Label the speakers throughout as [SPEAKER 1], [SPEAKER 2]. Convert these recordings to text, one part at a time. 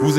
[SPEAKER 1] Vous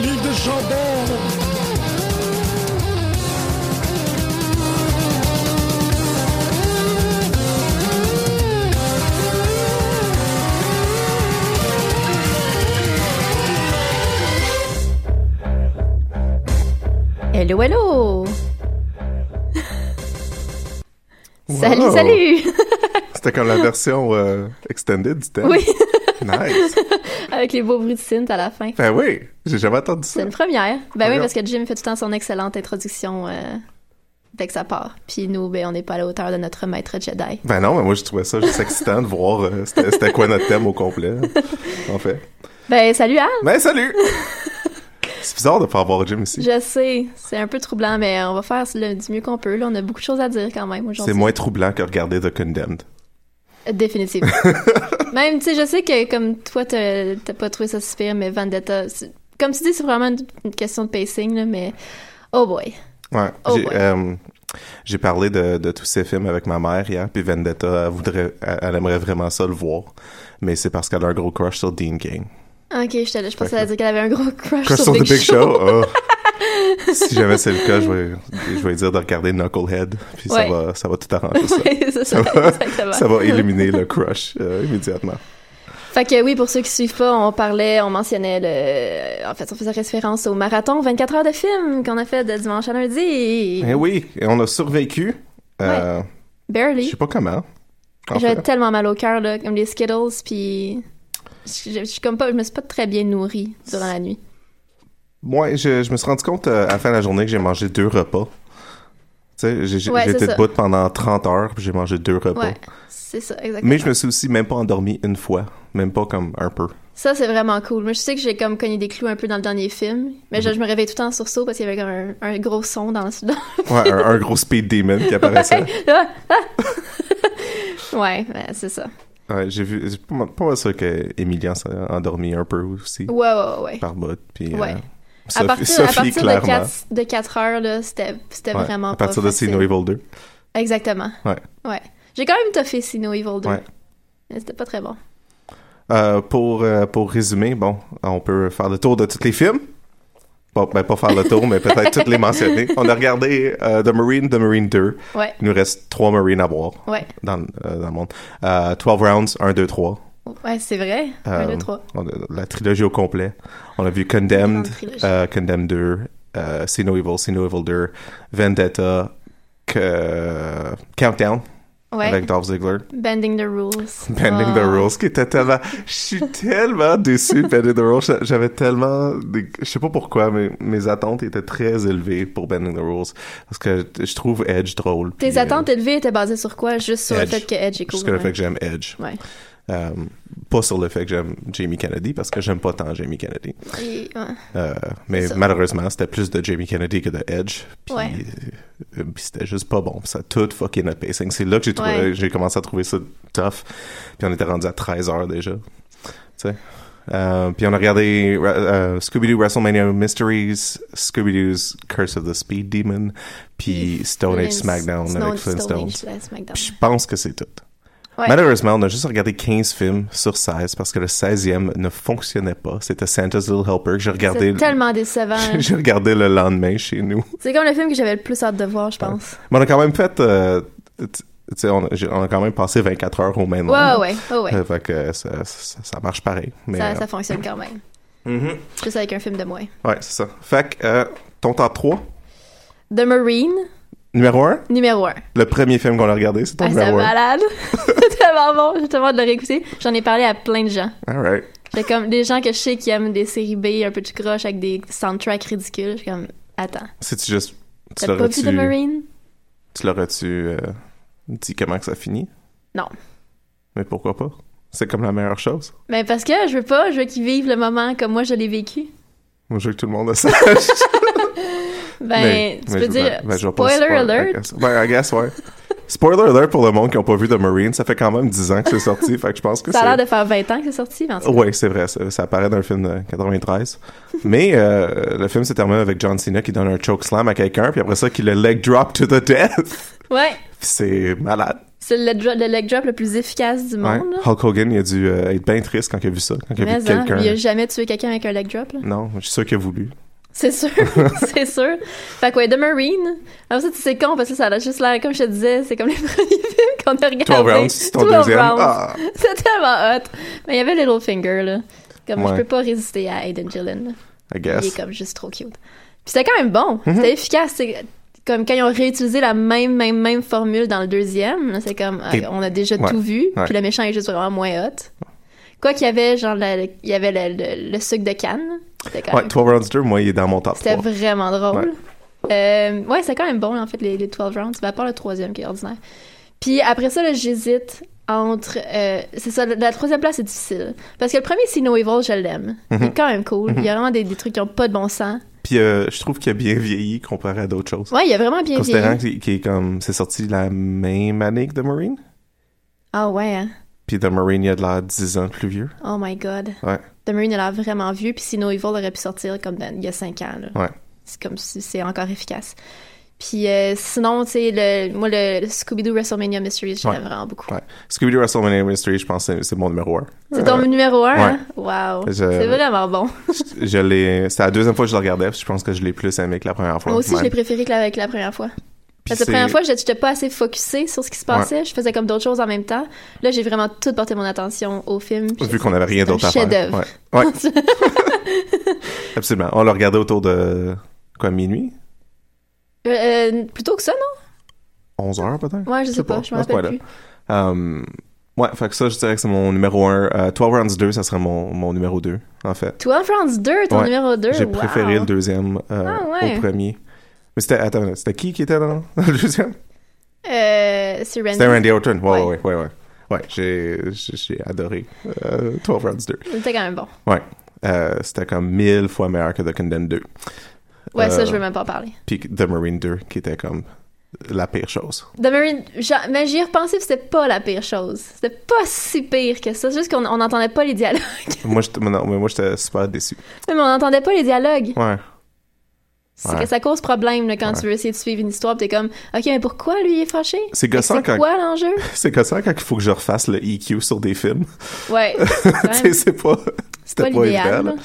[SPEAKER 2] livres de Chambord
[SPEAKER 3] Hello, hello
[SPEAKER 4] Wow.
[SPEAKER 3] Salut, salut
[SPEAKER 4] C'était comme la version euh, extended du thème.
[SPEAKER 3] Oui,
[SPEAKER 4] Nice.
[SPEAKER 3] avec les beaux bruits de synth à la fin.
[SPEAKER 4] Ben oui, j'ai jamais entendu
[SPEAKER 3] C'est
[SPEAKER 4] ça.
[SPEAKER 3] une première. Ben oui,
[SPEAKER 4] Regarde.
[SPEAKER 3] parce que Jim fait tout le temps son excellente introduction euh, dès que ça part. Puis nous, ben, on n'est pas à la hauteur de notre maître Jedi.
[SPEAKER 4] Ben non, mais moi je trouvais ça juste excitant de voir euh, c'était c'était quoi notre thème au complet. En fait.
[SPEAKER 3] Ben, salut Anne!
[SPEAKER 4] Ben salut! C'est bizarre de pas avoir Jim ici.
[SPEAKER 3] Je sais, c'est un peu troublant, mais on va faire le, du mieux qu'on peut. Là, on a beaucoup de choses à dire quand même
[SPEAKER 4] C'est
[SPEAKER 3] aujourd'hui.
[SPEAKER 4] moins troublant que regarder The Condemned.
[SPEAKER 3] Définitivement. Même, tu sais, je sais que comme toi, t'as t'as pas trouvé ça super, mais Vendetta, c'est- comme tu dis, c'est vraiment une, une question de pacing, là, mais oh boy.
[SPEAKER 4] Ouais.
[SPEAKER 3] Oh
[SPEAKER 4] j'ai,
[SPEAKER 3] boy.
[SPEAKER 4] euh, j'ai parlé de, de tous ces films avec ma mère hier, puis Vendetta, elle, voudrait, elle, elle aimerait vraiment ça le voir, mais c'est parce qu'elle a un gros crush sur Dean King.
[SPEAKER 3] Ok, je, te- je pensais à dire qu'elle avait un gros crush,
[SPEAKER 4] Crush
[SPEAKER 3] sur
[SPEAKER 4] sur
[SPEAKER 3] Big,
[SPEAKER 4] The Big
[SPEAKER 3] Show.
[SPEAKER 4] Show. oh. si jamais c'est le cas, je vais, je vais dire de regarder Knucklehead, puis
[SPEAKER 3] Ouais.
[SPEAKER 4] ça, va, ça va tout arranger ça.
[SPEAKER 3] Ouais, c'est ça,
[SPEAKER 4] va-
[SPEAKER 3] exactement.
[SPEAKER 4] Ça va éliminer le crush euh, immédiatement.
[SPEAKER 3] Fait que oui, pour ceux qui suivent pas, on parlait, on mentionnait le. En fait, on faisait référence au marathon 24 heures de film qu'on a fait de dimanche à lundi.
[SPEAKER 4] Eh oui, et on a survécu. Euh, Je
[SPEAKER 3] Barely.
[SPEAKER 4] sais pas comment. en
[SPEAKER 3] J'avais
[SPEAKER 4] fait.
[SPEAKER 3] tellement mal au cœur, là, comme les Skittles, puis. Je, je- je suis comme pas, je me suis pas très bien nourrie durant la nuit.
[SPEAKER 4] Moi, je, je me suis rendu compte euh, à la fin de la journée que j'ai mangé deux repas. Tu sais, j'ai- j'ai-
[SPEAKER 3] Ouais, c'est
[SPEAKER 4] j'étais
[SPEAKER 3] ça.
[SPEAKER 4] debout pendant 30 heures, puis j'ai mangé deux repas.
[SPEAKER 3] Ouais, c'est ça, exactement.
[SPEAKER 4] Mais je me suis aussi même pas endormi une fois, même pas comme un peu.
[SPEAKER 3] Ça, c'est vraiment cool. Moi, je sais que j'ai comme cogné des clous un peu dans le dernier film, mais
[SPEAKER 4] Mhm.
[SPEAKER 3] je, je me réveille tout le temps en sursaut parce qu'il y avait comme un, un gros son dans le. dans-
[SPEAKER 4] Ouais, un, un gros speed demon qui apparaissait.
[SPEAKER 3] Ah, ah. ouais, ben, c'est ça.
[SPEAKER 4] Ouais, j'ai vu. C'est pas, pas mal sûr que Emilien s'est endormi un peu aussi
[SPEAKER 3] Ouais, ouais, ouais.
[SPEAKER 4] par bot. Puis, euh,
[SPEAKER 3] Ouais.
[SPEAKER 4] Sophie,
[SPEAKER 3] à partir,
[SPEAKER 4] Sophie,
[SPEAKER 3] à partir de,
[SPEAKER 4] clairement.
[SPEAKER 3] 4, de quatre heures, là, c'était c'était
[SPEAKER 4] Ouais,
[SPEAKER 3] vraiment
[SPEAKER 4] à partir
[SPEAKER 3] pas
[SPEAKER 4] de Sino
[SPEAKER 3] facile.
[SPEAKER 4] Evil 2.
[SPEAKER 3] Exactement.
[SPEAKER 4] Ouais.
[SPEAKER 3] Ouais. J'ai quand même toffé Sino Evil 2.
[SPEAKER 4] Ouais.
[SPEAKER 3] Mais c'était pas très bon.
[SPEAKER 4] Euh, pour, euh, pour résumer, bon, on peut faire le tour de tous les films. Bon, ben, pas faire le tour, mais peut-être toutes les mentionner. On a regardé euh, The Marine, The Marine 2.
[SPEAKER 3] Ouais.
[SPEAKER 4] Il nous reste trois Marines à voir
[SPEAKER 3] Ouais.
[SPEAKER 4] dans, euh, dans le monde. Euh, 12 rounds, 1, 2, 3.
[SPEAKER 3] Ouais, c'est vrai. 1, 2, 3.
[SPEAKER 4] Euh, On a la trilogie au complet. On a vu
[SPEAKER 3] Grande
[SPEAKER 4] Condemned,
[SPEAKER 3] trilogie.
[SPEAKER 4] euh, Condemned 2, euh, See No Evil, See No Evil 2, Vendetta, que- Countdown
[SPEAKER 3] Ouais.
[SPEAKER 4] avec Dolph Ziggler,
[SPEAKER 3] Bending the Rules.
[SPEAKER 4] Bending the
[SPEAKER 3] Ah.
[SPEAKER 4] Rules, qui était tellement... Je suis tellement déçu de Bending the Rules. J'a- J'avais tellement... des- Je sais pas pourquoi, mais mes attentes étaient très élevées pour Bending the Rules. Parce que je trouve Edge drôle.
[SPEAKER 3] Tes
[SPEAKER 4] puis, euh,
[SPEAKER 3] attentes élevées étaient basées sur quoi? Juste sur
[SPEAKER 4] Edge.
[SPEAKER 3] le fait que Edge est cool.
[SPEAKER 4] Jusqu'à le
[SPEAKER 3] ouais.
[SPEAKER 4] fait que j'aime Edge.
[SPEAKER 3] Ouais.
[SPEAKER 4] Euh, pas sur le fait que j'aime Jamie Kennedy, parce que j'aime pas tant Jamie Kennedy.
[SPEAKER 3] Et- ouais.
[SPEAKER 4] Euh, mais
[SPEAKER 3] C'est ça.
[SPEAKER 4] malheureusement, c'était plus de Jamie Kennedy que de Edge. Puis,
[SPEAKER 3] Ouais.
[SPEAKER 4] euh, puis c'était juste pas bon. Puis ça a tout fucking notre pacing. C'est là que j'ai trouvé-
[SPEAKER 3] Ouais.
[SPEAKER 4] j'ai commencé à trouver ça tough. Puis on était rendu à 13 heures déjà. Tu sais. Euh, puis on a regardé euh, Scooby-Doo WrestleMania Mysteries, Scooby-Doo's Curse of the Speed Demon, puis Stone Age
[SPEAKER 3] Flint-
[SPEAKER 4] SmackDown
[SPEAKER 3] Stone-
[SPEAKER 4] avec
[SPEAKER 3] Stone
[SPEAKER 4] Flintstones.
[SPEAKER 3] Age, ouais, SmackDown.
[SPEAKER 4] Puis je pense que c'est tout.
[SPEAKER 3] Ouais.
[SPEAKER 4] Malheureusement, on a juste regardé 15 films sur 16 parce que le 16e ne fonctionnait pas. C'était Santa's Little Helper que j'ai regardé.
[SPEAKER 3] C'est tellement décevant.
[SPEAKER 4] J'ai regardé le lendemain chez nous.
[SPEAKER 3] c'est comme le film que j'avais le plus hâte de voir, je pense.
[SPEAKER 4] Mais on a quand même fait. euh, tu- tu sais, on, a- j'ai- on a quand même passé 24 heures au même
[SPEAKER 3] Ouais, ouais, ouais. ouais, ouais.
[SPEAKER 4] Euh, fait que ça, ça- ça marche pareil. Mais,
[SPEAKER 3] ça,
[SPEAKER 4] euh,
[SPEAKER 3] ça fonctionne quand même.
[SPEAKER 4] mhm.
[SPEAKER 3] Juste avec un film de moins.
[SPEAKER 4] Ouais, c'est ça. Fait que euh, ton top 3,
[SPEAKER 3] The Marine,
[SPEAKER 4] numéro 1,
[SPEAKER 3] numéro 1.
[SPEAKER 4] le premier film qu'on a regardé, c'est ton
[SPEAKER 3] Ah, c'est
[SPEAKER 4] numéro 1.
[SPEAKER 3] malade. c'est tellement bon. J'ai tellement hâte de le réécouter. J'en ai parlé à plein de gens.
[SPEAKER 4] All right.
[SPEAKER 3] J'ai comme des gens que je sais qui aiment des séries B un peu de croche avec des soundtracks ridicules. Je suis comme, attends,
[SPEAKER 4] C'est-tu juste. Tu
[SPEAKER 3] t'as pas vu
[SPEAKER 4] l'aurais-tu
[SPEAKER 3] The Marine?
[SPEAKER 4] tu l'aurais-tu, euh, dit comment que ça finit?
[SPEAKER 3] Non.
[SPEAKER 4] Mais pourquoi pas? C'est comme la meilleure chose.
[SPEAKER 3] Mais parce que je veux pas, je veux qu'ils vivent le moment comme moi je l'ai vécu.
[SPEAKER 4] Moi, je veux que tout le monde le sache.
[SPEAKER 3] Ben,
[SPEAKER 4] Mais-
[SPEAKER 3] tu
[SPEAKER 4] mais
[SPEAKER 3] peux
[SPEAKER 4] je-
[SPEAKER 3] dire
[SPEAKER 4] ben, je vais pas-
[SPEAKER 3] spoiler
[SPEAKER 4] ouais, I
[SPEAKER 3] alert.
[SPEAKER 4] guess. Ouais, I guess, ouais. Spoiler alert pour le monde qui n'a pas vu The Marine, ça fait quand même 10 ans que c'est sorti, fait que je pense que
[SPEAKER 3] Ça a l'air
[SPEAKER 4] c'est...
[SPEAKER 3] de faire 20 ans que c'est sorti, mais en tout cas,
[SPEAKER 4] Oui, c'est vrai, ça, ça apparaît dans le film de 93. Mais euh, le film se termine avec John Cena qui donne un choke slam à quelqu'un, puis après ça, qui le leg drop to the death. Puis
[SPEAKER 3] Ouais,
[SPEAKER 4] c'est malade.
[SPEAKER 3] c'est le, dro- le leg drop le plus efficace du
[SPEAKER 4] Ouais.
[SPEAKER 3] monde. là.
[SPEAKER 4] Hulk Hogan, il a dû euh, être bien triste quand il a vu ça, quand il a vu
[SPEAKER 3] Mais hein,
[SPEAKER 4] quelqu'un.
[SPEAKER 3] il a Ah jamais tué quelqu'un avec un leg drop. là.
[SPEAKER 4] Non, je suis sûr qu'il a voulu.
[SPEAKER 3] C'est sûr, c'est sûr. Fait que ouais, The Marine. Alors ça, c'est con parce que ça a juste l'air, comme je te disais, c'est comme les premiers films qu'on a regardés.
[SPEAKER 4] 12 rounds, c'est ton
[SPEAKER 3] 12
[SPEAKER 4] deuxième.
[SPEAKER 3] rounds.
[SPEAKER 4] Ah.
[SPEAKER 3] C'est tellement hot. Mais il y avait Littlefinger, là. Comme
[SPEAKER 4] Ouais.
[SPEAKER 3] je peux pas résister à Aiden Gillen.
[SPEAKER 4] I
[SPEAKER 3] Il
[SPEAKER 4] guess.
[SPEAKER 3] est comme juste trop cute. Puis c'était quand même bon.
[SPEAKER 4] Mhm.
[SPEAKER 3] C'était efficace. C'est comme quand ils ont réutilisé la même, même, même formule dans le deuxième. là, C'est comme, ah,
[SPEAKER 4] Et-
[SPEAKER 3] on a déjà
[SPEAKER 4] ouais,
[SPEAKER 3] tout vu.
[SPEAKER 4] ouais.
[SPEAKER 3] Puis le méchant est juste vraiment moins hot. Quoi qu'il y avait, genre, la- il y avait le, le- le sucre de canne. C'était quand
[SPEAKER 4] Ouais,
[SPEAKER 3] même-
[SPEAKER 4] 12 rounds 2, moi, il est dans mon top 3.
[SPEAKER 3] c'était vraiment drôle. Euh, ouais, c'est quand même bon, en fait, les, les 12 rounds. Mais à part le troisième qui est ordinaire. Puis après ça, là, j'hésite entre. euh, c'est ça, la, la troisième place est difficile. Parce que le premier, c'est No Evil, je l'aime.
[SPEAKER 4] Mhm.
[SPEAKER 3] Il est quand même cool. Il y a vraiment des, des trucs qui ont pas de bon sens.
[SPEAKER 4] Puis euh, je trouve qu'il a bien vieilli comparé à d'autres choses.
[SPEAKER 3] Ouais, il a vraiment bien
[SPEAKER 4] Considérant
[SPEAKER 3] vieilli.
[SPEAKER 4] qu'il qu'il est comme. C'est sorti la même année que The Marine.
[SPEAKER 3] Ah ouais, hein.
[SPEAKER 4] Puis The Marine, il a de l'air 10 ans plus vieux.
[SPEAKER 3] Oh my god.
[SPEAKER 4] Ouais.
[SPEAKER 3] The Marine a l'air vraiment vieux, puis si No Evil aurait pu sortir comme dans- il y a 5 ans, là.
[SPEAKER 4] Ouais.
[SPEAKER 3] C'est comme si c'est encore efficace. Puis euh, sinon, tu sais, le, moi, le, le Scooby-Doo WrestleMania Mysteries, je
[SPEAKER 4] Ouais.
[SPEAKER 3] l'aime vraiment beaucoup.
[SPEAKER 4] Ouais. Scooby-Doo WrestleMania Mystery, je pense que c'est- c'est mon numéro 1.
[SPEAKER 3] C'est ton numéro 1, Wow.
[SPEAKER 4] Je-
[SPEAKER 3] C'est vraiment bon.
[SPEAKER 4] Je l'ai. C'était la deuxième fois que je le regardais, puis je pense que je l'ai plus aimé que la première fois.
[SPEAKER 3] Moi aussi, je
[SPEAKER 4] même.
[SPEAKER 3] l'ai préféré que la, que la première fois.
[SPEAKER 4] Puis
[SPEAKER 3] Parce que
[SPEAKER 4] c'est-
[SPEAKER 3] la première fois, j'étais j'étais pas assez focusée sur ce qui se passait. Je faisais comme d'autres choses en même temps. Là, j'ai vraiment tout porté mon attention au film. puis
[SPEAKER 4] Vu qu'on n'avait rien
[SPEAKER 3] c'est un
[SPEAKER 4] d'autre à faire.
[SPEAKER 3] chef-d'œuvre.
[SPEAKER 4] Ouais. Ouais, absolument. On le regardait autour de. Quoi, minuit
[SPEAKER 3] Euh, euh, plutôt que ça, non?
[SPEAKER 4] 11 heures peut-être
[SPEAKER 3] Ouais, je sais pas, je me
[SPEAKER 4] à ce
[SPEAKER 3] rappelle
[SPEAKER 4] point-là.
[SPEAKER 3] plus.
[SPEAKER 4] Um, ouais, fait que ça, je dirais que c'est mon numéro 1. 12 Rounds 2, ça serait mon, mon numéro 2, en fait.
[SPEAKER 3] Toi, France 2, ton
[SPEAKER 4] Ouais.
[SPEAKER 3] numéro 2.
[SPEAKER 4] J'ai préféré le deuxième euh,
[SPEAKER 3] Euh, Ah ouais.
[SPEAKER 4] au premier. Mais c'était, attends, c'était qui qui était dans le deuxième?
[SPEAKER 3] Euh, c'est Randy.
[SPEAKER 4] C'était Randy Orton. Ouais,
[SPEAKER 3] Ouais.
[SPEAKER 4] ouais, ouais, ouais. Ouais, Ouais, j'ai, j'ai j'ai adoré euh, 12 Rounds 2.
[SPEAKER 3] C'était quand même bon.
[SPEAKER 4] Ouais, Euh, c'était comme mille fois meilleur que The Condemned 2.
[SPEAKER 3] Ouais, ça,
[SPEAKER 4] Euh,
[SPEAKER 3] je veux même pas en parler.
[SPEAKER 4] Puis The Marine 2, qui était comme la pire chose.
[SPEAKER 3] The Marine, j'a- mais j'y ai repensé, puis c'était pas la pire chose. C'était pas si pire que ça. C'est juste qu'on on n'entendait pas les dialogues.
[SPEAKER 4] moi, j'étais, non, mais moi, j'étais super déçu.
[SPEAKER 3] mais on n'entendait pas les dialogues.
[SPEAKER 4] Ouais.
[SPEAKER 3] C'est
[SPEAKER 4] Ouais.
[SPEAKER 3] que ça cause problème là, quand
[SPEAKER 4] Ouais.
[SPEAKER 3] tu veux essayer de suivre une histoire, pis t'es comme, ok, mais pourquoi lui il est fâché
[SPEAKER 4] C'est gossant
[SPEAKER 3] C'est
[SPEAKER 4] quand,
[SPEAKER 3] quoi l'enjeu
[SPEAKER 4] c'est gossant quand il faut que je refasse le EQ sur des films.
[SPEAKER 3] Ouais, c'est quand
[SPEAKER 4] Tu sais,
[SPEAKER 3] même-
[SPEAKER 4] c'est pas.
[SPEAKER 3] c'est pas
[SPEAKER 4] C'était pas
[SPEAKER 3] l'idéal.
[SPEAKER 4] évident.
[SPEAKER 3] là.
[SPEAKER 4] là.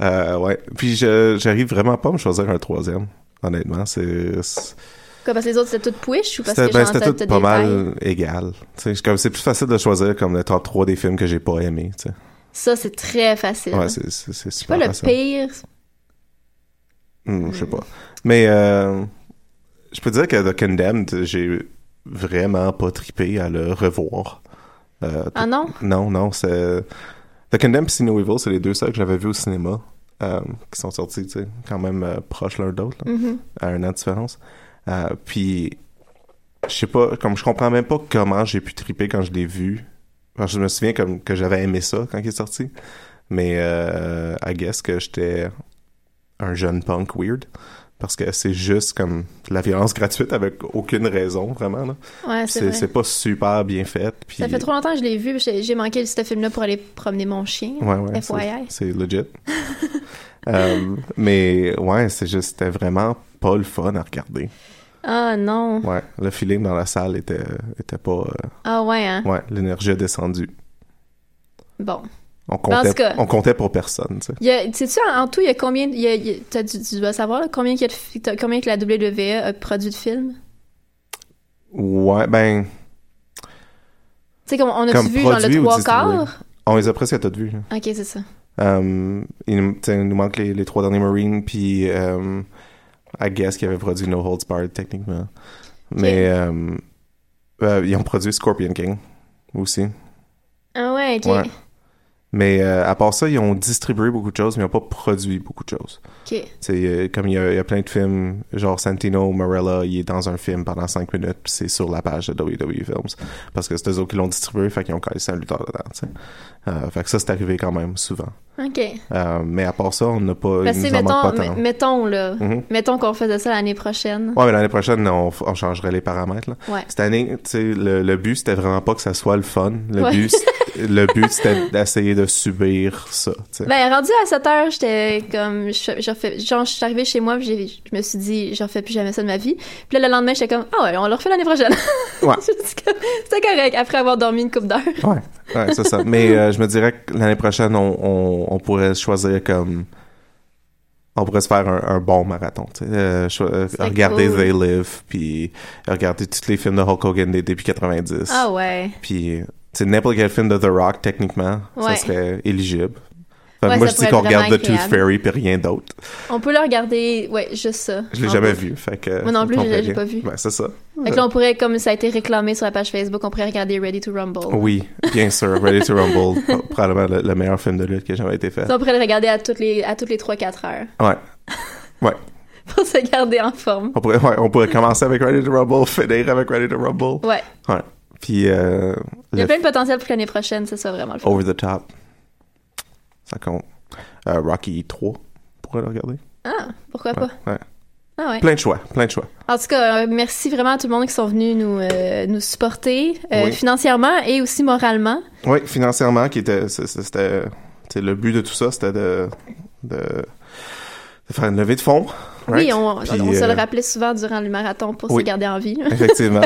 [SPEAKER 4] Euh, ouais. Puis je, j'arrive vraiment pas à me choisir un troisième. Honnêtement, c'est. c'est-
[SPEAKER 3] Quoi, parce que les autres c'était toutes push ou parce
[SPEAKER 4] C'était,
[SPEAKER 3] que
[SPEAKER 4] ben,
[SPEAKER 3] genre,
[SPEAKER 4] c'était
[SPEAKER 3] t'as-
[SPEAKER 4] tout
[SPEAKER 3] t'as
[SPEAKER 4] pas
[SPEAKER 3] des bails?
[SPEAKER 4] mal égal. Tu sais, C'est, comme, c'est plus facile de choisir comme le top 3 des films que j'ai pas aimé. tu sais.
[SPEAKER 3] Ça, c'est très facile.
[SPEAKER 4] Ouais, c'est, c'est, c'est
[SPEAKER 3] pas
[SPEAKER 4] super
[SPEAKER 3] le
[SPEAKER 4] facile.
[SPEAKER 3] pire.
[SPEAKER 4] Hmm, je sais pas. Mais euh, je peux dire que The Condemned, j'ai vraiment pas tripé à le revoir. Euh,
[SPEAKER 3] Ah non?
[SPEAKER 4] Non, non, c'est. The Condemned et No Evil, c'est les deux seuls que j'avais vus au cinéma, euh, qui sont sortis, tu sais, quand même euh, proches l'un de l'autre, là,
[SPEAKER 3] Mm-hmm.
[SPEAKER 4] à un an de différence. Euh, puis, je sais pas, comme je comprends même pas comment j'ai pu triper quand je l'ai vu. Enfin, je me souviens comme que j'avais aimé ça quand il est sorti, mais euh, I guess que j'étais un jeune punk weird. Parce que c'est juste comme de la violence gratuite avec aucune raison, vraiment. Là.
[SPEAKER 3] Ouais, c'est
[SPEAKER 4] C'est
[SPEAKER 3] vrai.
[SPEAKER 4] c'est pas super bien fait. Puis...
[SPEAKER 3] Ça fait trop longtemps que je l'ai vu, puis j'ai j'ai manqué ce film-là pour aller promener mon chien.
[SPEAKER 4] Ouais, ouais.
[SPEAKER 3] FYI.
[SPEAKER 4] c'est- C'est legit. Euh, mais ouais, c'est juste, c'était vraiment pas le fun à regarder.
[SPEAKER 3] Ah non.
[SPEAKER 4] Ouais, le feeling dans la salle était, était pas. euh,
[SPEAKER 3] Ah ouais, hein.
[SPEAKER 4] ouais, l'énergie a descendu.
[SPEAKER 3] Bon.
[SPEAKER 4] On
[SPEAKER 3] en
[SPEAKER 4] comptait,
[SPEAKER 3] tout cas-
[SPEAKER 4] on comptait pour personne, tu sais.
[SPEAKER 3] Il y a- Sais-tu, en, en tout, il y a combien. il y a- il y a- t'as dû- tu dois savoir là, combien, qu'il y a de fi- t'as- combien que la WWE a produit de films?
[SPEAKER 4] Ouais, ben,
[SPEAKER 3] Tu sais, comme on a
[SPEAKER 4] Comme
[SPEAKER 3] vu dans le
[SPEAKER 4] produit ou
[SPEAKER 3] trois
[SPEAKER 4] distribué.
[SPEAKER 3] quarts?
[SPEAKER 4] on les a presque toutes vues. là.
[SPEAKER 3] Ok, c'est ça.
[SPEAKER 4] Euh, il, nous- tu sais, il nous manque les, les trois derniers Marines, puis euh, I guess qu'ils avaient produit No Holds Barred, techniquement. Mais euh, euh, ils ont produit Scorpion King aussi.
[SPEAKER 3] Ah ouais, ok.
[SPEAKER 4] Ouais. Mais euh, à part ça, ils ont distribué beaucoup de choses, mais ils n'ont pas produit beaucoup de choses.
[SPEAKER 3] Ok.
[SPEAKER 4] Tu sais, euh, comme il y, a, il y a plein de films, genre Santino Morella, il est dans un film pendant 5 minutes, puis c'est sur la page de WWE Films. Parce que c'est eux autres qui l'ont distribué, fait qu'ils ont calé ça lutteur dedans, tu sais. Euh, fait que ça, c'est arrivé quand même souvent.
[SPEAKER 3] Ok.
[SPEAKER 4] Euh, mais à part ça, on n'a pas.
[SPEAKER 3] Parce que,
[SPEAKER 4] il nous en manque pas
[SPEAKER 3] mettons,
[SPEAKER 4] tant.
[SPEAKER 3] mettons, là,
[SPEAKER 4] Mhm.
[SPEAKER 3] mettons qu'on faisait ça l'année prochaine.
[SPEAKER 4] Ouais, mais l'année prochaine, on, f- on changerait les paramètres. Là.
[SPEAKER 3] Ouais.
[SPEAKER 4] Cette année, tu sais, le, le but, c'était vraiment pas que ça soit le fun. Le
[SPEAKER 3] Ouais.
[SPEAKER 4] but, c'est- le but c'était d'essayer de subir ça. tu sais.
[SPEAKER 3] Ben, rendu à 7 heures, j'étais comme. Je, je refais- genre, je suis arrivée chez moi, puis j'ai- je me suis dit, je refais plus jamais ça de ma vie. Puis là, le lendemain, j'étais comme, ah ouais, on le refait l'année prochaine.
[SPEAKER 4] Ouais.
[SPEAKER 3] Juste comme, C'était correct, après avoir dormi une coupe d'heures.
[SPEAKER 4] Ouais, ouais c'est ça. Mais euh, je me dirais que l'année prochaine, on, on, on pourrait choisir comme. On pourrait se faire un, un bon marathon. tu sais. Euh, cho- euh,
[SPEAKER 3] serait
[SPEAKER 4] regarder
[SPEAKER 3] cool.
[SPEAKER 4] They Live, puis regarder tous les films de Hulk Hogan des depuis 90.
[SPEAKER 3] Ah ouais.
[SPEAKER 4] Puis, c'est n'importe quel film de The Rock, techniquement, ça
[SPEAKER 3] Ouais.
[SPEAKER 4] serait éligible. Fait que
[SPEAKER 3] Ouais,
[SPEAKER 4] moi,
[SPEAKER 3] ça
[SPEAKER 4] je dis
[SPEAKER 3] pourrait
[SPEAKER 4] qu'on
[SPEAKER 3] être vraiment
[SPEAKER 4] regarde The Tooth
[SPEAKER 3] agréable.
[SPEAKER 4] Fairy, puis rien d'autre.
[SPEAKER 3] On peut le regarder, ouais, juste ça.
[SPEAKER 4] Je l'ai
[SPEAKER 3] En
[SPEAKER 4] jamais
[SPEAKER 3] boucle.
[SPEAKER 4] vu. Fait que,
[SPEAKER 3] Moi non plus,
[SPEAKER 4] on
[SPEAKER 3] je l'ai-
[SPEAKER 4] verra
[SPEAKER 3] j'ai
[SPEAKER 4] bien.
[SPEAKER 3] pas vu.
[SPEAKER 4] Ben, c'est ça.
[SPEAKER 3] Fait que là, on pourrait, comme ça a été réclamé sur la page Facebook, on pourrait regarder Ready to Rumble.
[SPEAKER 4] Oui, bien sûr. Ready to Rumble, pro- probablement le, le meilleur film de lutte qui a jamais été fait.
[SPEAKER 3] Ça, on pourrait le regarder à toutes les, à toutes les 3-4 heures
[SPEAKER 4] Ouais. Ouais.
[SPEAKER 3] pour se garder en forme.
[SPEAKER 4] On pourrait, ouais, on pourrait commencer avec Ready to Rumble, finir avec Ready to Rumble.
[SPEAKER 3] Ouais.
[SPEAKER 4] Ouais. Puis, euh,
[SPEAKER 3] Il y a
[SPEAKER 4] le
[SPEAKER 3] plein de potentiel pour que l'année prochaine, ça soit vraiment le fun.
[SPEAKER 4] Over the Top. Ça compte. Euh, Rocky 3. Pourrait le regarder.
[SPEAKER 3] Ah, pourquoi
[SPEAKER 4] Ouais,
[SPEAKER 3] pas?
[SPEAKER 4] ouais.
[SPEAKER 3] Ah ouais.
[SPEAKER 4] Plein de choix. Plein de choix.
[SPEAKER 3] En tout cas, euh, merci vraiment à tout le monde qui sont venus nous, euh, nous supporter euh,
[SPEAKER 4] Oui.
[SPEAKER 3] financièrement et aussi moralement.
[SPEAKER 4] Oui, financièrement, qui était, c'est- c'est- c'était, tu sais, le but de tout ça, c'était de, de, de faire une levée de fonds. right?
[SPEAKER 3] Oui, on,
[SPEAKER 4] Puis,
[SPEAKER 3] on se
[SPEAKER 4] euh,
[SPEAKER 3] le rappelait souvent durant le marathon pour
[SPEAKER 4] oui.
[SPEAKER 3] se garder en vie.
[SPEAKER 4] Effectivement.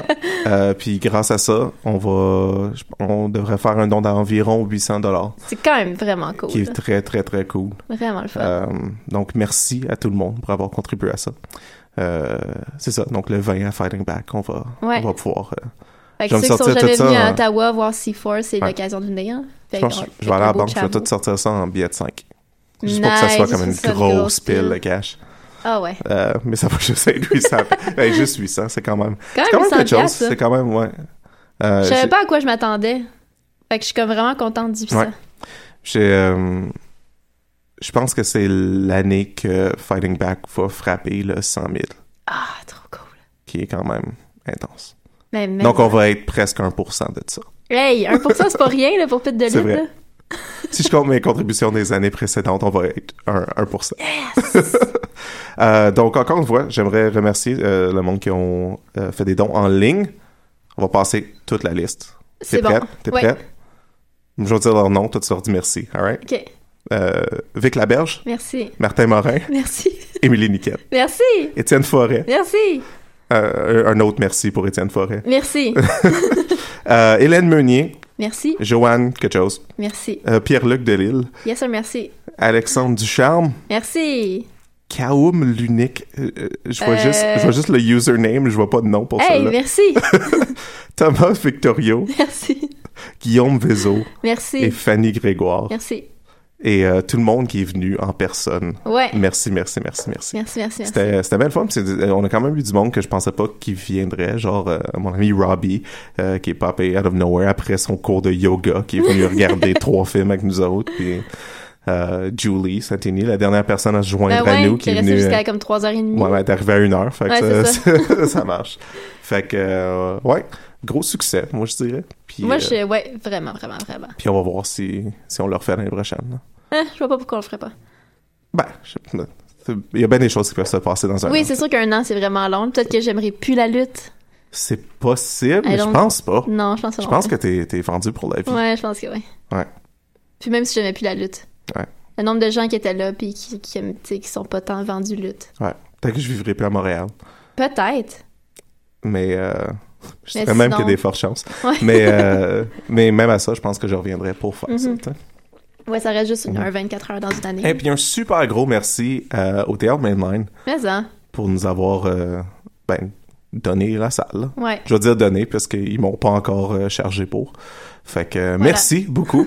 [SPEAKER 4] Euh, puis grâce à ça, on va, je- on devrait faire un don d'environ 800 dollars,
[SPEAKER 3] C'est quand même vraiment cool.
[SPEAKER 4] qui est très très très cool.
[SPEAKER 3] Vraiment le fun.
[SPEAKER 4] Euh, donc merci à tout le monde pour avoir contribué à ça. Euh, c'est ça. Donc le 20 à Fighting Back, on va,
[SPEAKER 3] Ouais.
[SPEAKER 4] on va pouvoir. euh,
[SPEAKER 3] fait
[SPEAKER 4] je
[SPEAKER 3] que ceux
[SPEAKER 4] vais me
[SPEAKER 3] qui sont
[SPEAKER 4] sortir
[SPEAKER 3] jamais
[SPEAKER 4] tout ça,
[SPEAKER 3] venus
[SPEAKER 4] hein.
[SPEAKER 3] à Ottawa voir C4, c'est
[SPEAKER 4] Ouais.
[SPEAKER 3] l'occasion de venir. Fait
[SPEAKER 4] je pense
[SPEAKER 3] qu'on-
[SPEAKER 4] que je vais aller
[SPEAKER 3] fait
[SPEAKER 4] à la
[SPEAKER 3] Ben, un beau
[SPEAKER 4] banque, je vais
[SPEAKER 3] chavo.
[SPEAKER 4] tout sortir ça en billets de 5. Juste pour que ça
[SPEAKER 3] Nice,
[SPEAKER 4] soit comme une
[SPEAKER 3] juste ça,
[SPEAKER 4] grosse,
[SPEAKER 3] pile.
[SPEAKER 4] pile de cash.
[SPEAKER 3] Ah ouais.
[SPEAKER 4] Euh, mais ça va juste être 800. Ben, juste 800, c'est quand même.
[SPEAKER 3] Quand même,
[SPEAKER 4] C'est quand même
[SPEAKER 3] 800
[SPEAKER 4] quelque chose.
[SPEAKER 3] piastres, hein. ça.
[SPEAKER 4] C'est quand même, ouais. Euh,
[SPEAKER 3] Je
[SPEAKER 4] j'ai-
[SPEAKER 3] savais pas à quoi je m'attendais. Fait que je suis comme vraiment contente du
[SPEAKER 4] Ouais. j'ai, euh, je pense que c'est l'année que Fighting Back va frapper le 100 000,
[SPEAKER 3] Ah, trop cool.
[SPEAKER 4] qui est quand même intense.
[SPEAKER 3] Mais, mais-
[SPEAKER 4] Donc, on va être presque 1% de ça.
[SPEAKER 3] Hey, 1% c'est pas rien là, pour Pit de
[SPEAKER 4] C'est
[SPEAKER 3] lutte.
[SPEAKER 4] vrai.
[SPEAKER 3] là.
[SPEAKER 4] Si je compte mes contributions des années précédentes, on va être un 1%. Euh, donc, encore une fois, j'aimerais remercier euh, le monde qui ont euh, fait des dons en ligne. On va passer toute la liste. T'es
[SPEAKER 3] C'est bon.
[SPEAKER 4] prête? T'es
[SPEAKER 3] Ouais.
[SPEAKER 4] prête? Je vais dire leur nom, toi tu leur dis merci, all right?
[SPEAKER 3] OK.
[SPEAKER 4] Euh, Vic Laberge,
[SPEAKER 3] Merci.
[SPEAKER 4] Martin Morin,
[SPEAKER 3] Merci.
[SPEAKER 4] Émilie Niquette,
[SPEAKER 3] Merci.
[SPEAKER 4] Étienne Forêt,
[SPEAKER 3] Merci.
[SPEAKER 4] euh, un autre merci pour Étienne Forêt,
[SPEAKER 3] Merci.
[SPEAKER 4] euh, Hélène Meunier,
[SPEAKER 3] Merci.
[SPEAKER 4] Joanne, quelque chose,
[SPEAKER 3] Merci.
[SPEAKER 4] euh, Pierre-Luc Delille,
[SPEAKER 3] Yes, sir, merci.
[SPEAKER 4] Alexandre Ducharme,
[SPEAKER 3] Merci.
[SPEAKER 4] Kaoum l'unique, Euh, euh, je vois
[SPEAKER 3] Euh.
[SPEAKER 4] juste, je vois juste le username, je vois pas de nom pour
[SPEAKER 3] Hey,
[SPEAKER 4] celle-là.
[SPEAKER 3] merci.
[SPEAKER 4] Thomas Victorio,
[SPEAKER 3] Merci.
[SPEAKER 4] Guillaume Vézo et
[SPEAKER 3] Merci.
[SPEAKER 4] Fanny Grégoire
[SPEAKER 3] Merci.
[SPEAKER 4] et euh, tout le monde qui est venu en personne.
[SPEAKER 3] Ouais.
[SPEAKER 4] Merci, merci, merci, merci.
[SPEAKER 3] Merci, merci, merci.
[SPEAKER 4] Mm. C'était c'était belle fun. C'est- On a quand même eu du monde que je pensais pas qu'il viendrait. Genre, euh, mon ami Robbie, euh, qui est popé out of nowhere après son cours de yoga, qui est venu regarder trois films avec nous autres. Puis euh, Julie Santini, la dernière personne à se
[SPEAKER 3] Ben
[SPEAKER 4] joindre à nous,
[SPEAKER 3] ouais,
[SPEAKER 4] qui
[SPEAKER 3] qui
[SPEAKER 4] est
[SPEAKER 3] est
[SPEAKER 4] venue.
[SPEAKER 3] resté jusqu'à comme 3h30.
[SPEAKER 4] Ouais, elle est arrivée à une heure. Fait que
[SPEAKER 3] Ouais,
[SPEAKER 4] ça, ça. marche. Fait que, euh, ouais, gros succès, moi, je dirais. Puis,
[SPEAKER 3] Moi,
[SPEAKER 4] euh,
[SPEAKER 3] je... Ouais, vraiment, vraiment, vraiment.
[SPEAKER 4] puis on va voir si, si on le refait l'année prochaine. là.
[SPEAKER 3] Hein, je vois pas pourquoi on le ferait pas.
[SPEAKER 4] Ben, je- il y a bien des choses qui peuvent se passer dans un an.
[SPEAKER 3] Oui, c'est sûr qu'un an, c'est vraiment long. Peut-être que j'aimerais plus la lutte.
[SPEAKER 4] C'est possible, mais
[SPEAKER 3] I
[SPEAKER 4] je
[SPEAKER 3] don't-
[SPEAKER 4] pense pas.
[SPEAKER 3] Non, je pense que
[SPEAKER 4] Je
[SPEAKER 3] non.
[SPEAKER 4] pense que t'es t'es vendu pour la vie.
[SPEAKER 3] Ouais, je pense que oui.
[SPEAKER 4] Ouais.
[SPEAKER 3] Puis même si j'aimais plus la lutte.
[SPEAKER 4] Ouais.
[SPEAKER 3] Le nombre de gens qui étaient là puis qui, qui, aiment- tu sais, qui sont pas tant vendus lutte.
[SPEAKER 4] Ouais. Peut-être que je vivrai plus à Montréal,
[SPEAKER 3] Peut-être.
[SPEAKER 4] mais euh, je
[SPEAKER 3] Mais
[SPEAKER 4] dirais même
[SPEAKER 3] sinon-
[SPEAKER 4] qu'il y a des fortes chances.
[SPEAKER 3] Ouais.
[SPEAKER 4] Mais, euh, mais même à ça, je pense que je reviendrai pour faire ça.
[SPEAKER 3] Mhm.
[SPEAKER 4] t'sais.
[SPEAKER 3] Ouais, ça reste juste une heure 24 heures dans une année.
[SPEAKER 4] Et Mm-hmm. Eh, puis un super gros merci euh, au Théâtre Mainline
[SPEAKER 3] Mais hein,
[SPEAKER 4] pour nous avoir euh, ben, donné la salle. là.
[SPEAKER 3] ouais.
[SPEAKER 4] Je veux dire donné, parce qu'ils m'ont pas encore euh, chargé pour. Fait que euh, merci beaucoup,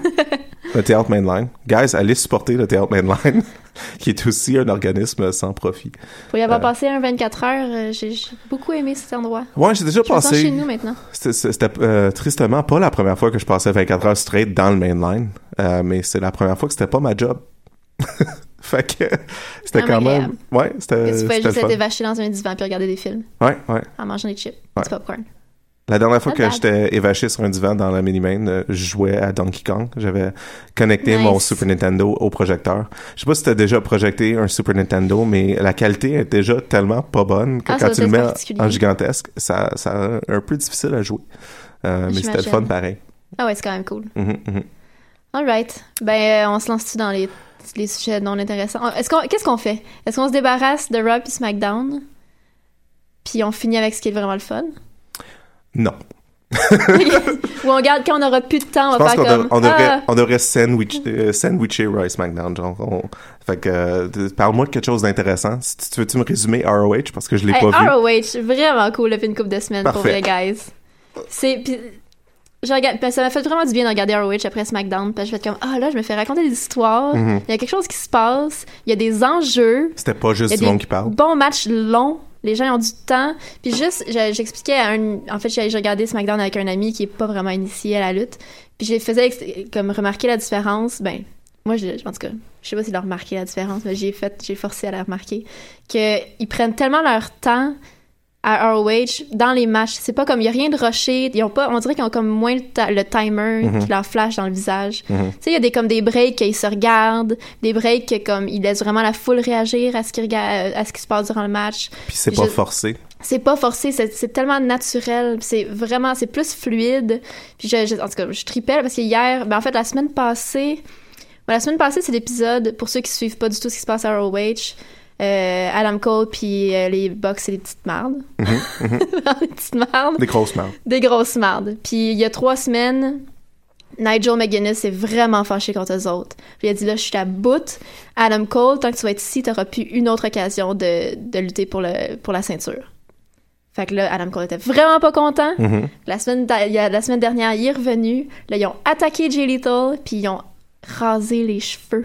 [SPEAKER 4] le Théâtre Mainline. Guys, allez supporter le Théâtre Mainline, qui est aussi un organisme sans profit.
[SPEAKER 3] Pour y avoir
[SPEAKER 4] Euh.
[SPEAKER 3] passé un 24 heures, euh, j'ai j'ai beaucoup aimé cet endroit.
[SPEAKER 4] Ouais, j'ai déjà
[SPEAKER 3] Je me sens
[SPEAKER 4] passé.
[SPEAKER 3] chez nous maintenant.
[SPEAKER 4] C'était- C'était euh, tristement pas la première fois que je passais 24 heures straight dans le mainline. Euh, mais c'est la première fois que c'était pas ma job. fait que c'était
[SPEAKER 3] Quand
[SPEAKER 4] quand
[SPEAKER 3] même
[SPEAKER 4] même. Ouais, c'était.
[SPEAKER 3] euh, tu pouvais
[SPEAKER 4] Euh, c'était
[SPEAKER 3] juste
[SPEAKER 4] le fun.
[SPEAKER 3] être vaché dans un divan puis regarder des films
[SPEAKER 4] Ouais, ouais.
[SPEAKER 3] en mangeant des chips,
[SPEAKER 4] Ouais.
[SPEAKER 3] du popcorn.
[SPEAKER 4] La dernière fois
[SPEAKER 3] Not
[SPEAKER 4] que
[SPEAKER 3] bad.
[SPEAKER 4] j'étais évaché sur un divan dans la mini-main, euh, je jouais à Donkey Kong. J'avais connecté
[SPEAKER 3] Nice.
[SPEAKER 4] mon Super Nintendo au projecteur. Je sais pas si t'as déjà projecté un Super Nintendo, mais la qualité est déjà tellement pas bonne que
[SPEAKER 3] Ah, ça
[SPEAKER 4] quand
[SPEAKER 3] doit
[SPEAKER 4] tu le
[SPEAKER 3] être
[SPEAKER 4] mets
[SPEAKER 3] particulier.
[SPEAKER 4] en gigantesque, ça, ça un peu difficile à jouer. Euh, mais c'était le
[SPEAKER 3] J'imagine.
[SPEAKER 4] fun pareil.
[SPEAKER 3] Ah ouais, c'est quand même cool.
[SPEAKER 4] Mhm, mhm.
[SPEAKER 3] Alright. Ben, euh, on se lance-tu dans les, les sujets non intéressants? On- Est-ce qu'on, qu'est-ce qu'on fait? Est-ce qu'on se débarrasse de Raw puis SmackDown? Puis on finit avec ce qui est vraiment le fun?
[SPEAKER 4] Non.
[SPEAKER 3] Ou on garde quand on aura plus de temps,
[SPEAKER 4] Je
[SPEAKER 3] on
[SPEAKER 4] pense
[SPEAKER 3] va
[SPEAKER 4] qu'on
[SPEAKER 3] faire
[SPEAKER 4] dev-
[SPEAKER 3] comme.
[SPEAKER 4] on devrait,
[SPEAKER 3] ah,
[SPEAKER 4] on devrait sandwich, euh, sandwicher Rice McDonald. Genre, on- fait que, euh, t- parle-moi de quelque chose d'intéressant. Si tu tu veux-tu me résumer ROH parce que je l'ai
[SPEAKER 3] hey,
[SPEAKER 4] pas vu.
[SPEAKER 3] ROH, vraiment cool, depuis une couple de semaines pour
[SPEAKER 4] Parfait.
[SPEAKER 3] les guys. C'est. puis je regarde, puis ça m'a fait vraiment du bien de regarder ROH après SmackDown. Parce que je fais comme, ah là, je me fais raconter des histoires.
[SPEAKER 4] Mhm.
[SPEAKER 3] Il y a quelque chose qui se passe. Il y a des enjeux.
[SPEAKER 4] C'était pas
[SPEAKER 3] Il y
[SPEAKER 4] juste
[SPEAKER 3] a
[SPEAKER 4] du
[SPEAKER 3] des
[SPEAKER 4] monde qui parle.
[SPEAKER 3] bons matchs longs. Les gens ils ont du temps. Puis juste, je- j'expliquais à un... En fait, j'ai j'ai regardé SmackDown avec un ami qui est pas vraiment initié à la lutte. Puis je lui faisais ex- comme remarquer la différence. Ben, moi, je, en tout cas, je sais pas s'il a remarqué la différence, mais j'ai fait, j'ai forcé à la remarquer. Qu'ils prennent tellement leur temps à ROH dans les matchs. C'est pas comme, il y a rien de rushé. Ils ont pas, on dirait qu'ils ont comme moins le, ta- le timer
[SPEAKER 4] Mm-hmm.
[SPEAKER 3] qui leur flash dans le visage.
[SPEAKER 4] Mhm.
[SPEAKER 3] Tu sais, il y a des, comme des breaks qu'ils se regardent, des breaks que, comme ils laissent vraiment la foule réagir à ce qui, rega- euh, à ce qui se passe durant le match.
[SPEAKER 4] Puis c'est
[SPEAKER 3] je-
[SPEAKER 4] pas forcé.
[SPEAKER 3] C'est pas forcé, c'est c'est tellement naturel, c'est vraiment, c'est plus fluide. Puis je, je- en tout cas, je tripelle parce que hier, ben en fait, la semaine passée, ben, la semaine passée, c'est l'épisode, pour ceux qui suivent pas du tout ce qui se passe à ROH, euh, Adam Cole puis euh, les Bucks, c'est des petites mardes. des petites mardes
[SPEAKER 4] Des grosses marques.
[SPEAKER 3] des grosses mardes. Puis il y a trois semaines, Nigel McGuinness est vraiment fâché contre eux autres. Puis il a dit là, je suis à bout. Adam Cole, tant que tu vas être ici, t'auras plus une autre occasion de, de lutter pour, le, pour la ceinture. Fait que là, Adam Cole était vraiment pas content.
[SPEAKER 4] Mhm.
[SPEAKER 3] La semaine, da- il y a- la semaine dernière, il est revenu. Là, ils ont attaqué Jay Little, puis ils ont rasé les cheveux.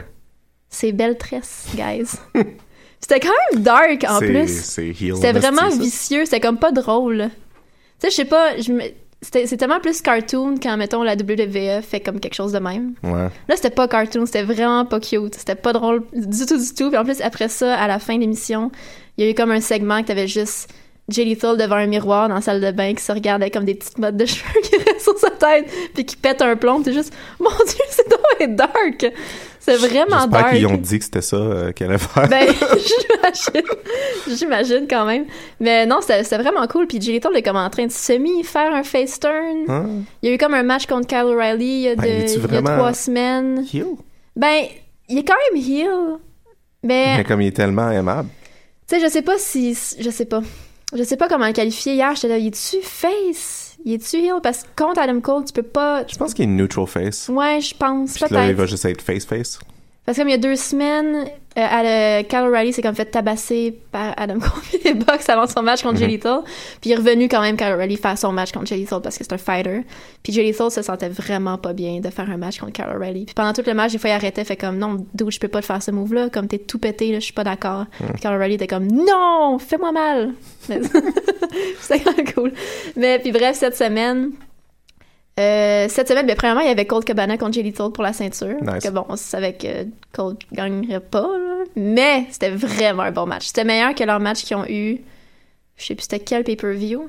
[SPEAKER 3] C'est belle tresse, guys. C'était quand même dark, en
[SPEAKER 4] C'est-
[SPEAKER 3] plus.
[SPEAKER 4] c'est heel
[SPEAKER 3] C'était
[SPEAKER 4] nasty,
[SPEAKER 3] vraiment
[SPEAKER 4] ça.
[SPEAKER 3] vicieux, c'était comme pas drôle. Tu sais, je sais pas, je me- c'était c'est tellement plus cartoon quand, mettons, la WWE fait comme quelque chose de même.
[SPEAKER 4] Ouais.
[SPEAKER 3] Là, c'était pas cartoon, c'était vraiment pas cute, c'était pas drôle du tout, du tout. Puis en plus, après ça, à la fin de l'émission, il y a eu comme un segment que t'avais juste Jay Lethal devant un miroir dans la salle de bain qui se regarde avec comme des petites mottes de cheveux qui restent sur sa tête, puis qui pète un plomb, puis t'es juste « Mon Dieu, c'est donc dark! » C'est vraiment dark.
[SPEAKER 4] J'espère qu'ils ont dit que c'était ça euh, qu'elle allait faire.
[SPEAKER 3] Ben, j'imagine. J'imagine quand même. Mais non, c'était c'était vraiment cool. Puis Jay Lethal est comme en train de semi-faire un face turn.
[SPEAKER 4] Hein?
[SPEAKER 3] Il y a eu comme un match contre Kyle O'Reilly il y a,
[SPEAKER 4] Ben,
[SPEAKER 3] de-
[SPEAKER 4] est-tu
[SPEAKER 3] il y a
[SPEAKER 4] vraiment-
[SPEAKER 3] trois semaines.
[SPEAKER 4] Heel.
[SPEAKER 3] Ben, il est quand même heel. Mais,
[SPEAKER 4] Mais comme il est tellement aimable.
[SPEAKER 3] tu sais, je sais pas si... Je sais pas. Je sais pas comment le qualifier. Hier, j'étais là, il est-tu face? Il est-tu heel? Parce que contre Adam Cole, tu peux pas...
[SPEAKER 4] Je pense qu'il est neutral face.
[SPEAKER 3] Ouais, je pense.
[SPEAKER 4] Puis là, il va
[SPEAKER 3] Peut-être.
[SPEAKER 4] juste être face-face.
[SPEAKER 3] Parce que comme il y a deux semaines, euh, à le- Kyle O'Reilly s'est comme fait tabasser par Adam Cole et les Bucks avant son match contre Jay Lethal. Puis il est revenu quand même Kyle O'Reilly faire son match contre Jay Lethal parce que c'est un fighter. Puis Jay Lethal se sentait vraiment pas bien de faire un match contre Kyle O'Reilly. Puis pendant tout le match, des fois il arrêtait, fait comme non, d'où je peux pas te faire ce move-là, comme t'es tout pété, là, je suis pas d'accord. Puis Kyle O'Reilly était comme non, fais-moi mal. Mais- C'était quand même cool. Mais puis bref, cette semaine. euh, cette semaine, ben, premièrement, il y avait Cold Cabana contre Jay Lethal pour la ceinture.
[SPEAKER 4] Nice.
[SPEAKER 3] Que bon, on savait que Cold gagnerait pas, là. mais c'était vraiment un bon match. C'était meilleur que leur match qu'ils ont eu. Je sais plus c'était quel pay-per-view.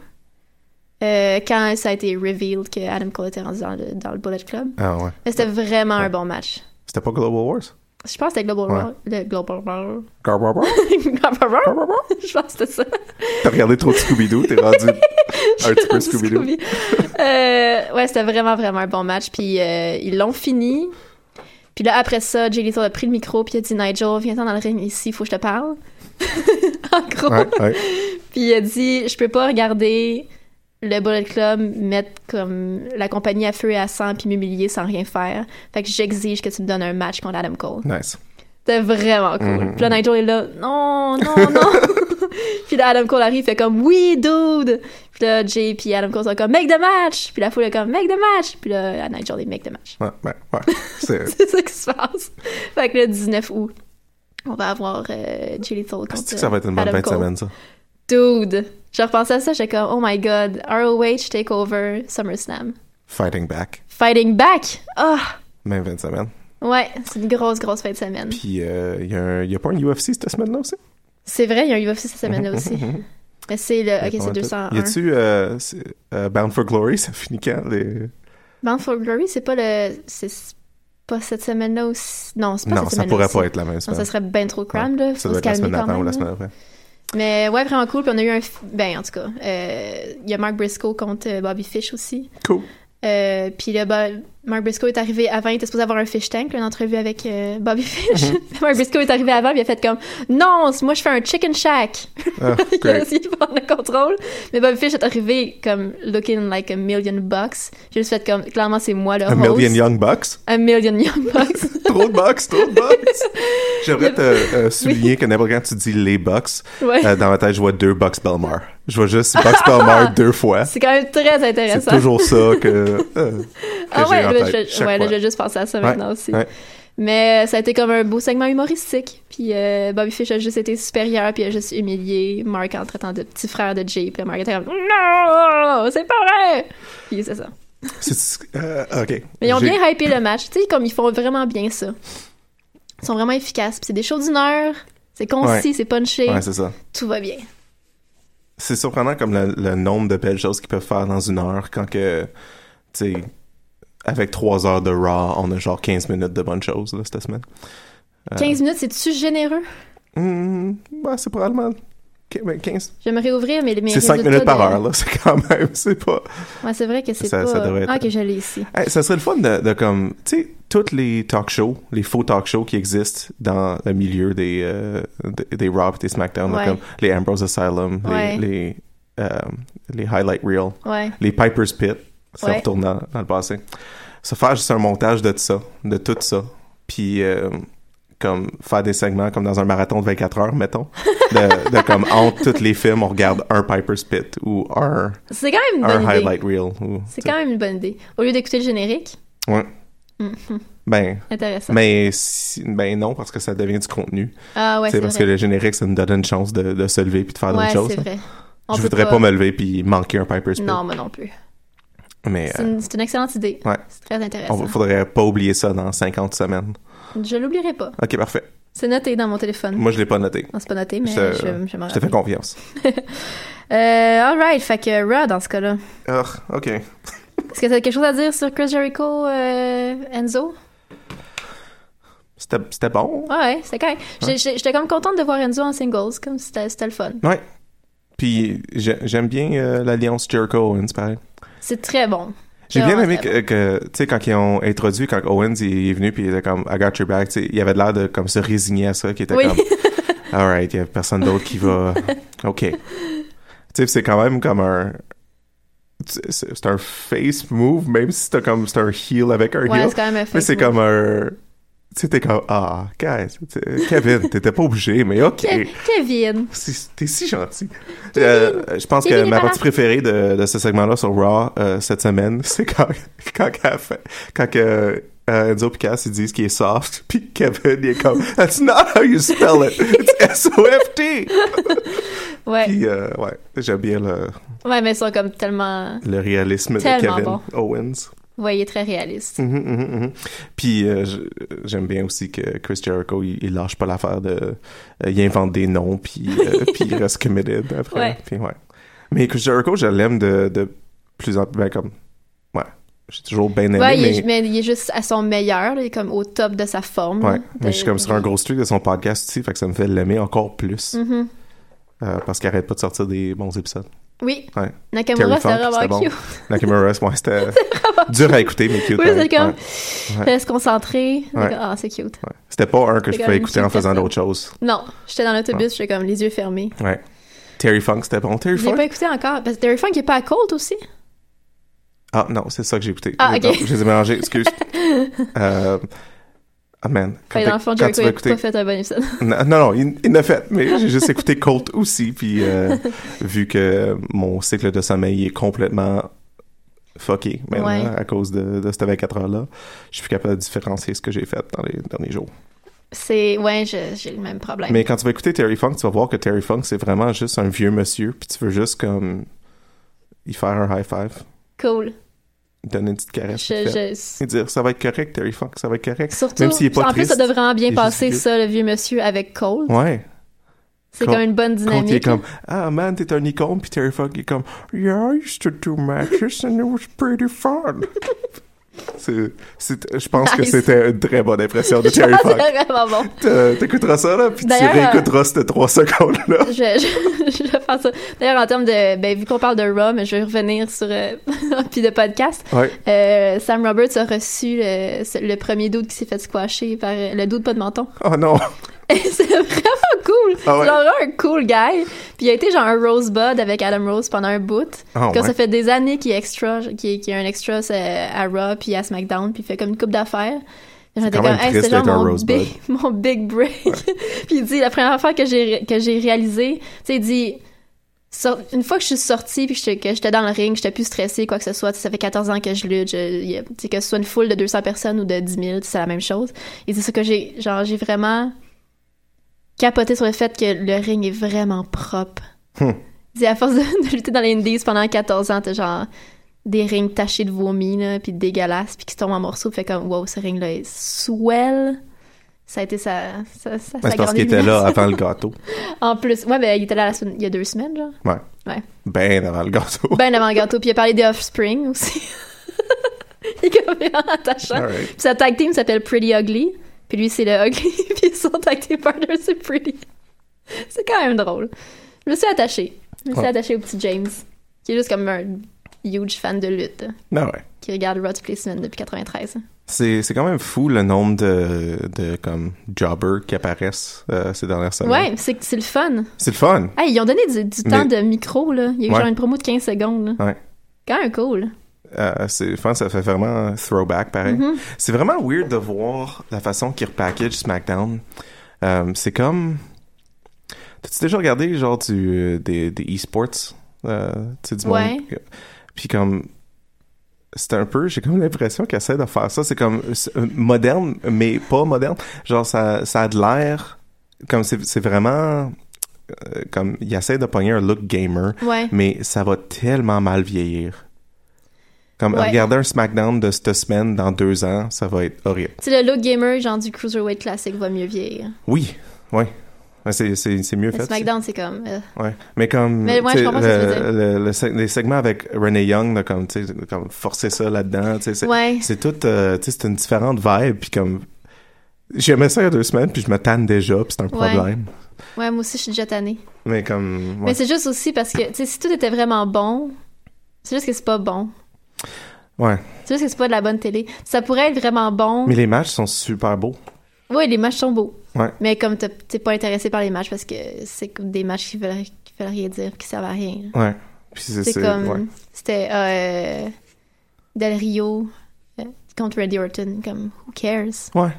[SPEAKER 3] Euh, quand ça a été revealed que Adam Cole était rendu dans le, dans le Bullet Club.
[SPEAKER 4] Ah ouais.
[SPEAKER 3] Mais c'était vraiment
[SPEAKER 4] Ouais.
[SPEAKER 3] un bon match.
[SPEAKER 4] C'était pas Global Wars?
[SPEAKER 3] Je pense que c'était Global
[SPEAKER 4] Ouais.
[SPEAKER 3] Raw- Le Global Raw.
[SPEAKER 4] Gar, gar, gar.
[SPEAKER 3] Global Raw? Je pense que c'était ça.
[SPEAKER 4] T'as regardé trop de Scooby-Doo, t'es rendu un petit peu Scooby-Doo.
[SPEAKER 3] Scooby. Euh, ouais, c'était vraiment, vraiment un bon match. Puis euh, ils l'ont fini. Puis là, après ça, Jay Lethal a pris le micro, puis il a dit Nigel, viens-t'en dans le ring ici, faut que je te parle. en gros.
[SPEAKER 4] Ouais, ouais.
[SPEAKER 3] Puis il a dit Je peux pas regarder le Bullet Club mettre comme la compagnie à feu et à sang, puis m'humilier sans rien faire. Fait que j'exige que tu me donnes un match contre Adam Cole.
[SPEAKER 4] Nice.
[SPEAKER 3] C'était vraiment cool.
[SPEAKER 4] Mhm.
[SPEAKER 3] Puis là, Nigel est là, non, non, non. puis là, Adam Cole arrive, fait comme, oui, dude. Puis là, Jay puis Adam Cole sont comme, make the match. Puis la foule est comme, make the match. Puis là, Nigel est make the match.
[SPEAKER 4] Ouais, ouais, ouais. C'est
[SPEAKER 3] C'est ça qui se passe. Fait que le 19 août, on va avoir euh, Jay Lethal contre
[SPEAKER 4] Est-ce que ça va être une bonne
[SPEAKER 3] Adam
[SPEAKER 4] fin de
[SPEAKER 3] Cole.
[SPEAKER 4] semaine, ça.
[SPEAKER 3] Dude. Je repensais à ça, j'étais comme, oh my god, ROH Takeover SummerSlam.
[SPEAKER 4] Fighting back.
[SPEAKER 3] Fighting Back. Ah,
[SPEAKER 4] Même fin de semaine.
[SPEAKER 3] Ouais, c'est une grosse, grosse fin de semaine.
[SPEAKER 4] Puis, euh, il y a un- il y, a pas un UFC cette semaine-là aussi?
[SPEAKER 3] C'est vrai, il y a un UFC cette semaine-là aussi. Mais c'est le.
[SPEAKER 4] Il y a
[SPEAKER 3] Ok,
[SPEAKER 4] pas
[SPEAKER 3] c'est
[SPEAKER 4] mal de-
[SPEAKER 3] 201.
[SPEAKER 4] Y a-tu euh, c'est- euh, Bound for Glory, ça finit quand? Les...
[SPEAKER 3] Bound for Glory, c'est pas le. C'est pas cette semaine-là aussi. Non, c'est pas
[SPEAKER 4] Non,
[SPEAKER 3] cette
[SPEAKER 4] ça
[SPEAKER 3] semaine-là.
[SPEAKER 4] pourrait
[SPEAKER 3] aussi.
[SPEAKER 4] pas être la même
[SPEAKER 3] Non,
[SPEAKER 4] semaine.
[SPEAKER 3] ça serait bien trop crammed, là.
[SPEAKER 4] Ça
[SPEAKER 3] Faut
[SPEAKER 4] doit
[SPEAKER 3] se
[SPEAKER 4] être la
[SPEAKER 3] calmer
[SPEAKER 4] semaine
[SPEAKER 3] quand
[SPEAKER 4] avant ou
[SPEAKER 3] même.
[SPEAKER 4] la
[SPEAKER 3] là.
[SPEAKER 4] semaine après.
[SPEAKER 3] Mais ouais, vraiment cool. Puis on a eu un. f- Ben, en tout cas, euh, il y a Mark Briscoe contre euh, Bobby Fish aussi.
[SPEAKER 4] Cool.
[SPEAKER 3] Euh, puis là, ben, Mark Briscoe est arrivé avant, il était supposé avoir un fish tank, là, une entrevue avec euh, Bobby Fish. Mark Briscoe est arrivé avant, puis il a fait comme Non, c'est- moi je fais un chicken shack.
[SPEAKER 4] Ah,
[SPEAKER 3] il a
[SPEAKER 4] great.
[SPEAKER 3] essayé de prendre le contrôle. Mais Bobby Fish est arrivé comme looking like a million bucks. J'ai juste fait comme Clairement, c'est moi le
[SPEAKER 4] A
[SPEAKER 3] host.
[SPEAKER 4] million young bucks.
[SPEAKER 3] A million young bucks.
[SPEAKER 4] Trop de bucks, trop de bucks. J'aimerais te euh, souligner que n'importe quand tu dis les bucks,
[SPEAKER 3] ouais.
[SPEAKER 4] euh, dans ma tête, je vois deux bucks Belmar. Je vois juste bucks Belmar deux fois.
[SPEAKER 3] c'est quand même très
[SPEAKER 4] C'est
[SPEAKER 3] intéressant.
[SPEAKER 4] toujours ça que, euh, que
[SPEAKER 3] Ah
[SPEAKER 4] j'ai
[SPEAKER 3] ouais,
[SPEAKER 4] en
[SPEAKER 3] là,
[SPEAKER 4] tête
[SPEAKER 3] je,
[SPEAKER 4] chaque
[SPEAKER 3] ouais, là,
[SPEAKER 4] fois.
[SPEAKER 3] je vais juste penser à ça
[SPEAKER 4] Ouais,
[SPEAKER 3] maintenant aussi.
[SPEAKER 4] ouais.
[SPEAKER 3] Mais euh, ça a été comme un beau segment humoristique. Puis euh, Bobby Fish a juste été supérieur, puis a juste humilié Mark en traitant de petit frère de Jay. Puis Mark était comme Non, c'est pas vrai! Puis c'est ça.
[SPEAKER 4] C'est- euh, ok.
[SPEAKER 3] Mais ils ont
[SPEAKER 4] J'ai-
[SPEAKER 3] bien hypé le match. Tu sais, comme ils font vraiment bien ça. Ils sont vraiment efficaces. Puis c'est des shows d'une heure, c'est concis, c'est punché,
[SPEAKER 4] Ouais, c'est Euh. ça.
[SPEAKER 3] tout va bien.
[SPEAKER 4] C'est surprenant comme le, le nombre de belles choses qu'ils peuvent faire dans une heure quand que, tu sais, avec trois heures de Raw, on a genre 15 minutes de bonnes choses, là, cette semaine. Euh,
[SPEAKER 3] 15 minutes, c'est-tu généreux?
[SPEAKER 4] hmm, ouais, c'est probablement... qu- ben, 15...
[SPEAKER 3] J'aimerais ouvrir mes, mes
[SPEAKER 4] C'est 5
[SPEAKER 3] résultats
[SPEAKER 4] minutes par
[SPEAKER 3] de-
[SPEAKER 4] heure, là. C'est quand même... C'est pas...
[SPEAKER 3] Ouais, c'est vrai que c'est
[SPEAKER 4] Ça-
[SPEAKER 3] pas...
[SPEAKER 4] ça devrait être- euh,
[SPEAKER 3] Ah, que je l'ai ici.
[SPEAKER 4] Hey, ça serait le fun de, de comme, tu sais, toutes les talk shows, les faux talk shows qui existent dans le milieu des, euh, des, des Raw et des SmackDown, là,
[SPEAKER 3] Ouais.
[SPEAKER 4] comme les Ambrose Asylum,
[SPEAKER 3] Ouais.
[SPEAKER 4] les, les, euh, les Highlight Reel,
[SPEAKER 3] Ouais.
[SPEAKER 4] les Piper's Pit, c'est
[SPEAKER 3] Ouais.
[SPEAKER 4] en retournant dans le passé. Se faire juste un montage de ça, de tout ça, puis euh, comme faire des segments comme dans un marathon de 24 heures, mettons, de, de comme entre tous les films, on regarde un Piper's Pit ou un,
[SPEAKER 3] C'est quand même une
[SPEAKER 4] un
[SPEAKER 3] bonne idée.
[SPEAKER 4] Highlight Reel. ou-
[SPEAKER 3] C'est quand même une bonne idée. Au lieu d'écouter le générique,
[SPEAKER 4] Ouais.
[SPEAKER 3] hum, hum,
[SPEAKER 4] Ben,
[SPEAKER 3] intéressant.
[SPEAKER 4] Mais si- ben non, parce que ça devient du contenu.
[SPEAKER 3] ah ouais,
[SPEAKER 4] c'est
[SPEAKER 3] c'est
[SPEAKER 4] parce
[SPEAKER 3] vrai.
[SPEAKER 4] que le générique, ça nous donne une chance de, de se lever puis de faire
[SPEAKER 3] ouais,
[SPEAKER 4] d'autres choses.
[SPEAKER 3] c'est vrai. On
[SPEAKER 4] hein. Je
[SPEAKER 3] peut
[SPEAKER 4] voudrais pas... me lever puis manquer un Piper's Pit.
[SPEAKER 3] Non, moi non plus.
[SPEAKER 4] Mais
[SPEAKER 3] C'est
[SPEAKER 4] euh,
[SPEAKER 3] une, c'est une excellente idée.
[SPEAKER 4] Ouais.
[SPEAKER 3] C'est très intéressant.
[SPEAKER 4] on faudrait pas oublier ça dans 50 semaines.
[SPEAKER 3] Je l'oublierai pas.
[SPEAKER 4] Ok, parfait.
[SPEAKER 3] C'est noté dans mon téléphone.
[SPEAKER 4] Moi, je l'ai pas noté.
[SPEAKER 3] Non, c'est pas noté, mais
[SPEAKER 4] Je-
[SPEAKER 3] je, je, m'en
[SPEAKER 4] Je te fais
[SPEAKER 3] rappelle.
[SPEAKER 4] confiance.
[SPEAKER 3] Euh, alright, fait que Raw dans ce cas-là.
[SPEAKER 4] Ah, ok.
[SPEAKER 3] Est-ce que t'as quelque chose à dire sur Chris Jericho, euh, Enzo?
[SPEAKER 4] C'était c'était bon.
[SPEAKER 3] Ouais, ouais, c'est correct. J'ai- j'ai- J'étais comme contente de voir Enzo en singles, comme c'était c'était le fun.
[SPEAKER 4] Ouais. Puis j'ai- j'aime bien euh, l'alliance Jericho-Owens, pareil.
[SPEAKER 3] C'est très bon.
[SPEAKER 4] J'ai bien
[SPEAKER 3] Vraiment
[SPEAKER 4] aimé
[SPEAKER 3] très
[SPEAKER 4] que, que, tu sais, quand ils ont introduit, quand Owens il est venu, puis il était comme, I got your back, tu sais, il avait l'air de comme se résigner à ça, qui était
[SPEAKER 3] Oui.
[SPEAKER 4] comme, alright, il y a personne d'autre qui va. OK. Tu sais, c'est quand même comme un. C'est c'est un face move, même si c'est comme, c'est un heel avec un
[SPEAKER 3] Ouais,
[SPEAKER 4] heel.
[SPEAKER 3] c'est quand même un
[SPEAKER 4] Mais
[SPEAKER 3] fake
[SPEAKER 4] c'est
[SPEAKER 3] move.
[SPEAKER 4] comme un. Tu sais, t'es comme, ah, guys, tu sais, Kevin, t'étais pas obligé, mais OK.
[SPEAKER 3] Ke- Kevin.
[SPEAKER 4] C'est- T'es si gentil. Euh, je pense que
[SPEAKER 3] Kevin est
[SPEAKER 4] ma
[SPEAKER 3] malade.
[SPEAKER 4] partie préférée de, de ce segment-là sur Raw euh, cette semaine, c'est quand, quand, qu'elle fait- quand que, euh, Enzo et Cass ils disent qu'il est soft, puis Kevin il est comme That's not how you spell it, it's S-O-F-T.
[SPEAKER 3] Ouais.
[SPEAKER 4] Puis euh, ouais, j'aime bien le,
[SPEAKER 3] Ouais, mais ils sont comme tellement.
[SPEAKER 4] le réalisme de
[SPEAKER 3] Tellement
[SPEAKER 4] Kevin
[SPEAKER 3] bon.
[SPEAKER 4] Owens.
[SPEAKER 3] Ouais, il est très réaliste.
[SPEAKER 4] Mhm, mhm, mhm. Puis euh, je- j'aime bien aussi que Chris Jericho il, il lâche pas l'affaire de euh, il invente des noms puis euh, puis il reste committed après.
[SPEAKER 3] Ouais.
[SPEAKER 4] Puis ouais. Mais Chris Jericho je l'aime de, de plus en plus ben comme ouais j'ai toujours bien aimé
[SPEAKER 3] ouais, il
[SPEAKER 4] mais
[SPEAKER 3] est, mais il est juste à son meilleur, là, il est comme au top de sa forme.
[SPEAKER 4] ouais
[SPEAKER 3] là.
[SPEAKER 4] mais je suis comme sur un gros streak de son podcast aussi fait que ça me fait l'aimer encore plus
[SPEAKER 3] Mhm.
[SPEAKER 4] euh, parce qu'il arrête pas de sortir des bons épisodes.
[SPEAKER 3] Oui.
[SPEAKER 4] Ouais.
[SPEAKER 3] Nakamura,
[SPEAKER 4] Terry Funk,
[SPEAKER 3] c'est vraiment
[SPEAKER 4] c'était
[SPEAKER 3] cute.
[SPEAKER 4] Nakamura ouais c'était dur à écouter mais cute.
[SPEAKER 3] Oui,
[SPEAKER 4] ouais.
[SPEAKER 3] c'est comme.
[SPEAKER 4] Ouais,
[SPEAKER 3] il fallait se concentrer.
[SPEAKER 4] Ouais.
[SPEAKER 3] D'accord. Ah, c'est cute.
[SPEAKER 4] ouais. C'était pas un que
[SPEAKER 3] C'est
[SPEAKER 4] je
[SPEAKER 3] comme
[SPEAKER 4] pouvais
[SPEAKER 3] une
[SPEAKER 4] écouter en
[SPEAKER 3] cute
[SPEAKER 4] faisant
[SPEAKER 3] personne.
[SPEAKER 4] d'autres choses.
[SPEAKER 3] Non, j'étais dans
[SPEAKER 4] Ouais.
[SPEAKER 3] l'autobus, j'étais comme les yeux fermés.
[SPEAKER 4] Ouais. Terry Funk, c'était bon. Terry
[SPEAKER 3] Je l'ai
[SPEAKER 4] Funk?
[SPEAKER 3] pas écouté encore. Parce que Terry Funk est pas à Colt aussi.
[SPEAKER 4] Ah non, c'est ça que j'ai écouté.
[SPEAKER 3] Ah, ok.
[SPEAKER 4] Non, je les ai mélangés, excuse. euh... Ah man. Quand,
[SPEAKER 3] Fait que dans le fond,
[SPEAKER 4] quand
[SPEAKER 3] Jericho
[SPEAKER 4] tu vas
[SPEAKER 3] n'a
[SPEAKER 4] écouter...
[SPEAKER 3] pas fait un bon épisode.
[SPEAKER 4] Non, non, non, il, il l'a fait, mais j'ai juste écouté Colt aussi, puis euh, vu que mon cycle de sommeil est complètement fucké maintenant
[SPEAKER 3] Ouais.
[SPEAKER 4] à cause de, de cette 24 heures-là, je suis plus capable de différencier ce que j'ai fait dans les derniers jours.
[SPEAKER 3] C'est. Ouais, je- j'ai le même problème.
[SPEAKER 4] Mais quand tu vas écouter Terry Funk, tu vas voir que Terry Funk, c'est vraiment juste un vieux monsieur, puis tu veux juste comme... y faire un high-five.
[SPEAKER 3] Cool.
[SPEAKER 4] donner une petite caresse.
[SPEAKER 3] Je-
[SPEAKER 4] vite fait.
[SPEAKER 3] je-
[SPEAKER 4] Et dire ça va être correct, Terry Fox, ça va être correct.
[SPEAKER 3] Surtout,
[SPEAKER 4] Même s'il est pas
[SPEAKER 3] en plus, ça
[SPEAKER 4] triste,
[SPEAKER 3] devrait en bien
[SPEAKER 4] il est
[SPEAKER 3] passer,
[SPEAKER 4] juste
[SPEAKER 3] ça, le vieux monsieur avec Cole.
[SPEAKER 4] Ouais.
[SPEAKER 3] C'est
[SPEAKER 4] Cole-
[SPEAKER 3] comme une bonne
[SPEAKER 4] Quand il est
[SPEAKER 3] dynamique.
[SPEAKER 4] comme Ah man, t'es un icône, puis Terry Fox est comme Yeah, I used to do matches and it was pretty fun. C'est- c'est- Je pense que
[SPEAKER 3] Nice.
[SPEAKER 4] c'était une très bonne impression de
[SPEAKER 3] Je
[SPEAKER 4] Terry
[SPEAKER 3] pense que
[SPEAKER 4] Fox.
[SPEAKER 3] c'est vraiment bon.
[SPEAKER 4] T'as- T'écouteras ça, là, puis tu
[SPEAKER 3] D'ailleurs, euh,
[SPEAKER 4] réécouteras ces trois secondes-là.
[SPEAKER 3] Je, je, je vais faire ça. D'ailleurs, en termes de. Ben, vu qu'on parle de Rum, je vais revenir sur. euh, puis de podcast.
[SPEAKER 4] Ouais.
[SPEAKER 3] Euh, Sam Roberts a reçu le, ce- le premier doute qui s'est fait squasher par euh, le doute pas de menton.
[SPEAKER 4] Oh non.
[SPEAKER 3] Et c'est vraiment cool.
[SPEAKER 4] Ah ouais.
[SPEAKER 3] C'est vraiment un cool guy. Puis il a été genre un Rosebud avec Adam Rose pendant un bout.
[SPEAKER 4] Ah
[SPEAKER 3] Quand
[SPEAKER 4] ouais.
[SPEAKER 3] ça fait des années qu'il est extra, qu'il est, qu'il est un extra c'est à Raw puis à SmackDown, puis il fait comme une coupe d'affaires. J'étais
[SPEAKER 4] quand
[SPEAKER 3] comme,
[SPEAKER 4] même
[SPEAKER 3] hey,
[SPEAKER 4] triste
[SPEAKER 3] c'était genre
[SPEAKER 4] d'être un
[SPEAKER 3] mon
[SPEAKER 4] Rosebud.
[SPEAKER 3] big, mon big break. puis il dit, la première affaire que j'ai, que j'ai réalisée, tu sais, il dit, Sor- une fois que je suis sortie puis que j'étais- que j'étais dans le ring, j'étais plus stressée, quoi que ce soit. Tu sais, Ça fait 14 ans que je lutte. je- y a- tu sais, que ce soit une foule de 200 personnes ou de 10 000, c'est la même chose. Et c'est ça que j'ai, genre, j'ai vraiment capoté sur le fait que le ring est vraiment propre.
[SPEAKER 4] Hmm.
[SPEAKER 3] Tu sais, À force de, de lutter dans les indies pendant 14 ans, t'as genre des rings tachés de vomi, là, puis dégueulasses, puis qui se tombent en morceaux. Fait comme, wow, ce ring-là est swell. Ça a été sa, sa, sa, sa
[SPEAKER 4] Ben, C'est parce
[SPEAKER 3] grande
[SPEAKER 4] qu'il était là
[SPEAKER 3] illumination.
[SPEAKER 4] avant le gâteau.
[SPEAKER 3] En plus, ouais, ben, il était là la semaine- il y a deux semaines, genre.
[SPEAKER 4] Ouais.
[SPEAKER 3] Ouais.
[SPEAKER 4] Ben avant le gâteau.
[SPEAKER 3] Ben avant le gâteau. Puis il a parlé des Offspring aussi. il est comme vraiment attachant.
[SPEAKER 4] Alright.
[SPEAKER 3] Puis sa tag team s'appelle Pretty Ugly. Puis lui, c'est le Ugly. puis son tag team partner, c'est Pretty. C'est quand même drôle. Je me suis attachée. Je me suis
[SPEAKER 4] Ouais.
[SPEAKER 3] attachée au petit James, qui est juste comme un huge fan de lutte, hein,
[SPEAKER 4] Non, ouais.
[SPEAKER 3] qui regarde Raw toutes les semaines depuis 93. hein.
[SPEAKER 4] C'est c'est quand même fou le nombre de, de comme jobbers qui apparaissent euh, ces dernières semaines.
[SPEAKER 3] Ouais, c'est c'est le fun.
[SPEAKER 4] C'est le fun.
[SPEAKER 3] Hey, ils ont donné du, du
[SPEAKER 4] Mais-
[SPEAKER 3] temps de micro, là. Il y a eu
[SPEAKER 4] Ouais.
[SPEAKER 3] genre une promo de 15 secondes, là.
[SPEAKER 4] Ouais.
[SPEAKER 3] Quand même cool.
[SPEAKER 4] Euh, c'est le fun, ça fait vraiment throwback pareil. C'est vraiment weird de voir la façon qu'ils repackagent SmackDown. Euh, c'est comme. T'as-tu déjà regardé genre du, euh, des, des e-sports? Euh, tu sais, du
[SPEAKER 3] Ouais.
[SPEAKER 4] monde. Puis comme. C'est un peu, j'ai comme l'impression qu'ils essaient de faire ça. C'est comme c'est, euh, moderne, mais pas moderne. Genre, ça, ça a de l'air. Comme c'est c'est vraiment. euh, Comme ils essaient de pogner un look gamer
[SPEAKER 3] Ouais.
[SPEAKER 4] mais ça va tellement mal vieillir. Comme
[SPEAKER 3] Ouais.
[SPEAKER 4] regarder un SmackDown de cette semaine dans deux ans, ça va être horrible.
[SPEAKER 3] Tu sais, le look gamer, genre du Cruiserweight classique, va mieux vieillir.
[SPEAKER 4] Oui, oui. Ouais, C'est, c'est, c'est mieux
[SPEAKER 3] Le
[SPEAKER 4] fait.
[SPEAKER 3] SmackDown, c'est comme. euh,
[SPEAKER 4] c'est- Ouais. Mais comme
[SPEAKER 3] Mais ouais, je
[SPEAKER 4] tu sais,
[SPEAKER 3] comprends ce que tu veux
[SPEAKER 4] le- le- le seg- les segments avec Renee Young, là, comme, tu sais, comme forcer ça là-dedans, tu sais, c'est,
[SPEAKER 3] Ouais.
[SPEAKER 4] c'est tout, euh, tu sais, c'est une différente vibe, puis comme j'aimais ça il y a deux semaines, puis je me tanne déjà, puis c'est un
[SPEAKER 3] Ouais.
[SPEAKER 4] problème.
[SPEAKER 3] Ouais, moi aussi, je suis déjà tannée.
[SPEAKER 4] Mais comme, ouais,
[SPEAKER 3] Mais c'est juste aussi parce que, tu sais, si tout était vraiment bon, c'est juste que c'est pas bon.
[SPEAKER 4] ouais.
[SPEAKER 3] C'est juste que c'est pas de la bonne télé. Ça pourrait être vraiment bon.
[SPEAKER 4] Mais les matchs sont super beaux.
[SPEAKER 3] Ouais, les matchs sont beaux.
[SPEAKER 4] Ouais.
[SPEAKER 3] Mais comme t'as- t'es pas intéressé par les matchs parce que c'est comme des matchs qui veulent, qui veulent rien dire, qui servent à rien. là.
[SPEAKER 4] Ouais. Puis c'est,
[SPEAKER 3] C'est
[SPEAKER 4] c'est-
[SPEAKER 3] comme.
[SPEAKER 4] ouais.
[SPEAKER 3] C'était euh, Del Rio euh, contre Randy Orton. Comme, who cares?
[SPEAKER 4] Ouais.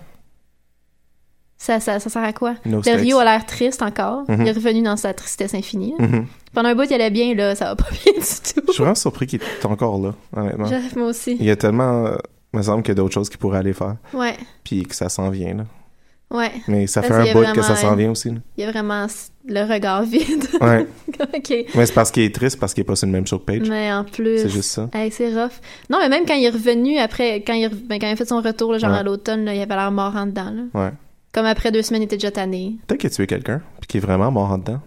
[SPEAKER 3] Ça, ça, ça sert à quoi?
[SPEAKER 4] No
[SPEAKER 3] Del Rio a
[SPEAKER 4] stakes.
[SPEAKER 3] l'air triste encore.
[SPEAKER 4] Mhm.
[SPEAKER 3] Il est revenu dans sa tristesse infinie.
[SPEAKER 4] Mhm.
[SPEAKER 3] Pendant un bout, il allait bien, là, ça va pas bien du
[SPEAKER 4] Je suis
[SPEAKER 3] tout.
[SPEAKER 4] vraiment surpris qu'il est encore là, honnêtement.
[SPEAKER 3] J'arrive moi aussi.
[SPEAKER 4] Il y a tellement. euh, Il me semble qu'il y a d'autres choses qu'il pourrait aller faire,
[SPEAKER 3] Ouais,
[SPEAKER 4] puis que ça s'en vient, là.
[SPEAKER 3] ouais.
[SPEAKER 4] Mais ça
[SPEAKER 3] Parce
[SPEAKER 4] fait
[SPEAKER 3] qu'il
[SPEAKER 4] un
[SPEAKER 3] y a
[SPEAKER 4] bout que
[SPEAKER 3] vraiment
[SPEAKER 4] ça s'en
[SPEAKER 3] un-
[SPEAKER 4] vient aussi, là.
[SPEAKER 3] Il y a vraiment s- le regard vide.
[SPEAKER 4] Ouais.
[SPEAKER 3] ok.
[SPEAKER 4] Mais c'est parce qu'il est triste, parce qu'il est pas sur le même show que Page.
[SPEAKER 3] Mais en plus.
[SPEAKER 4] C'est juste ça.
[SPEAKER 3] Hey, c'est rough. Non, mais même quand il est revenu après, quand il, est re- ben, quand il a fait son retour, là, genre
[SPEAKER 4] Ouais.
[SPEAKER 3] à l'automne, là, il avait l'air mort en dedans. là.
[SPEAKER 4] Ouais.
[SPEAKER 3] Comme après deux semaines, il était déjà tanné.
[SPEAKER 4] Peut-être qu'il a tué quelqu'un, puis qu'il est vraiment mort en dedans.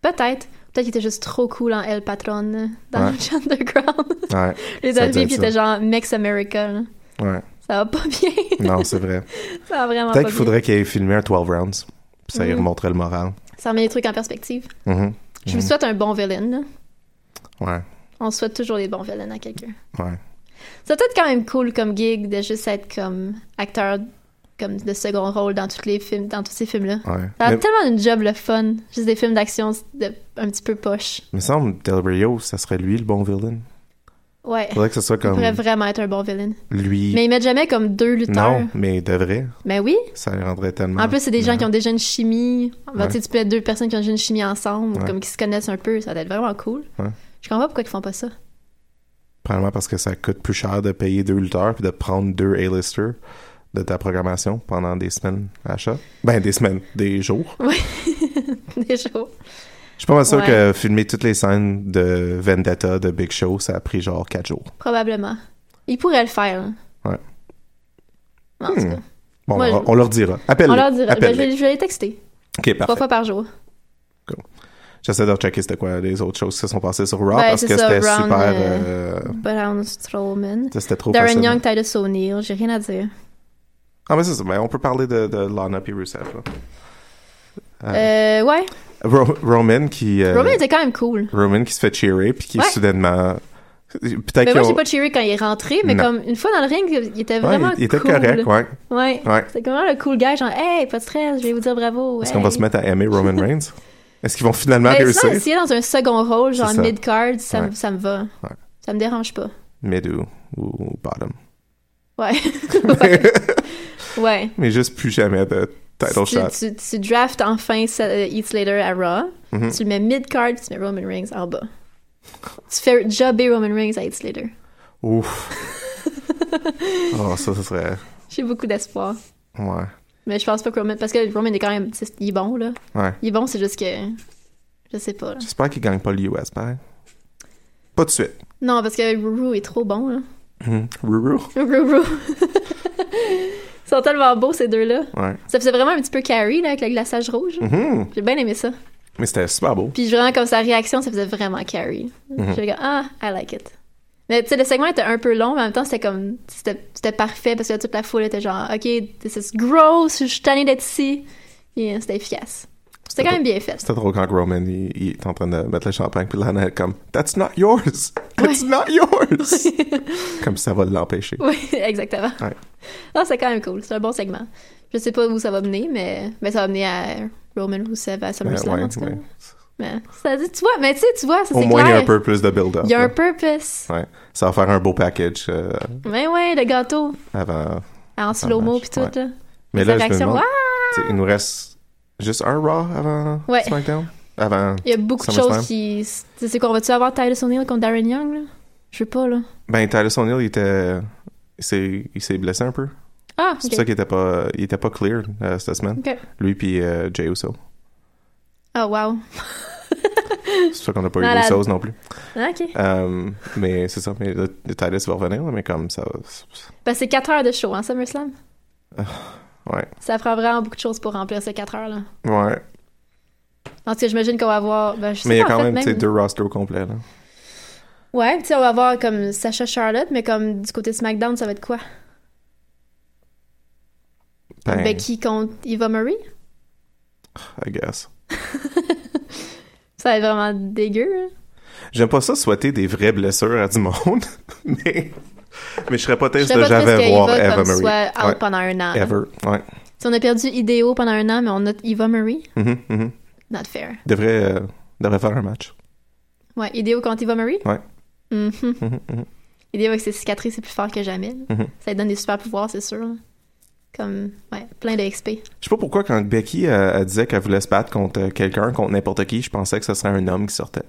[SPEAKER 3] Peut-être. Peut-être qu'il était juste trop cool en El Patron là, dans
[SPEAKER 4] Ouais.
[SPEAKER 3] le Lucha Underground.
[SPEAKER 4] Ouais.
[SPEAKER 3] Les avis,
[SPEAKER 4] Ça doit être
[SPEAKER 3] puis il
[SPEAKER 4] ça.
[SPEAKER 3] était genre Mex America. là.
[SPEAKER 4] Ouais.
[SPEAKER 3] Ça va pas bien.
[SPEAKER 4] Non, c'est vrai.
[SPEAKER 3] ça va vraiment pas
[SPEAKER 4] Peut-être
[SPEAKER 3] bien.
[SPEAKER 4] qu'il faudrait qu'il ait filmé un 12 rounds, puis ça lui
[SPEAKER 3] Mm.
[SPEAKER 4] remonterait le moral.
[SPEAKER 3] Ça remet les trucs en perspective.
[SPEAKER 4] Mhm.
[SPEAKER 3] Je vous
[SPEAKER 4] Mhm.
[SPEAKER 3] souhaite un bon villain. là.
[SPEAKER 4] Ouais.
[SPEAKER 3] On souhaite toujours les bons villains à quelqu'un.
[SPEAKER 4] Ouais.
[SPEAKER 3] C'est peut-être quand même cool comme gig de juste être comme acteur comme de second rôle dans tous les films, dans tous ces films-là.
[SPEAKER 4] Ouais.
[SPEAKER 3] Ça a
[SPEAKER 4] Mais,
[SPEAKER 3] tellement une job le fun, juste des films d'action de- un petit peu poche.
[SPEAKER 4] il me semble Del Rio, ça serait lui le bon villain.
[SPEAKER 3] Ouais.
[SPEAKER 4] Faudrait que ce soit
[SPEAKER 3] Il
[SPEAKER 4] comme
[SPEAKER 3] pourrait vraiment être un bon villain.
[SPEAKER 4] lui.
[SPEAKER 3] Mais ils mettent jamais comme deux lutteurs.
[SPEAKER 4] non, mais il devrait.
[SPEAKER 3] Mais oui.
[SPEAKER 4] Ça le rendrait tellement.
[SPEAKER 3] En plus, c'est des gens qui ont déjà une chimie. Ben,
[SPEAKER 4] Ouais.
[SPEAKER 3] tu sais, tu peux mettre deux personnes qui ont déjà une chimie ensemble, ou
[SPEAKER 4] Ouais.
[SPEAKER 3] comme qui se connaissent un peu. Ça doit être vraiment cool.
[SPEAKER 4] Ouais.
[SPEAKER 3] Je comprends pas pourquoi ils font pas ça.
[SPEAKER 4] Probablement parce que ça coûte plus cher de payer deux lutteurs puis de prendre deux A-listers de ta programmation pendant des semaines à achat. Ben, des semaines, des jours.
[SPEAKER 3] Des shows.
[SPEAKER 4] Je suis pas mal sûr
[SPEAKER 3] Ouais.
[SPEAKER 4] que filmer toutes les scènes de Vendetta de Big Show, ça a pris genre quatre jours.
[SPEAKER 3] Probablement. Ils pourraient le faire. hein.
[SPEAKER 4] Ouais.
[SPEAKER 3] En tout
[SPEAKER 4] Hmm.
[SPEAKER 3] cas,
[SPEAKER 4] Bon,
[SPEAKER 3] Moi,
[SPEAKER 4] on,
[SPEAKER 3] je-
[SPEAKER 4] on leur dira. Appelle-les.
[SPEAKER 3] on leur dira. Ben, je,
[SPEAKER 4] Appelle-les.
[SPEAKER 3] vais, je vais les texter
[SPEAKER 4] OK,
[SPEAKER 3] trois
[SPEAKER 4] parfait.
[SPEAKER 3] fois par jour.
[SPEAKER 4] J'essaie de rechecker c'était quoi les autres choses qui se sont passées sur
[SPEAKER 3] Ben,
[SPEAKER 4] Raw parce
[SPEAKER 3] c'est
[SPEAKER 4] que
[SPEAKER 3] ça,
[SPEAKER 4] c'était
[SPEAKER 3] Brown,
[SPEAKER 4] super...
[SPEAKER 3] euh,
[SPEAKER 4] euh,
[SPEAKER 3] Brown Strowman.
[SPEAKER 4] c'était trop
[SPEAKER 3] Darren
[SPEAKER 4] facile.
[SPEAKER 3] Young, Titus O'Neill, j'ai rien à dire.
[SPEAKER 4] Ah, ben c'est ça. Ben, on peut parler de, de Lana puis Rusev. là. Euh,
[SPEAKER 3] Euh, ouais.
[SPEAKER 4] Ro- Roman qui... euh,
[SPEAKER 3] Roman était quand même cool.
[SPEAKER 4] Roman qui se fait cheerer puis qui
[SPEAKER 3] Ouais.
[SPEAKER 4] soudainement... Peut-être
[SPEAKER 3] Mais
[SPEAKER 4] qu'ils
[SPEAKER 3] moi, j'ai
[SPEAKER 4] ont-
[SPEAKER 3] pas cheeré quand il est rentré, mais
[SPEAKER 4] Non.
[SPEAKER 3] comme une fois dans le ring, il était
[SPEAKER 4] Ouais,
[SPEAKER 3] vraiment
[SPEAKER 4] il, il était
[SPEAKER 3] cool.
[SPEAKER 4] correct, ouais.
[SPEAKER 3] Ouais.
[SPEAKER 4] Ouais.
[SPEAKER 3] C'était vraiment le cool guy, genre, hey, pas de stress, je vais vous dire bravo.
[SPEAKER 4] Est-ce qu'on va
[SPEAKER 3] hey.
[SPEAKER 4] se mettre à aimer Roman Reigns? Est-ce qu'ils vont finalement
[SPEAKER 3] Mais
[SPEAKER 4] réussir?
[SPEAKER 3] sinon, s'il est dans un second rôle, genre
[SPEAKER 4] C'est ça.
[SPEAKER 3] mid-card, ça, me-
[SPEAKER 4] Ouais.
[SPEAKER 3] ça me va.
[SPEAKER 4] Ouais.
[SPEAKER 3] Ça me dérange pas.
[SPEAKER 4] Mid ou, ou bottom.
[SPEAKER 3] Ouais. ouais. Ouais.
[SPEAKER 4] Mais juste plus jamais de title
[SPEAKER 3] Tu,
[SPEAKER 4] shot.
[SPEAKER 3] tu, tu draftes enfin Eat Slater à Raw,
[SPEAKER 4] Mhm.
[SPEAKER 3] tu le mets mid-card, tu mets Roman Reigns en bas. Tu fais jobber Roman Reigns à Heath Slater.
[SPEAKER 4] Ouf. oh, ça, ça serait...
[SPEAKER 3] J'ai beaucoup d'espoir.
[SPEAKER 4] Ouais.
[SPEAKER 3] Mais je pense pas que Roman. Parce que Roman est quand même. c'est- Il est bon, là.
[SPEAKER 4] Ouais.
[SPEAKER 3] Il est bon, c'est juste que. Je sais pas. là.
[SPEAKER 4] J'espère qu'il gagne pas l'US, pareil. Pas de suite.
[SPEAKER 3] Non, parce que Ruru est trop bon, là.
[SPEAKER 4] Mhm. Ruru.
[SPEAKER 3] Ruru. Ils sont tellement beaux, ces deux-là.
[SPEAKER 4] Ouais.
[SPEAKER 3] Ça faisait vraiment un petit peu Carrie, là, avec le glaçage rouge.
[SPEAKER 4] Mhm.
[SPEAKER 3] J'ai bien aimé ça.
[SPEAKER 4] Mais c'était super beau.
[SPEAKER 3] Puis vraiment, comme sa réaction, ça faisait vraiment Carrie.
[SPEAKER 4] Mhm.
[SPEAKER 3] J'étais comme, ah, I like it. Mais tu sais, le segment était un peu long, mais en même temps, c'était comme. C'était c'était parfait parce que toute la foule était genre, OK, this is gross, je suis tannée d'être ici. Puis euh, c'était efficace. C'était quand même bien fait.
[SPEAKER 4] C'était drôle quand Roman il, il est en train de mettre le champagne, puis Lana est comme That's not yours! It's not yours! comme ça va l'empêcher.
[SPEAKER 3] oui, exactement.
[SPEAKER 4] Ouais.
[SPEAKER 3] Non, c'est quand même cool. C'est un bon segment. Je sais pas où ça va mener, mais, mais ça va mener à Roman Rousseff à
[SPEAKER 4] Ben,
[SPEAKER 3] SummerSlam,
[SPEAKER 4] ouais,
[SPEAKER 3] en tout cas.
[SPEAKER 4] ouais.
[SPEAKER 3] Mais, ça, tu vois, mais tu sais, tu vois, ça
[SPEAKER 4] Au
[SPEAKER 3] c'est
[SPEAKER 4] moins, il y a
[SPEAKER 3] clair.
[SPEAKER 4] un peu plus de build-up.
[SPEAKER 3] Il y a un
[SPEAKER 4] là.
[SPEAKER 3] purpose.
[SPEAKER 4] Ouais. Ça va faire un beau package euh,
[SPEAKER 3] Mais ouais, le gâteau
[SPEAKER 4] avant.
[SPEAKER 3] en slow-mo
[SPEAKER 4] marche,
[SPEAKER 3] puis tout,
[SPEAKER 4] ouais.
[SPEAKER 3] là. Les
[SPEAKER 4] Mais là, je me
[SPEAKER 3] réactions,
[SPEAKER 4] demande,
[SPEAKER 3] Ah!
[SPEAKER 4] tu sais, il nous reste juste un Raw avant
[SPEAKER 3] Ouais.
[SPEAKER 4] SmackDown? Avant.
[SPEAKER 3] Il y a beaucoup de
[SPEAKER 4] SummerSlam.
[SPEAKER 3] choses qui. C'est c'est qu'on va-tu avoir Tyler O'Neill contre Darren Young, là? Je sais pas, là.
[SPEAKER 4] Ben, Titus O'Neill, il était. Il s'est il s'est blessé un peu.
[SPEAKER 3] Ah,
[SPEAKER 4] C'est
[SPEAKER 3] ok.
[SPEAKER 4] pour ça qu'il était pas, il était pas clear euh, cette semaine.
[SPEAKER 3] Ok.
[SPEAKER 4] Lui puis euh, Jay Uso.
[SPEAKER 3] Ah, wow.
[SPEAKER 4] C'est pour ça qu'on n'a pas eu
[SPEAKER 3] Malade.
[SPEAKER 4] Usos non plus.
[SPEAKER 3] Ah, ok.
[SPEAKER 4] Euh, mais c'est ça. Mais le, le Titus va revenir, là, mais comme ça. va-
[SPEAKER 3] Ben, c'est 4 heures de show, hein, SummerSlam?
[SPEAKER 4] Ah, Ouais.
[SPEAKER 3] Ça prend vraiment beaucoup de choses pour remplir ces 4 heures, là.
[SPEAKER 4] Ouais.
[SPEAKER 3] En tout cas, j'imagine qu'on va avoir. Ben, je sais
[SPEAKER 4] Mais il y a
[SPEAKER 3] pas, en
[SPEAKER 4] quand
[SPEAKER 3] fait,
[SPEAKER 4] même, tu sais, deux rosters au complet, là.
[SPEAKER 3] Ouais, tu sais, on va avoir comme Sacha Charlotte, mais comme du côté SmackDown, ça va être quoi?
[SPEAKER 4] Ben,
[SPEAKER 3] Becky contre Eva Marie?
[SPEAKER 4] I guess.
[SPEAKER 3] Ça va être vraiment dégueu, hein?
[SPEAKER 4] J'aime pas ça souhaiter des vraies blessures à du monde, mais, mais je serais pas
[SPEAKER 3] Je
[SPEAKER 4] triste
[SPEAKER 3] serais
[SPEAKER 4] de
[SPEAKER 3] pas triste
[SPEAKER 4] jamais voir
[SPEAKER 3] que Eva
[SPEAKER 4] Eva
[SPEAKER 3] comme soit
[SPEAKER 4] Marie.
[SPEAKER 3] out
[SPEAKER 4] Ouais.
[SPEAKER 3] pendant un an. là.
[SPEAKER 4] Ever. Ouais.
[SPEAKER 3] Si on a perdu Ideo pendant un an, mais on a Eva Marie,
[SPEAKER 4] Mhm, mhm.
[SPEAKER 3] not fair.
[SPEAKER 4] Devrait, euh, devrait faire un match.
[SPEAKER 3] Ouais, Ideo contre Eva Marie?
[SPEAKER 4] Ouais.
[SPEAKER 3] Mhm.
[SPEAKER 4] Mhm, mhm.
[SPEAKER 3] Ideo avec ses cicatrices, c'est plus fort que jamais. là.
[SPEAKER 4] Mhm.
[SPEAKER 3] Ça lui donne des super pouvoirs, c'est sûr. là. Comme, ouais, plein de XP.
[SPEAKER 4] Je sais pas pourquoi quand Becky euh, elle disait qu'elle voulait se battre contre euh, quelqu'un, contre n'importe qui, je pensais que ce serait un homme qui sortait.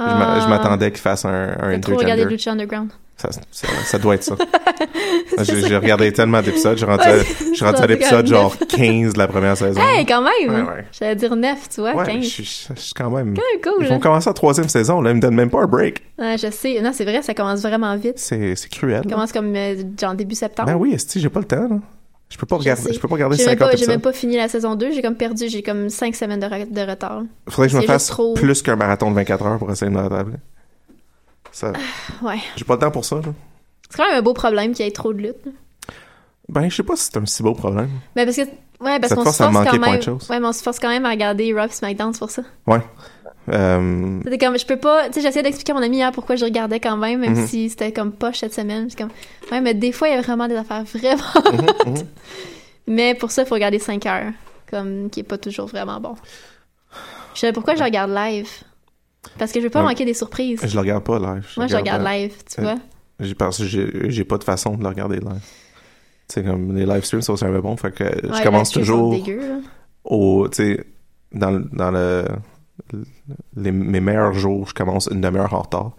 [SPEAKER 4] Je m'a- Je m'attendais qu'il fasse un, un
[SPEAKER 3] à Ah. trop
[SPEAKER 4] intergender.
[SPEAKER 3] regarder Lucha Underground.
[SPEAKER 4] Ça, ça, ça doit être ça.
[SPEAKER 3] C'est
[SPEAKER 4] Ah, J'ai
[SPEAKER 3] ça.
[SPEAKER 4] j'ai regardé tellement d'épisodes, je suis rendu, à-
[SPEAKER 3] Ouais,
[SPEAKER 4] je suis rendu à
[SPEAKER 3] c'est
[SPEAKER 4] l'épisode
[SPEAKER 3] comme
[SPEAKER 4] genre 15 de la première saison.
[SPEAKER 3] Hey, quand même!
[SPEAKER 4] Ouais, ouais.
[SPEAKER 3] J'allais dire 9, tu vois,
[SPEAKER 4] ouais,
[SPEAKER 3] 15.
[SPEAKER 4] je suis- je je suis quand même...
[SPEAKER 3] Quand même cool.
[SPEAKER 4] Ils vont
[SPEAKER 3] hein.
[SPEAKER 4] commencer la troisième saison, là, ils me donnent même pas un break.
[SPEAKER 3] Ouais, je sais. Non, c'est vrai, ça commence vraiment vite.
[SPEAKER 4] C'est c'est cruel.
[SPEAKER 3] Ça
[SPEAKER 4] là.
[SPEAKER 3] commence comme euh, genre début septembre.
[SPEAKER 4] Ben oui, esti, j'ai pas le temps, là. Je peux pas
[SPEAKER 3] Je
[SPEAKER 4] regarder,
[SPEAKER 3] sais.
[SPEAKER 4] je peux pas regarder
[SPEAKER 3] j'ai même
[SPEAKER 4] 50
[SPEAKER 3] pas, j'ai même
[SPEAKER 4] épisodes.
[SPEAKER 3] pas fini la saison 2, j'ai comme perdu, j'ai comme 5 semaines de, re- de retard.
[SPEAKER 4] Faudrait que je me
[SPEAKER 3] c'est juste
[SPEAKER 4] fasse
[SPEAKER 3] trop.
[SPEAKER 4] plus qu'un marathon de 24 heures pour essayer de me rattraper. Ça...
[SPEAKER 3] Ah, ouais.
[SPEAKER 4] J'ai pas le temps pour ça, là.
[SPEAKER 3] C'est quand même un beau problème qu'il y ait trop de lutte. là.
[SPEAKER 4] Ben, je sais pas si c'est un si beau problème.
[SPEAKER 3] Ben parce que ouais, parce
[SPEAKER 4] Cette
[SPEAKER 3] qu'on
[SPEAKER 4] fois,
[SPEAKER 3] se
[SPEAKER 4] ça
[SPEAKER 3] force
[SPEAKER 4] manquait
[SPEAKER 3] quand
[SPEAKER 4] point
[SPEAKER 3] même.
[SPEAKER 4] de choses.
[SPEAKER 3] Ouais, mais on se force quand même à regarder Raw et SmackDown c'est pour ça.
[SPEAKER 4] Ouais. Euh,
[SPEAKER 3] C'était comme je peux pas, tu sais j'essayais d'expliquer à mon ami hier pourquoi je regardais quand même même
[SPEAKER 4] Mhm.
[SPEAKER 3] si c'était comme poche cette semaine, c'est comme ouais, mais des fois il y a vraiment des affaires vraiment
[SPEAKER 4] mhm.
[SPEAKER 3] Mais pour ça, il faut regarder 5 heures, comme qui est pas toujours vraiment bon. Je sais pourquoi je regarde live parce que je veux pas
[SPEAKER 4] Ouais.
[SPEAKER 3] manquer des surprises.
[SPEAKER 4] je le regarde pas live.
[SPEAKER 3] Moi, je regarde live, tu
[SPEAKER 4] Euh,
[SPEAKER 3] vois.
[SPEAKER 4] J'ai parce que j'ai j'ai pas de façon de le regarder live. Tu sais, comme les live streams sont jamais bons, fait que
[SPEAKER 3] Ouais,
[SPEAKER 4] je
[SPEAKER 3] les
[SPEAKER 4] commence
[SPEAKER 3] live streams sont
[SPEAKER 4] toujours
[SPEAKER 3] dégueux, là.
[SPEAKER 4] au, tu sais, dans, le- dans le, les- mes meilleurs jours, je commence une demi-heure en retard.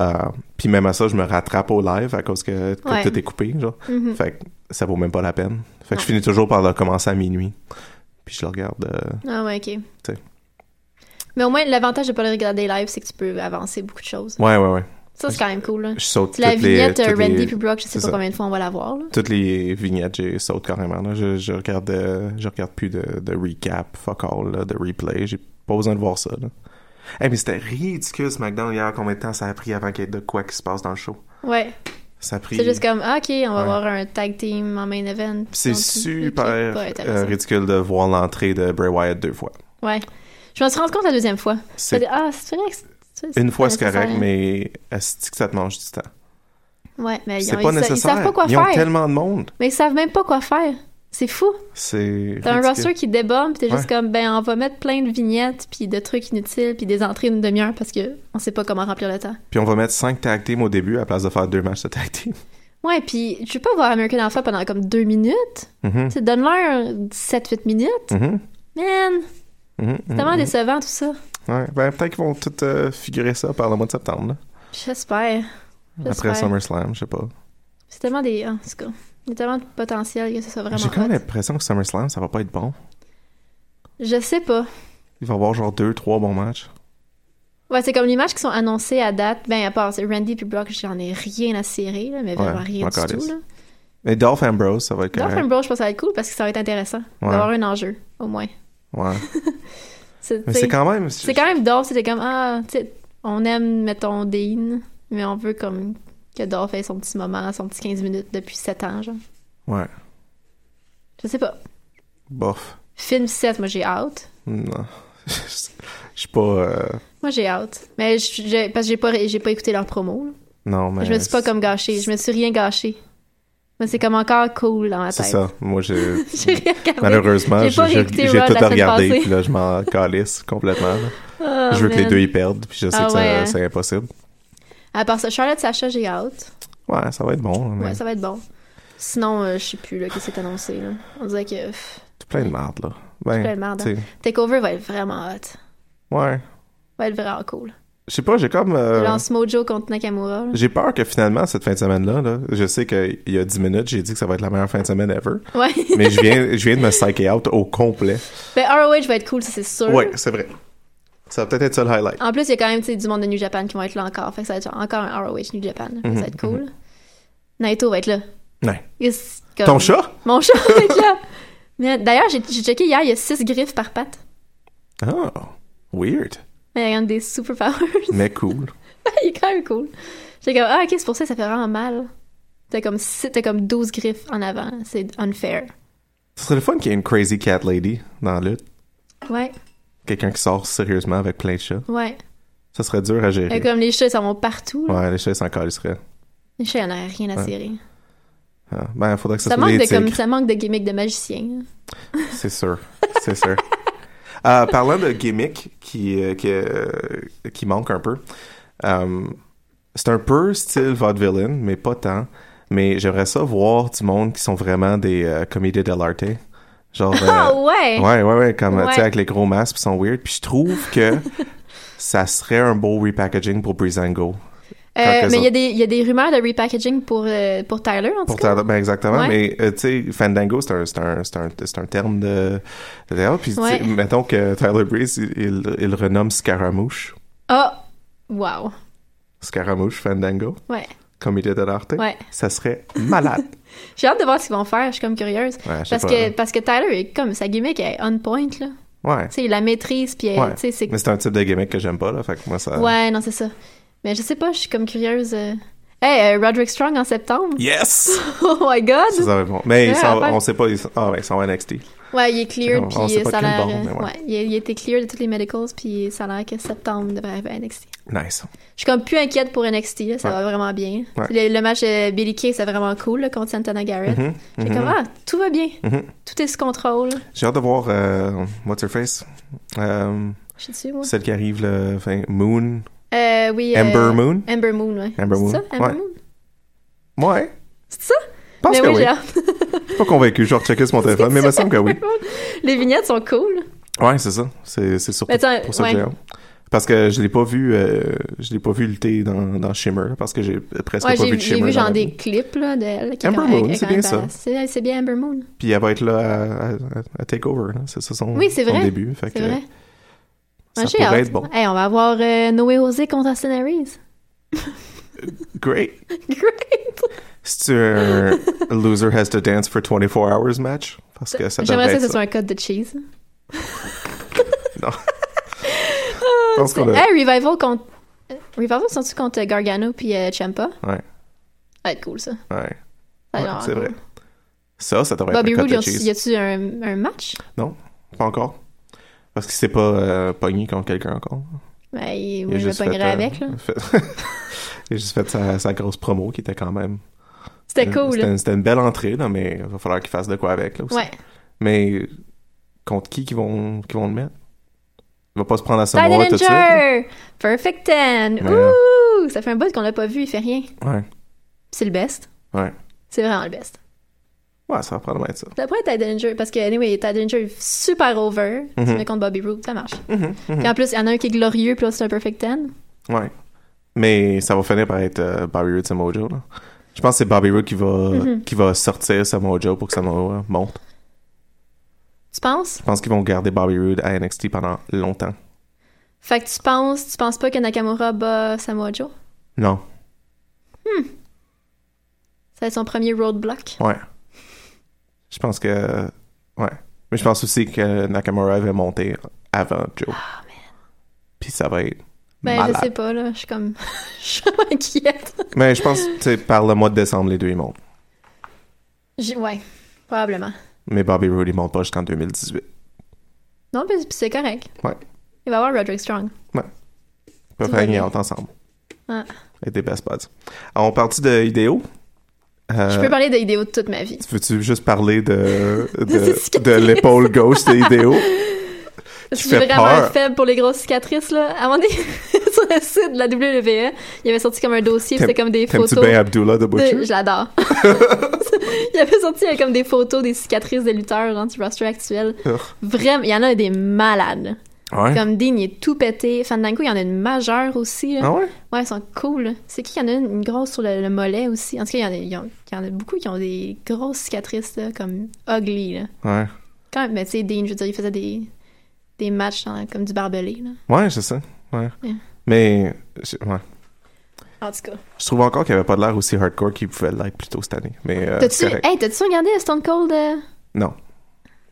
[SPEAKER 4] Euh, puis même à ça, je me rattrape au live à cause que, que
[SPEAKER 3] Ouais.
[SPEAKER 4] tout est coupé, genre.
[SPEAKER 3] Mhm.
[SPEAKER 4] Fait que ça vaut même pas la peine. Fait que je
[SPEAKER 3] Ouais.
[SPEAKER 4] finis toujours par le commencer à minuit. Puis je le regarde. euh,
[SPEAKER 3] Ah ouais, ok.
[SPEAKER 4] T'sais.
[SPEAKER 3] Mais au moins, l'avantage de pas le regarder live, c'est que tu peux avancer beaucoup de choses.
[SPEAKER 4] Ouais, ouais, ouais.
[SPEAKER 3] Ça, c'est quand même cool. Là.
[SPEAKER 4] Je saute
[SPEAKER 3] La
[SPEAKER 4] toutes les-
[SPEAKER 3] vignette euh,
[SPEAKER 4] toutes les-
[SPEAKER 3] Randy puis Brock, je sais
[SPEAKER 4] c'est
[SPEAKER 3] pas
[SPEAKER 4] ça.
[SPEAKER 3] combien de fois on va la voir. là.
[SPEAKER 4] Toutes les vignettes, j'ai saute carrément. Là. Je, je regarde, euh, je regarde plus de, de recap, fuck all, là, de replay. J'ai pas besoin de voir ça. Là. Hey, mais c'était ridicule ce McDonald's hier. Combien de temps ça a pris avant qu'il y ait de quoi qui se passe dans le show?
[SPEAKER 3] Ouais.
[SPEAKER 4] Ça a pris.
[SPEAKER 3] C'est juste comme, ah, ok, on va
[SPEAKER 4] Ouais.
[SPEAKER 3] avoir un tag team en main event.
[SPEAKER 4] C'est
[SPEAKER 3] Donc,
[SPEAKER 4] super
[SPEAKER 3] c'est pas
[SPEAKER 4] euh,
[SPEAKER 3] intéressant.
[SPEAKER 4] ridicule de voir l'entrée de Bray Wyatt deux fois.
[SPEAKER 3] Ouais. Je me suis rendu compte la deuxième fois.
[SPEAKER 4] C'est-
[SPEAKER 3] J'ai dit, Ah, c'est vrai que c'est- c'est.
[SPEAKER 4] Une fois, c'est
[SPEAKER 3] ça sert à
[SPEAKER 4] correct,
[SPEAKER 3] rien.
[SPEAKER 4] mais asti que ça te mange du temps.
[SPEAKER 3] Ouais, mais ils, ont-
[SPEAKER 4] C'est pas
[SPEAKER 3] ils sa- ils
[SPEAKER 4] nécessaire.
[SPEAKER 3] savent pas quoi
[SPEAKER 4] Ils ont
[SPEAKER 3] faire.
[SPEAKER 4] tellement de monde.
[SPEAKER 3] Mais ils savent même pas quoi faire. C'est fou.
[SPEAKER 4] C'est.
[SPEAKER 3] T'as un
[SPEAKER 4] ridicule.
[SPEAKER 3] roster qui débombe, pis t'es
[SPEAKER 4] Ouais.
[SPEAKER 3] juste comme, ben, on va mettre plein de vignettes, puis de trucs inutiles, puis des entrées d'une demi-heure parce que on sait pas comment remplir le temps.
[SPEAKER 4] Puis on va mettre 5 tag teams au début à la place de faire deux matchs de tag team.
[SPEAKER 3] Ouais, puis je veux pas voir American Alpha pendant comme deux minutes.
[SPEAKER 4] Mhm,
[SPEAKER 3] Tu sais, donne-leur 7-8 minutes.
[SPEAKER 4] mhm,
[SPEAKER 3] Man,
[SPEAKER 4] mhm,
[SPEAKER 3] c'est tellement
[SPEAKER 4] mhm.
[SPEAKER 3] décevant tout ça.
[SPEAKER 4] Ouais, ben, peut-être qu'ils vont tout euh, figurer ça par le mois de septembre.
[SPEAKER 3] J'espère.
[SPEAKER 4] là. Après
[SPEAKER 3] J'espère.
[SPEAKER 4] SummerSlam, je sais pas.
[SPEAKER 3] C'est tellement des. En tout cas, il y a tellement de potentiel que ça soit vraiment.
[SPEAKER 4] Ah, J'ai quand même
[SPEAKER 3] hot.
[SPEAKER 4] l'impression que SummerSlam, ça va pas être bon.
[SPEAKER 3] Je sais pas.
[SPEAKER 4] Il va y avoir genre deux, trois bons matchs.
[SPEAKER 3] Ouais, c'est comme les matchs qui sont annoncés à date. Ben, à part c'est Randy puis Brock, j'en ai rien à cirer, là, mais vraiment
[SPEAKER 4] Ouais,
[SPEAKER 3] rien du
[SPEAKER 4] encore
[SPEAKER 3] tout.
[SPEAKER 4] lisse.
[SPEAKER 3] Là.
[SPEAKER 4] Et Dolph Ambrose, ça va être
[SPEAKER 3] Dolph
[SPEAKER 4] correct.
[SPEAKER 3] Ambrose, je pense que ça va être cool parce que ça va être intéressant
[SPEAKER 4] Ouais.
[SPEAKER 3] d'avoir un enjeu, au moins.
[SPEAKER 4] Ouais.
[SPEAKER 3] C'est
[SPEAKER 4] Mais
[SPEAKER 3] t'sais,
[SPEAKER 4] c'est quand même.
[SPEAKER 3] c'est quand même Dolph, c'était comme, ah, tu sais, on aime, mettons, Dean, mais on veut comme que Dolph ait son petit moment, son petit 15 minutes depuis 7 ans, genre.
[SPEAKER 4] Ouais.
[SPEAKER 3] Je sais pas.
[SPEAKER 4] Bof.
[SPEAKER 3] Film 7, moi j'ai out.
[SPEAKER 4] Non. Je suis pas. euh,
[SPEAKER 3] Moi j'ai out. Mais je- je- parce que j'ai pas, ré- j'ai pas écouté leur promo. là.
[SPEAKER 4] Non, mais.
[SPEAKER 3] je me suis pas comme gâchée. Je me suis rien gâchée. Moi, c'est comme encore cool dans ma
[SPEAKER 4] C'est
[SPEAKER 3] tête.
[SPEAKER 4] ça. Moi, j'ai.
[SPEAKER 3] j'ai rien regardé.
[SPEAKER 4] Malheureusement,
[SPEAKER 3] J'ai pas
[SPEAKER 4] j'ai j'ai-
[SPEAKER 3] réécouté
[SPEAKER 4] j'ai
[SPEAKER 3] Raw
[SPEAKER 4] tout
[SPEAKER 3] la semaine
[SPEAKER 4] regardé,
[SPEAKER 3] passée.
[SPEAKER 4] puis là, je m'en calisse complètement. là.
[SPEAKER 3] Oh,
[SPEAKER 4] je veux que les
[SPEAKER 3] man.
[SPEAKER 4] deux y perdent, puis je sais
[SPEAKER 3] Ah
[SPEAKER 4] que ça-
[SPEAKER 3] ouais, hein.
[SPEAKER 4] c'est impossible.
[SPEAKER 3] À part ça, Charlotte Sacha, j'ai out.
[SPEAKER 4] Ouais, ça va être bon. là, mais
[SPEAKER 3] Ouais, ça va être bon. Sinon, euh, je sais plus là, qu'est-ce qui est annoncé. Là. On dirait que pff,
[SPEAKER 4] tout plein de merde, là. Ben,
[SPEAKER 3] plein de merde, hein.
[SPEAKER 4] tu sais,
[SPEAKER 3] Takeover va être vraiment hot.
[SPEAKER 4] Ouais.
[SPEAKER 3] Va être vraiment cool.
[SPEAKER 4] Je sais pas, j'ai comme. euh,
[SPEAKER 3] Lance Mojo contre Nakamura. là.
[SPEAKER 4] J'ai peur que finalement, cette fin de semaine-là, là, je sais qu'il y a 10 minutes, j'ai dit que ça va être la meilleure fin de semaine ever.
[SPEAKER 3] Ouais.
[SPEAKER 4] Mais je viens, je viens de me psycher out au complet.
[SPEAKER 3] ben, ROH va être cool, ça c'est sûr.
[SPEAKER 4] Ouais, c'est vrai. Ça va peut-être être ça le highlight.
[SPEAKER 3] En plus, il y a quand même tu sais, du monde de New Japan qui vont être là encore. Fait que ça va être genre encore un ROH New Japan. Fait que
[SPEAKER 4] Mhm,
[SPEAKER 3] ça va être cool. Naito va être là.
[SPEAKER 4] Ouais.
[SPEAKER 3] Il s- comme-
[SPEAKER 4] Ton chat?
[SPEAKER 3] Mon chat va être là. Mais D'ailleurs, j'ai j'ai checké hier, il y a 6 griffes par patte.
[SPEAKER 4] Oh, weird.
[SPEAKER 3] Mais il y a quand même des superpowers.
[SPEAKER 4] Mais cool.
[SPEAKER 3] il est quand même cool. J'étais comme, ah, ok, c'est pour ça que ça fait vraiment mal. T'as comme, six- t'as comme 12 griffes en avant. C'est unfair.
[SPEAKER 4] Ce serait le fun qu'il y ait une crazy cat lady dans la lutte.
[SPEAKER 3] Ouais,
[SPEAKER 4] Quelqu'un qui sort sérieusement avec plein de chats.
[SPEAKER 3] ouais.
[SPEAKER 4] Ça serait dur à
[SPEAKER 3] Et
[SPEAKER 4] gérer.
[SPEAKER 3] comme les chats, ils s'en vont partout. là.
[SPEAKER 4] Ouais, les chats, c'est encore, ils seraient.
[SPEAKER 3] Les chats, il n'y en a rien à
[SPEAKER 4] Ouais.
[SPEAKER 3] cirer.
[SPEAKER 4] Ah, Ben, faudrait que ça,
[SPEAKER 3] Ça,
[SPEAKER 4] soit
[SPEAKER 3] manque
[SPEAKER 4] des
[SPEAKER 3] de, comme,
[SPEAKER 4] tigres.
[SPEAKER 3] ça manque de gimmick de magicien.
[SPEAKER 4] C'est sûr. C'est sûr. Euh, parlant de gimmick qui, euh, qui, euh, qui manque un peu, euh, c'est un peu style vaudevillain, mais pas tant. Mais j'aimerais ça voir du monde qui sont vraiment des euh, comédies dell'arte. Genre.
[SPEAKER 3] Ah
[SPEAKER 4] euh,
[SPEAKER 3] ouais!
[SPEAKER 4] Ouais, ouais, ouais, comme tu
[SPEAKER 3] Ouais.
[SPEAKER 4] sais, avec les gros masques, puis ils sont weird. Puis je trouve que ça serait un beau repackaging pour Breezango.
[SPEAKER 3] Euh,
[SPEAKER 4] quelques
[SPEAKER 3] mais il y, a des- il y a des rumeurs de repackaging pour, euh, pour Tyler, en
[SPEAKER 4] Pour
[SPEAKER 3] tout cas.
[SPEAKER 4] ta- ben exactement,
[SPEAKER 3] Ouais.
[SPEAKER 4] mais euh, tu sais, Fandango, c'est un, c'est un, c'est un, c'est un terme de, de théâtre. Puis tu
[SPEAKER 3] Ouais.
[SPEAKER 4] sais, mettons que Tyler Breeze, il, il, il renomme Scaramouche.
[SPEAKER 3] Ah! wow!
[SPEAKER 4] Scaramouche, Fandango,
[SPEAKER 3] Ouais,
[SPEAKER 4] comme il était de l'arte.
[SPEAKER 3] ouais.
[SPEAKER 4] Ça serait malade.
[SPEAKER 3] J'ai hâte de voir ce qu'ils vont faire, je suis comme curieuse.
[SPEAKER 4] Ouais, je sais
[SPEAKER 3] Parce,
[SPEAKER 4] pas,
[SPEAKER 3] que,
[SPEAKER 4] là.
[SPEAKER 3] parce que Tyler, est comme, sa gimmick elle est on point, là.
[SPEAKER 4] Ouais.
[SPEAKER 3] Tu sais, il la maîtrise, puis elle-
[SPEAKER 4] Ouais.
[SPEAKER 3] tu sais, c'est...
[SPEAKER 4] Mais euh, c'est un type de gimmick que j'aime pas, là. Fait que moi, ça.
[SPEAKER 3] Ouais, non, c'est ça. Mais je sais pas, je suis comme curieuse. euh. Hey, euh, Roderick Strong en septembre?
[SPEAKER 4] Yes!
[SPEAKER 3] oh my God!
[SPEAKER 4] ça, ça va être bon. Mais
[SPEAKER 3] Ouais,
[SPEAKER 4] ils sont-
[SPEAKER 3] ouais.
[SPEAKER 4] on sait pas. ils sont- Ah, ouais, ils sont NXT.
[SPEAKER 3] Ouais, il est clear,
[SPEAKER 4] On-
[SPEAKER 3] puis
[SPEAKER 4] on sait pas
[SPEAKER 3] ça a
[SPEAKER 4] quel
[SPEAKER 3] l'air...
[SPEAKER 4] bord,
[SPEAKER 3] euh,
[SPEAKER 4] mais ouais.
[SPEAKER 3] ouais, il, a, il a été clear de tous les medicals, puis ça a l'air que septembre devrait arriver à NXT.
[SPEAKER 4] Nice.
[SPEAKER 3] Je suis comme plus inquiète pour NXT, là, ça
[SPEAKER 4] Ouais.
[SPEAKER 3] va vraiment bien.
[SPEAKER 4] Ouais.
[SPEAKER 3] Le, le match euh, Billy Kay, c'est vraiment cool là, contre Santana Garrett.
[SPEAKER 4] Mhm,
[SPEAKER 3] J'étais
[SPEAKER 4] mhm.
[SPEAKER 3] comme, ah, tout va bien,
[SPEAKER 4] Mhm.
[SPEAKER 3] tout est sous contrôle.
[SPEAKER 4] J'ai hâte de voir euh, What's Her Face. Euh,
[SPEAKER 3] Je suis dessus, moi.
[SPEAKER 4] Celle qui arrive le fin, Moon.
[SPEAKER 3] Euh, oui, euh,
[SPEAKER 4] Ember Moon.
[SPEAKER 3] Ember Moon, ouais.
[SPEAKER 4] Ember Moon,
[SPEAKER 3] C'est ça, Ember
[SPEAKER 4] ouais.
[SPEAKER 3] Moon?
[SPEAKER 4] Ouais.
[SPEAKER 3] C'est ça?
[SPEAKER 4] Je pense
[SPEAKER 3] mais
[SPEAKER 4] que
[SPEAKER 3] oui,
[SPEAKER 4] oui.
[SPEAKER 3] j'ai hâte.
[SPEAKER 4] Je suis pas convaincu. Je vais rechecker sur mon téléphone, mais il me semble que oui.
[SPEAKER 3] Les vignettes sont cool.
[SPEAKER 4] Ouais, c'est ça. C'est, c'est surtout
[SPEAKER 3] Mais attends,
[SPEAKER 4] pour ça
[SPEAKER 3] ouais.
[SPEAKER 4] que j'ai hâte. Parce que je l'ai pas vu, euh, je l'ai pas vu lutter dans, dans Shimmer, là, parce que j'ai presque
[SPEAKER 3] Ouais,
[SPEAKER 4] pas
[SPEAKER 3] j'ai
[SPEAKER 4] vu de
[SPEAKER 3] j'ai
[SPEAKER 4] Shimmer.
[SPEAKER 3] vu
[SPEAKER 4] dans
[SPEAKER 3] genre
[SPEAKER 4] ma vie.
[SPEAKER 3] des clips là, d'elle. qui est
[SPEAKER 4] Ember
[SPEAKER 3] quand- elle-
[SPEAKER 4] Moon,
[SPEAKER 3] elle est
[SPEAKER 4] c'est
[SPEAKER 3] quand même
[SPEAKER 4] bien ça.
[SPEAKER 3] badass. C'est c'est bien Ember Moon.
[SPEAKER 4] Puis elle va être là à, à, à Takeover, là. c'est ça son,
[SPEAKER 3] Oui, c'est
[SPEAKER 4] son
[SPEAKER 3] vrai.
[SPEAKER 4] début. Fait
[SPEAKER 3] C'est
[SPEAKER 4] que
[SPEAKER 3] vrai.
[SPEAKER 4] Ça
[SPEAKER 3] Ouais, j'ai
[SPEAKER 4] pourrait
[SPEAKER 3] hâte.
[SPEAKER 4] être bon.
[SPEAKER 3] Hey, on va avoir euh, Noé Rosé contre Austin Aries.
[SPEAKER 4] Great.
[SPEAKER 3] Great!
[SPEAKER 4] C'est un loser has to dance for 24 hours match. Parce que ça
[SPEAKER 3] J'aimerais ça
[SPEAKER 4] devrait
[SPEAKER 3] que
[SPEAKER 4] être
[SPEAKER 3] ce soit un code de cheese.
[SPEAKER 4] Non.
[SPEAKER 3] Je
[SPEAKER 4] pense qu'on a-
[SPEAKER 3] Revival contre. euh, Revival, sont-tu contre Gargano puis euh, Ciampa?
[SPEAKER 4] Ouais.
[SPEAKER 3] Ça va être cool, ça.
[SPEAKER 4] Ouais,
[SPEAKER 3] Ça va être
[SPEAKER 4] ouais,
[SPEAKER 3] vraiment
[SPEAKER 4] c'est
[SPEAKER 3] cool.
[SPEAKER 4] vrai. Ça, ça devrait
[SPEAKER 3] Bobby
[SPEAKER 4] être un
[SPEAKER 3] Roode,
[SPEAKER 4] cut de
[SPEAKER 3] y a- y
[SPEAKER 4] cheese.
[SPEAKER 3] a-tu un, un match?
[SPEAKER 4] Pas encore. Parce qu'il s'est pas euh, pogné contre quelqu'un encore.
[SPEAKER 3] Ben, il,
[SPEAKER 4] Il
[SPEAKER 3] moi,
[SPEAKER 4] a
[SPEAKER 3] je me
[SPEAKER 4] juste fait,
[SPEAKER 3] pognerais
[SPEAKER 4] euh,
[SPEAKER 3] avec, là.
[SPEAKER 4] fait- Il a juste fait sa, sa grosse promo qui était quand même... euh,
[SPEAKER 3] C'était cool, là.
[SPEAKER 4] C'était, c'était une belle entrée, là, mais il va falloir qu'il fasse de quoi avec, là, aussi.
[SPEAKER 3] Ouais.
[SPEAKER 4] Mais contre qui qu'ils vont, qu'ils vont le mettre? Il va pas se prendre à
[SPEAKER 3] Ty
[SPEAKER 4] Samoa tout de suite. là.
[SPEAKER 3] Dillinger! Perfect 10!
[SPEAKER 4] Ouais. hein.
[SPEAKER 3] Ouh! Ça fait un bout qu'on l'a pas vu, il fait rien.
[SPEAKER 4] Ouais.
[SPEAKER 3] C'est le best.
[SPEAKER 4] Ouais.
[SPEAKER 3] C'est vraiment le best.
[SPEAKER 4] Ouais, ça va probablement être ça.
[SPEAKER 3] D'après Ty Dillinger, parce que, anyway, Ty Dillinger est super over. Tu
[SPEAKER 4] Mhm.
[SPEAKER 3] mets contre Bobby Roode, ça marche.
[SPEAKER 4] Mhm, mhm.
[SPEAKER 3] Puis en plus, il y en a un qui est glorieux, puis l'autre, c'est un Perfect 10.
[SPEAKER 4] Ouais. Mais ça va finir par être euh, Bobby Roode Samoa Joe, là. Je pense que c'est Bobby Roode qui va,
[SPEAKER 3] Mhm.
[SPEAKER 4] qui va sortir Samoa Joe pour que Samoa monte.
[SPEAKER 3] Tu penses?
[SPEAKER 4] Je pense qu'ils vont garder Bobby Roode à NXT pendant longtemps.
[SPEAKER 3] Fait que tu penses, tu penses pas que Nakamura bat Samoa Joe?
[SPEAKER 4] Non.
[SPEAKER 3] Ça va être son premier roadblock.
[SPEAKER 4] Ouais. Je pense que... Ouais. Mais je pense aussi que Nakamura va monter avant Joe.
[SPEAKER 3] Ah, man.
[SPEAKER 4] Puis ça va être
[SPEAKER 3] Ben,
[SPEAKER 4] malade.
[SPEAKER 3] je sais pas, là. Je suis comme. je suis vraiment inquiète.
[SPEAKER 4] Mais je pense que c'est par le mois de décembre, les deux, ils montent.
[SPEAKER 3] J'ai- Ouais, probablement.
[SPEAKER 4] Mais Bobby Roode, il monte pas jusqu'en 2018.
[SPEAKER 3] Non, puis puis c'est correct.
[SPEAKER 4] Ouais.
[SPEAKER 3] Il va y avoir Roderick Strong.
[SPEAKER 4] Ils peuvent
[SPEAKER 3] Tout va
[SPEAKER 4] hang
[SPEAKER 3] bien.
[SPEAKER 4] out ensemble.
[SPEAKER 3] Ouais.
[SPEAKER 4] Et des best buds. Alors, on partit de Idéo. Euh,
[SPEAKER 3] Je peux parler d'idéaux de toute ma vie.
[SPEAKER 4] Veux-tu juste parler de,
[SPEAKER 3] Des
[SPEAKER 4] de, de
[SPEAKER 3] cicatrices.
[SPEAKER 4] l'épaule gauche de Idéo?
[SPEAKER 3] Parce
[SPEAKER 4] Tu
[SPEAKER 3] que j'ai
[SPEAKER 4] fais
[SPEAKER 3] vraiment
[SPEAKER 4] peur.
[SPEAKER 3] un faible pour les grosses cicatrices, là. À un moment donné, sur le site de la WWE, il avait sorti comme un dossier, puis c'était comme des
[SPEAKER 4] T'aimes-tu
[SPEAKER 3] photos.
[SPEAKER 4] bien Abdullah de Butcher?
[SPEAKER 3] de- Je l'adore. il avait sorti euh, comme des photos des cicatrices des lutteurs hein, du roster actuel.
[SPEAKER 4] Ugh.
[SPEAKER 3] Vraiment, il y en a des malades.
[SPEAKER 4] Ouais.
[SPEAKER 3] Comme Dean, il est tout pété. Fandango, il y en a une majeure aussi. Là.
[SPEAKER 4] Ah ouais?
[SPEAKER 3] Ouais, ils sont cool. C'est qui qu'il y en a une, une grosse sur le, le mollet aussi? En tout cas, il y en a, il y en- il y en a beaucoup qui ont des grosses cicatrices, là, comme ugly. Là.
[SPEAKER 4] Ouais.
[SPEAKER 3] Quand même, mais tu sais, Dean, je veux dire, il faisait des, des matchs dans- comme du barbelé. Là.
[SPEAKER 4] Ouais, c'est ça. Ouais.
[SPEAKER 3] Ouais.
[SPEAKER 4] Mais, je, ouais.
[SPEAKER 3] En tout cas.
[SPEAKER 4] Je trouve encore qu'il avait pas de l'air aussi hardcore qu'il pouvait l'être plus tôt cette année. Mais, euh,
[SPEAKER 3] T'as-tu
[SPEAKER 4] c'est correct.
[SPEAKER 3] hey, t'as-tu regardé Stone Cold? euh?
[SPEAKER 4] Non.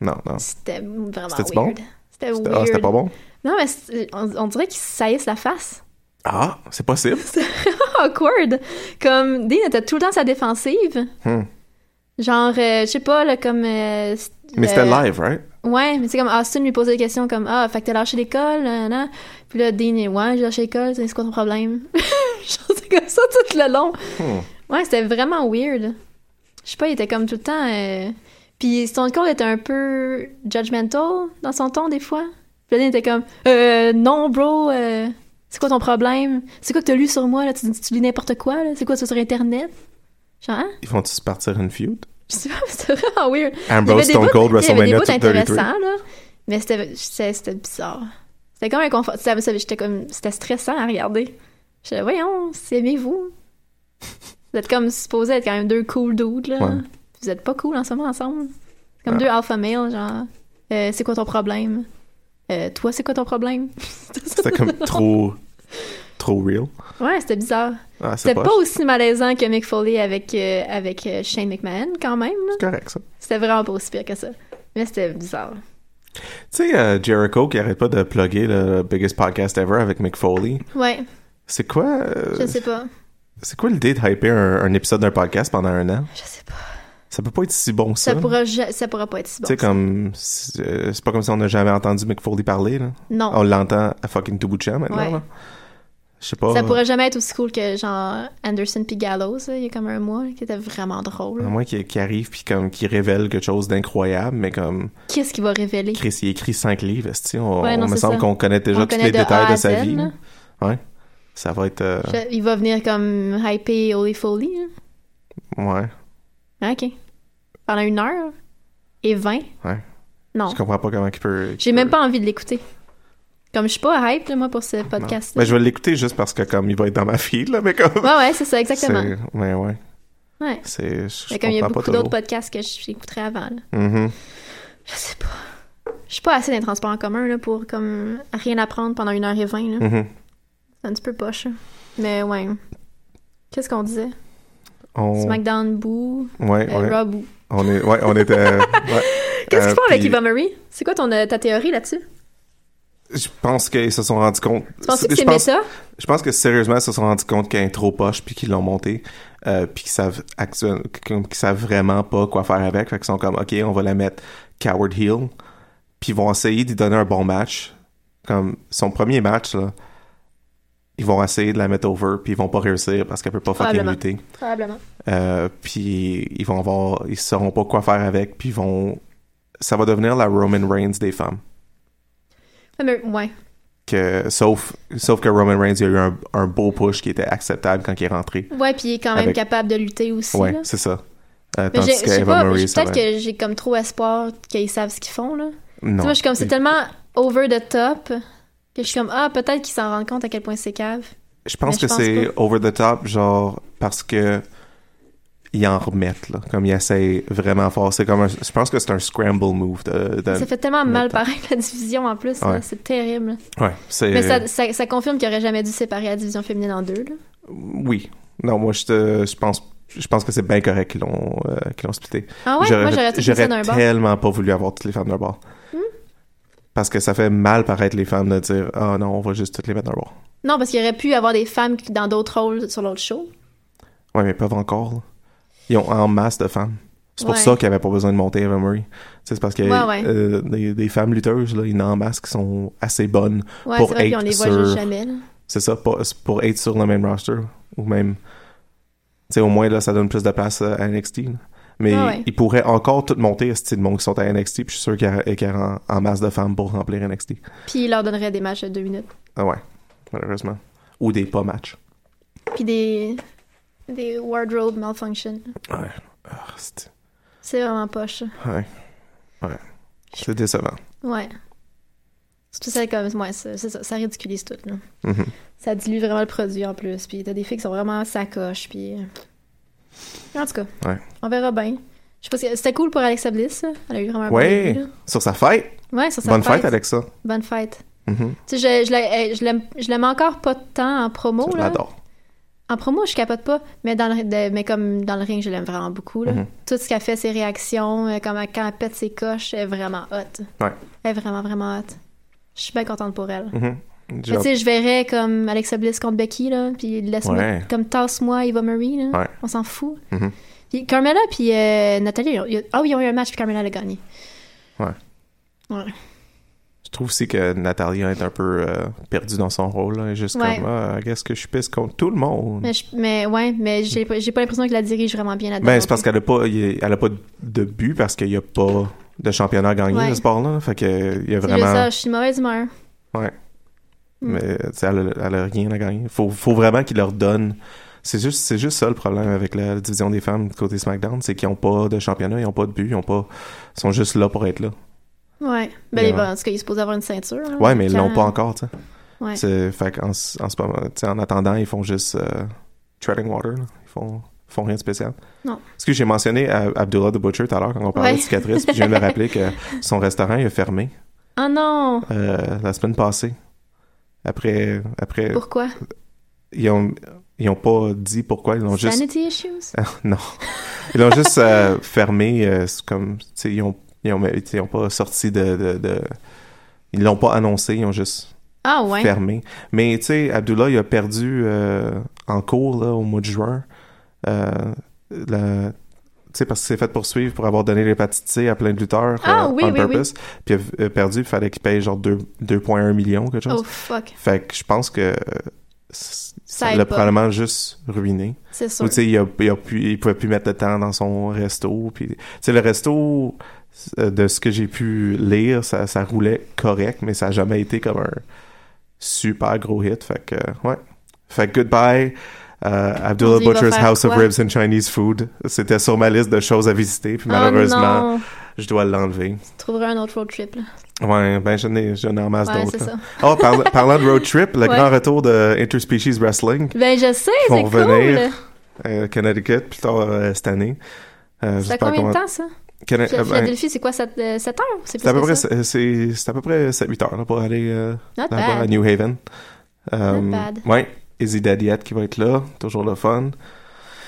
[SPEAKER 4] Non, non.
[SPEAKER 3] C'était vraiment weird.
[SPEAKER 4] C'était-tu bon?
[SPEAKER 3] C'était
[SPEAKER 4] C'était-
[SPEAKER 3] weird.
[SPEAKER 4] Ah, c'était pas bon?
[SPEAKER 3] Non, mais c'est- on, on dirait qu'il se saillisse la face.
[SPEAKER 4] Ah, c'est possible.
[SPEAKER 3] Awkward. Comme Dean était tout le temps sa défensive.
[SPEAKER 4] Hmm.
[SPEAKER 3] Genre, euh, je sais pas, là, comme. euh,
[SPEAKER 4] Mais c'était
[SPEAKER 3] le-
[SPEAKER 4] live, right?
[SPEAKER 3] Ouais, mais c'est comme Austin lui posait des questions comme Ah, fait que t'as lâché l'école, nan, nan. Puis là, Dean, il, ouais, j'ai lâché l'école, c'est c'est quoi ton problème? Genre, c'est comme ça tout le long.
[SPEAKER 4] Hmm.
[SPEAKER 3] Ouais, c'était vraiment weird. Je sais pas, il était comme tout le temps. euh, Puis Stone Cold était un peu judgmental dans son ton, des fois. Puis là, Dean était comme Euh, non, bro, euh, c'est quoi ton problème? C'est quoi que t'as lu sur moi, là? Tu, tu lis n'importe quoi, là? C'est quoi ça sur Internet? Genre, hein?
[SPEAKER 4] Ils vont-tu se partir une feud?
[SPEAKER 3] Je sais pas, mais c'était vraiment weird. Il y avait
[SPEAKER 4] Ambrose,
[SPEAKER 3] des
[SPEAKER 4] Stone
[SPEAKER 3] bouts-
[SPEAKER 4] Cold,
[SPEAKER 3] il y avait des
[SPEAKER 4] WrestleMania
[SPEAKER 3] bouts
[SPEAKER 4] 33.
[SPEAKER 3] intéressants, là, mais c'était- c'était c'était bizarre. C'était comme inconfortable. Ça- J'étais comme... C'était stressant à regarder. J'étais là, voyons, c'est aimez-vous. Vous êtes comme supposés être quand même deux cool dudes, là.
[SPEAKER 4] Ouais.
[SPEAKER 3] Vous êtes pas cool en ce moment ensemble. C'est comme
[SPEAKER 4] Ouais.
[SPEAKER 3] deux alpha males, genre... euh, c'est quoi ton problème? Euh, toi, c'est quoi ton problème?
[SPEAKER 4] C'était comme trop... Trop real.
[SPEAKER 3] Ouais, c'était bizarre.
[SPEAKER 4] Ah, c'est
[SPEAKER 3] C'était
[SPEAKER 4] pas...
[SPEAKER 3] pas aussi malaisant que Mick Foley avec, euh, avec euh, Shane McMahon, quand même. là.
[SPEAKER 4] C'est correct, ça.
[SPEAKER 3] C'était vraiment pas aussi pire que ça. Mais c'était bizarre.
[SPEAKER 4] Tu sais, euh, Jericho qui arrête pas de plugger le biggest podcast ever avec Mick Foley.
[SPEAKER 3] Ouais,
[SPEAKER 4] C'est quoi, euh,
[SPEAKER 3] je sais pas.
[SPEAKER 4] c'est quoi l'idée de hyper un, un épisode d'un podcast pendant un an?
[SPEAKER 3] Je sais pas.
[SPEAKER 4] Ça peut pas être si bon ça.
[SPEAKER 3] Ça, pourra, ja- ça pourra pas être si
[SPEAKER 4] Tu
[SPEAKER 3] bon.
[SPEAKER 4] sais, comme, c'est euh, c'est pas comme si on n'a jamais entendu Mick Foley parler, là.
[SPEAKER 3] Non,
[SPEAKER 4] On l'entend à fucking tout bout de champ, maintenant,
[SPEAKER 3] Ah. Ouais.
[SPEAKER 4] là. Je sais pas.
[SPEAKER 3] ça pourra jamais être aussi cool que genre Anderson puis Gallows, là, il y a comme un mois, là, qui était vraiment drôle.
[SPEAKER 4] À moins qu'il qu'il arrive puis comme qu'il révèle quelque chose d'incroyable, mais comme
[SPEAKER 3] Qu'est-ce qu'il va révéler?
[SPEAKER 4] Chris il écrit cinq livres, esti, on,
[SPEAKER 3] Ouais, non,
[SPEAKER 4] on me
[SPEAKER 3] c'est
[SPEAKER 4] semble
[SPEAKER 3] ça.
[SPEAKER 4] qu'on connaît déjà
[SPEAKER 3] On
[SPEAKER 4] tous
[SPEAKER 3] connaît
[SPEAKER 4] les
[SPEAKER 3] de
[SPEAKER 4] détails
[SPEAKER 3] A à
[SPEAKER 4] de sa
[SPEAKER 3] Z,
[SPEAKER 4] vie.
[SPEAKER 3] là.
[SPEAKER 4] là. Ouais, ça va être euh,
[SPEAKER 3] Je- Il va venir comme hyper Holy Foley.
[SPEAKER 4] ouais.
[SPEAKER 3] là. Ok. Pendant une heure et vingt.
[SPEAKER 4] Ouais.
[SPEAKER 3] Non,
[SPEAKER 4] Je comprends pas comment il peut.
[SPEAKER 3] j'ai
[SPEAKER 4] il
[SPEAKER 3] même
[SPEAKER 4] peut-
[SPEAKER 3] pas envie de l'écouter. Comme je suis pas hype, là, moi, pour ce podcast.
[SPEAKER 4] Ben, je vais l'écouter juste parce que comme il va être dans ma fille là, mais comme.
[SPEAKER 3] Ouais, ouais, c'est ça, exactement.
[SPEAKER 4] C'est- Mais ouais,
[SPEAKER 3] Ouais.
[SPEAKER 4] c'est. Je,
[SPEAKER 3] Mais
[SPEAKER 4] je
[SPEAKER 3] comme il y a
[SPEAKER 4] comprends pas
[SPEAKER 3] beaucoup
[SPEAKER 4] toujours.
[SPEAKER 3] d'autres podcasts que j'écouterais avant. là.
[SPEAKER 4] Mhm.
[SPEAKER 3] Je sais pas. Je suis pas assez dans les transports en commun là, pour comme
[SPEAKER 4] Hmm. mm-hmm.
[SPEAKER 3] rien apprendre pendant une heure et vingt. là.
[SPEAKER 4] Mhm.
[SPEAKER 3] C'est un petit peu poche. hein. Mais ouais. Qu'est-ce qu'on disait?
[SPEAKER 4] On...
[SPEAKER 3] SmackDown Boo,
[SPEAKER 4] Ouais,
[SPEAKER 3] euh,
[SPEAKER 4] on, est...
[SPEAKER 3] Raw Boo.
[SPEAKER 4] on est. Ouais, on était. euh, ouais.
[SPEAKER 3] Qu'est-ce
[SPEAKER 4] Euh,
[SPEAKER 3] qu'ils font avec
[SPEAKER 4] puis-
[SPEAKER 3] Eva Marie? C'est quoi ton, euh, ta théorie là-dessus?
[SPEAKER 4] Je pense qu'ils se sont rendus compte.
[SPEAKER 3] Tu penses que
[SPEAKER 4] je
[SPEAKER 3] c'est
[SPEAKER 4] pense-
[SPEAKER 3] méta?
[SPEAKER 4] Je pense que sérieusement, ils se sont rendus compte qu'elle est trop poche puis qu'ils l'ont monté, euh, puis qu'ils savent actuel- qu'ils savent vraiment pas quoi faire avec. Fait qu'ils sont comme, ok, on va la mettre coward heel, puis ils vont essayer d'y donner un bon match. Comme son premier match là, ils vont essayer de la mettre over puis ils vont pas réussir parce qu'elle peut pas fucking
[SPEAKER 3] Probablement.
[SPEAKER 4] lutter.
[SPEAKER 3] Probablement.
[SPEAKER 4] Euh, puis ils vont avoir, ils sauront pas quoi faire avec, puis ils vont, ça va devenir la Roman Reigns des femmes.
[SPEAKER 3] Ah, Mais, ouais.
[SPEAKER 4] Que, sauf, sauf que Roman Reigns, il y a eu un, un beau push qui était acceptable quand il est rentré.
[SPEAKER 3] Ouais, puis il est quand même
[SPEAKER 4] Avec-
[SPEAKER 3] capable de lutter aussi.
[SPEAKER 4] Ouais,
[SPEAKER 3] là.
[SPEAKER 4] c'est ça. Euh,
[SPEAKER 3] Mais
[SPEAKER 4] tandis
[SPEAKER 3] j'ai- je
[SPEAKER 4] que
[SPEAKER 3] sais
[SPEAKER 4] Eva
[SPEAKER 3] pas,
[SPEAKER 4] Marie, ça
[SPEAKER 3] peut-être
[SPEAKER 4] va-
[SPEAKER 3] que j'ai comme trop espoir qu'ils savent ce qu'ils font, là. Tu
[SPEAKER 4] Non.
[SPEAKER 3] sais, moi, je suis comme, c'est tellement over the top que je suis comme, ah, peut-être qu'ils s'en rendent compte à quel point c'est cave.
[SPEAKER 4] Je
[SPEAKER 3] mais
[SPEAKER 4] pense
[SPEAKER 3] je
[SPEAKER 4] que
[SPEAKER 3] pense
[SPEAKER 4] c'est over the top, genre, parce que ils en remettent, là. Comme ils essayent vraiment fort. C'est comme un- Je pense que c'est un scramble move. De, de-
[SPEAKER 3] Ça fait tellement mal
[SPEAKER 4] mettons.
[SPEAKER 3] pareil, la division en plus, là.
[SPEAKER 4] Ouais.
[SPEAKER 3] c'est terrible.
[SPEAKER 4] Ouais, c'est...
[SPEAKER 3] Mais ça, ça, ça confirme qu'il aurait jamais dû séparer la division féminine en deux, là.
[SPEAKER 4] Oui. Non, moi, je, te- je pense... Je pense que c'est bien correct qu'ils l'ont euh, qu'ils l'ont splitté.
[SPEAKER 3] Ah ouais? Moi, j'aurais tout mis ça d'un bord. Hmm?
[SPEAKER 4] tellement pas voulu avoir toutes les femmes d'un bord. Parce que ça fait mal paraître les femmes de dire « Ah non, on va juste toutes les mettre d'un bord.
[SPEAKER 3] Non, parce qu'il aurait pu avoir des femmes qui- dans d'autres rôles sur l'autre show. »
[SPEAKER 4] Ouais, mais ils peuvent encore. là. Ils ont en masse de femmes. C'est pour
[SPEAKER 3] Ouais.
[SPEAKER 4] ça qu'il n'y avait pas besoin de monter Eva Murray. Tu sais, C'est parce que
[SPEAKER 3] Ouais, ouais.
[SPEAKER 4] euh, des, des femmes lutteuses, là, il y en a en masse qui sont assez bonnes.
[SPEAKER 3] Ouais,
[SPEAKER 4] Pour
[SPEAKER 3] c'est vrai, puis on
[SPEAKER 4] être
[SPEAKER 3] les voit
[SPEAKER 4] sur-
[SPEAKER 3] juste jamais, là.
[SPEAKER 4] C'est ça, pas- c'est pour être sur le même roster. Ou même. Tu sais, au moins, là, ça donne plus de place euh, à NXT. là. Mais
[SPEAKER 3] Ah Ouais, ouais.
[SPEAKER 4] ils pourraient encore tout monter, ce type de monde qui sont à NXT. Puis je suis sûr qu'il y a, qu'il y a en, en masse de femmes pour remplir NXT.
[SPEAKER 3] Puis il leur donnerait des matchs de deux minutes.
[SPEAKER 4] Ah ouais, malheureusement. Ou des pas matchs.
[SPEAKER 3] Puis des, des wardrobe malfunction.
[SPEAKER 4] Ouais. Ah, c'est
[SPEAKER 3] C'est vraiment poche. ça.
[SPEAKER 4] ouais. Ouais. C'est décevant.
[SPEAKER 3] Ouais. Surtout ça, comme, ouais, c'est c'est ça, ça ridiculise tout. Là.
[SPEAKER 4] Mhm.
[SPEAKER 3] Ça dilue vraiment le produit en plus. Puis t'as des filles qui sont vraiment sacoches. Puis. euh. En tout cas,
[SPEAKER 4] Ouais.
[SPEAKER 3] on verra bien. Je pense que c'était cool pour Alexa Bliss. là. Elle a eu vraiment un
[SPEAKER 4] Ouais.
[SPEAKER 3] bon début,
[SPEAKER 4] Sur sa fête,
[SPEAKER 3] là. Ouais, sur sa
[SPEAKER 4] bonne
[SPEAKER 3] fête.
[SPEAKER 4] fête, Alexa.
[SPEAKER 3] Bonne fête.
[SPEAKER 4] Mhm.
[SPEAKER 3] Tu sais, je, je, la- eh, je l'aime- je l'aime encore pas tant en promo.
[SPEAKER 4] Je
[SPEAKER 3] Oh là.
[SPEAKER 4] l'adore.
[SPEAKER 3] En promo, je capote pas, mais dans le, de- mais comme dans le ring, je l'aime vraiment beaucoup. Là.
[SPEAKER 4] Mhm.
[SPEAKER 3] Tout ce qu'elle fait, ses réactions, euh, comme elle- quand elle pète ses coches, elle est vraiment hot.
[SPEAKER 4] Ouais.
[SPEAKER 3] Elle est vraiment, vraiment hot. Je suis bien contente pour elle.
[SPEAKER 4] Mhm.
[SPEAKER 3] Mais
[SPEAKER 4] Genre-
[SPEAKER 3] Tu sais, je verrais comme Alexa Bliss contre Becky, là, puis laisse-moi,
[SPEAKER 4] Ouais.
[SPEAKER 3] comme tasse-moi Eva Marie, là.
[SPEAKER 4] Ouais.
[SPEAKER 3] on s'en fout.
[SPEAKER 4] Mhm.
[SPEAKER 3] Puis Carmella puis euh, Nathalie, ils ont- ils ont- ah oui, ils ont eu un match, puis Carmella l'a gagné.
[SPEAKER 4] Ouais.
[SPEAKER 3] Ouais.
[SPEAKER 4] Je trouve aussi que Nathalie est un peu euh, perdue dans son rôle. là. Elle est juste
[SPEAKER 3] Ouais.
[SPEAKER 4] comme, ah, qu'est-ce que je pisse contre tout le monde?
[SPEAKER 3] Mais, je- mais ouais, mais j'ai pas j'ai pas l'impression qu'elle la dirige vraiment bien là-dedans.
[SPEAKER 4] Ben,
[SPEAKER 3] non
[SPEAKER 4] c'est parce
[SPEAKER 3] plus.
[SPEAKER 4] qu'elle a pas, il- elle a pas de but parce qu'il n'y a pas de championnat à gagner
[SPEAKER 3] Ouais.
[SPEAKER 4] le sport là. Fait que il y a
[SPEAKER 3] C'est juste ça,
[SPEAKER 4] vraiment,
[SPEAKER 3] je suis de mauvaise humeur.
[SPEAKER 4] mais tu sais, elle, a- elle a rien à gagner. Faut, faut vraiment qu'ils leur donnent. C'est juste, c'est juste ça le problème avec la division des femmes du côté SmackDown, c'est qu'ils n'ont pas de championnat, ils n'ont pas de but, ils ont pas, ils sont juste là pour être là.
[SPEAKER 3] Ouais. Ben,
[SPEAKER 4] Ouais.
[SPEAKER 3] il va- en tout cas, il est supposé avoir une ceinture. là,
[SPEAKER 4] Ouais, mais ils l'ont
[SPEAKER 3] quand-
[SPEAKER 4] pas encore, tu sais.
[SPEAKER 3] euh, Ouais.
[SPEAKER 4] C'est- Fait qu'en ce- en, ce moment- tu sais, en attendant, ils font juste euh, treading water. là. Ils font, ils font rien de spécial.
[SPEAKER 3] Non.
[SPEAKER 4] Parce que j'ai mentionné à Abdullah the Butcher tout à l'heure quand on parlait
[SPEAKER 3] Ouais.
[SPEAKER 4] de cicatrices, puis je viens de le rappeler que son restaurant il a fermé
[SPEAKER 3] Ah non!
[SPEAKER 4] euh, la semaine passée. Après, après
[SPEAKER 3] Pourquoi?
[SPEAKER 4] ils, ont, ils ont pas dit pourquoi, ils l'ont juste.
[SPEAKER 3] Sanity issues?
[SPEAKER 4] Ah, non. Ils l'ont juste euh, fermé. euh, c'est comme, tu sais, ils ont, ils, ont, tu sais, ils ont pas sorti de. de, de- ils l'ont pas annoncé, ils ont juste
[SPEAKER 3] Ah ouais.
[SPEAKER 4] fermé. Mais tu sais, Abdullah, il a perdu euh, en cours là, au mois de juin. Euh, la- Tu sais, parce qu'il s'est fait poursuivre pour avoir donné l'hépatite C à plein de lutteurs
[SPEAKER 3] Ah,
[SPEAKER 4] euh,
[SPEAKER 3] oui,
[SPEAKER 4] on
[SPEAKER 3] oui, oui.
[SPEAKER 4] purpose. Puis il a perdu, il fallait qu'il paye genre deux- 2,1 millions, quelque chose.
[SPEAKER 3] Oh fuck,
[SPEAKER 4] Fait que je pense que euh, c-
[SPEAKER 3] Ça
[SPEAKER 4] ça
[SPEAKER 3] aide
[SPEAKER 4] l'a
[SPEAKER 3] pas.
[SPEAKER 4] probablement juste ruiné.
[SPEAKER 3] c'est
[SPEAKER 4] Ou
[SPEAKER 3] sûr.
[SPEAKER 4] tu sais, il, a- il a pu- il pouvait plus mettre le temps dans son resto. Puis, tu sais, le resto, euh, de ce que j'ai pu lire, ça, ça roulait correct, mais ça n'a jamais été comme un super gros hit. Fait que, euh, ouais. Fait que goodbye. euh, Abdullah
[SPEAKER 3] On dit, il va
[SPEAKER 4] Butcher's
[SPEAKER 3] faire
[SPEAKER 4] House of
[SPEAKER 3] quoi?
[SPEAKER 4] Ribs and Chinese Food. C'était sur ma liste de choses à visiter, puis
[SPEAKER 3] Oh
[SPEAKER 4] malheureusement,
[SPEAKER 3] non.
[SPEAKER 4] je dois l'enlever.
[SPEAKER 3] Tu trouveras un autre road trip là.
[SPEAKER 4] Ouais, ben j'en ai, j'en ai en masse
[SPEAKER 3] Ouais,
[SPEAKER 4] d'autres.
[SPEAKER 3] c'est
[SPEAKER 4] là.
[SPEAKER 3] ça.
[SPEAKER 4] Oh, parla- parlant de road trip, le
[SPEAKER 3] Ouais.
[SPEAKER 4] grand retour de Interspecies Wrestling.
[SPEAKER 3] Ben je sais,
[SPEAKER 4] Ils
[SPEAKER 3] c'est
[SPEAKER 4] vont revenir.
[SPEAKER 3] cool.
[SPEAKER 4] euh, Connecticut plus tard euh, cette année. Euh,
[SPEAKER 3] Ça fait
[SPEAKER 4] j'espère
[SPEAKER 3] combien
[SPEAKER 4] qu'on-
[SPEAKER 3] de temps ça?
[SPEAKER 4] Conna-
[SPEAKER 3] Phil-
[SPEAKER 4] euh, ben,
[SPEAKER 3] Philadelphie, c'est quoi 7 heures? C'est
[SPEAKER 4] c'est
[SPEAKER 3] plus
[SPEAKER 4] à peu
[SPEAKER 3] que
[SPEAKER 4] près
[SPEAKER 3] ça.
[SPEAKER 4] c'est- c'est c'est à peu près 7 8 heures là, pour aller euh,
[SPEAKER 3] Not
[SPEAKER 4] là-bas à
[SPEAKER 3] bad.
[SPEAKER 4] New Haven. Euh,
[SPEAKER 3] Not bad.
[SPEAKER 4] ouais, Izzy Dadiette qui va être là, toujours le fun.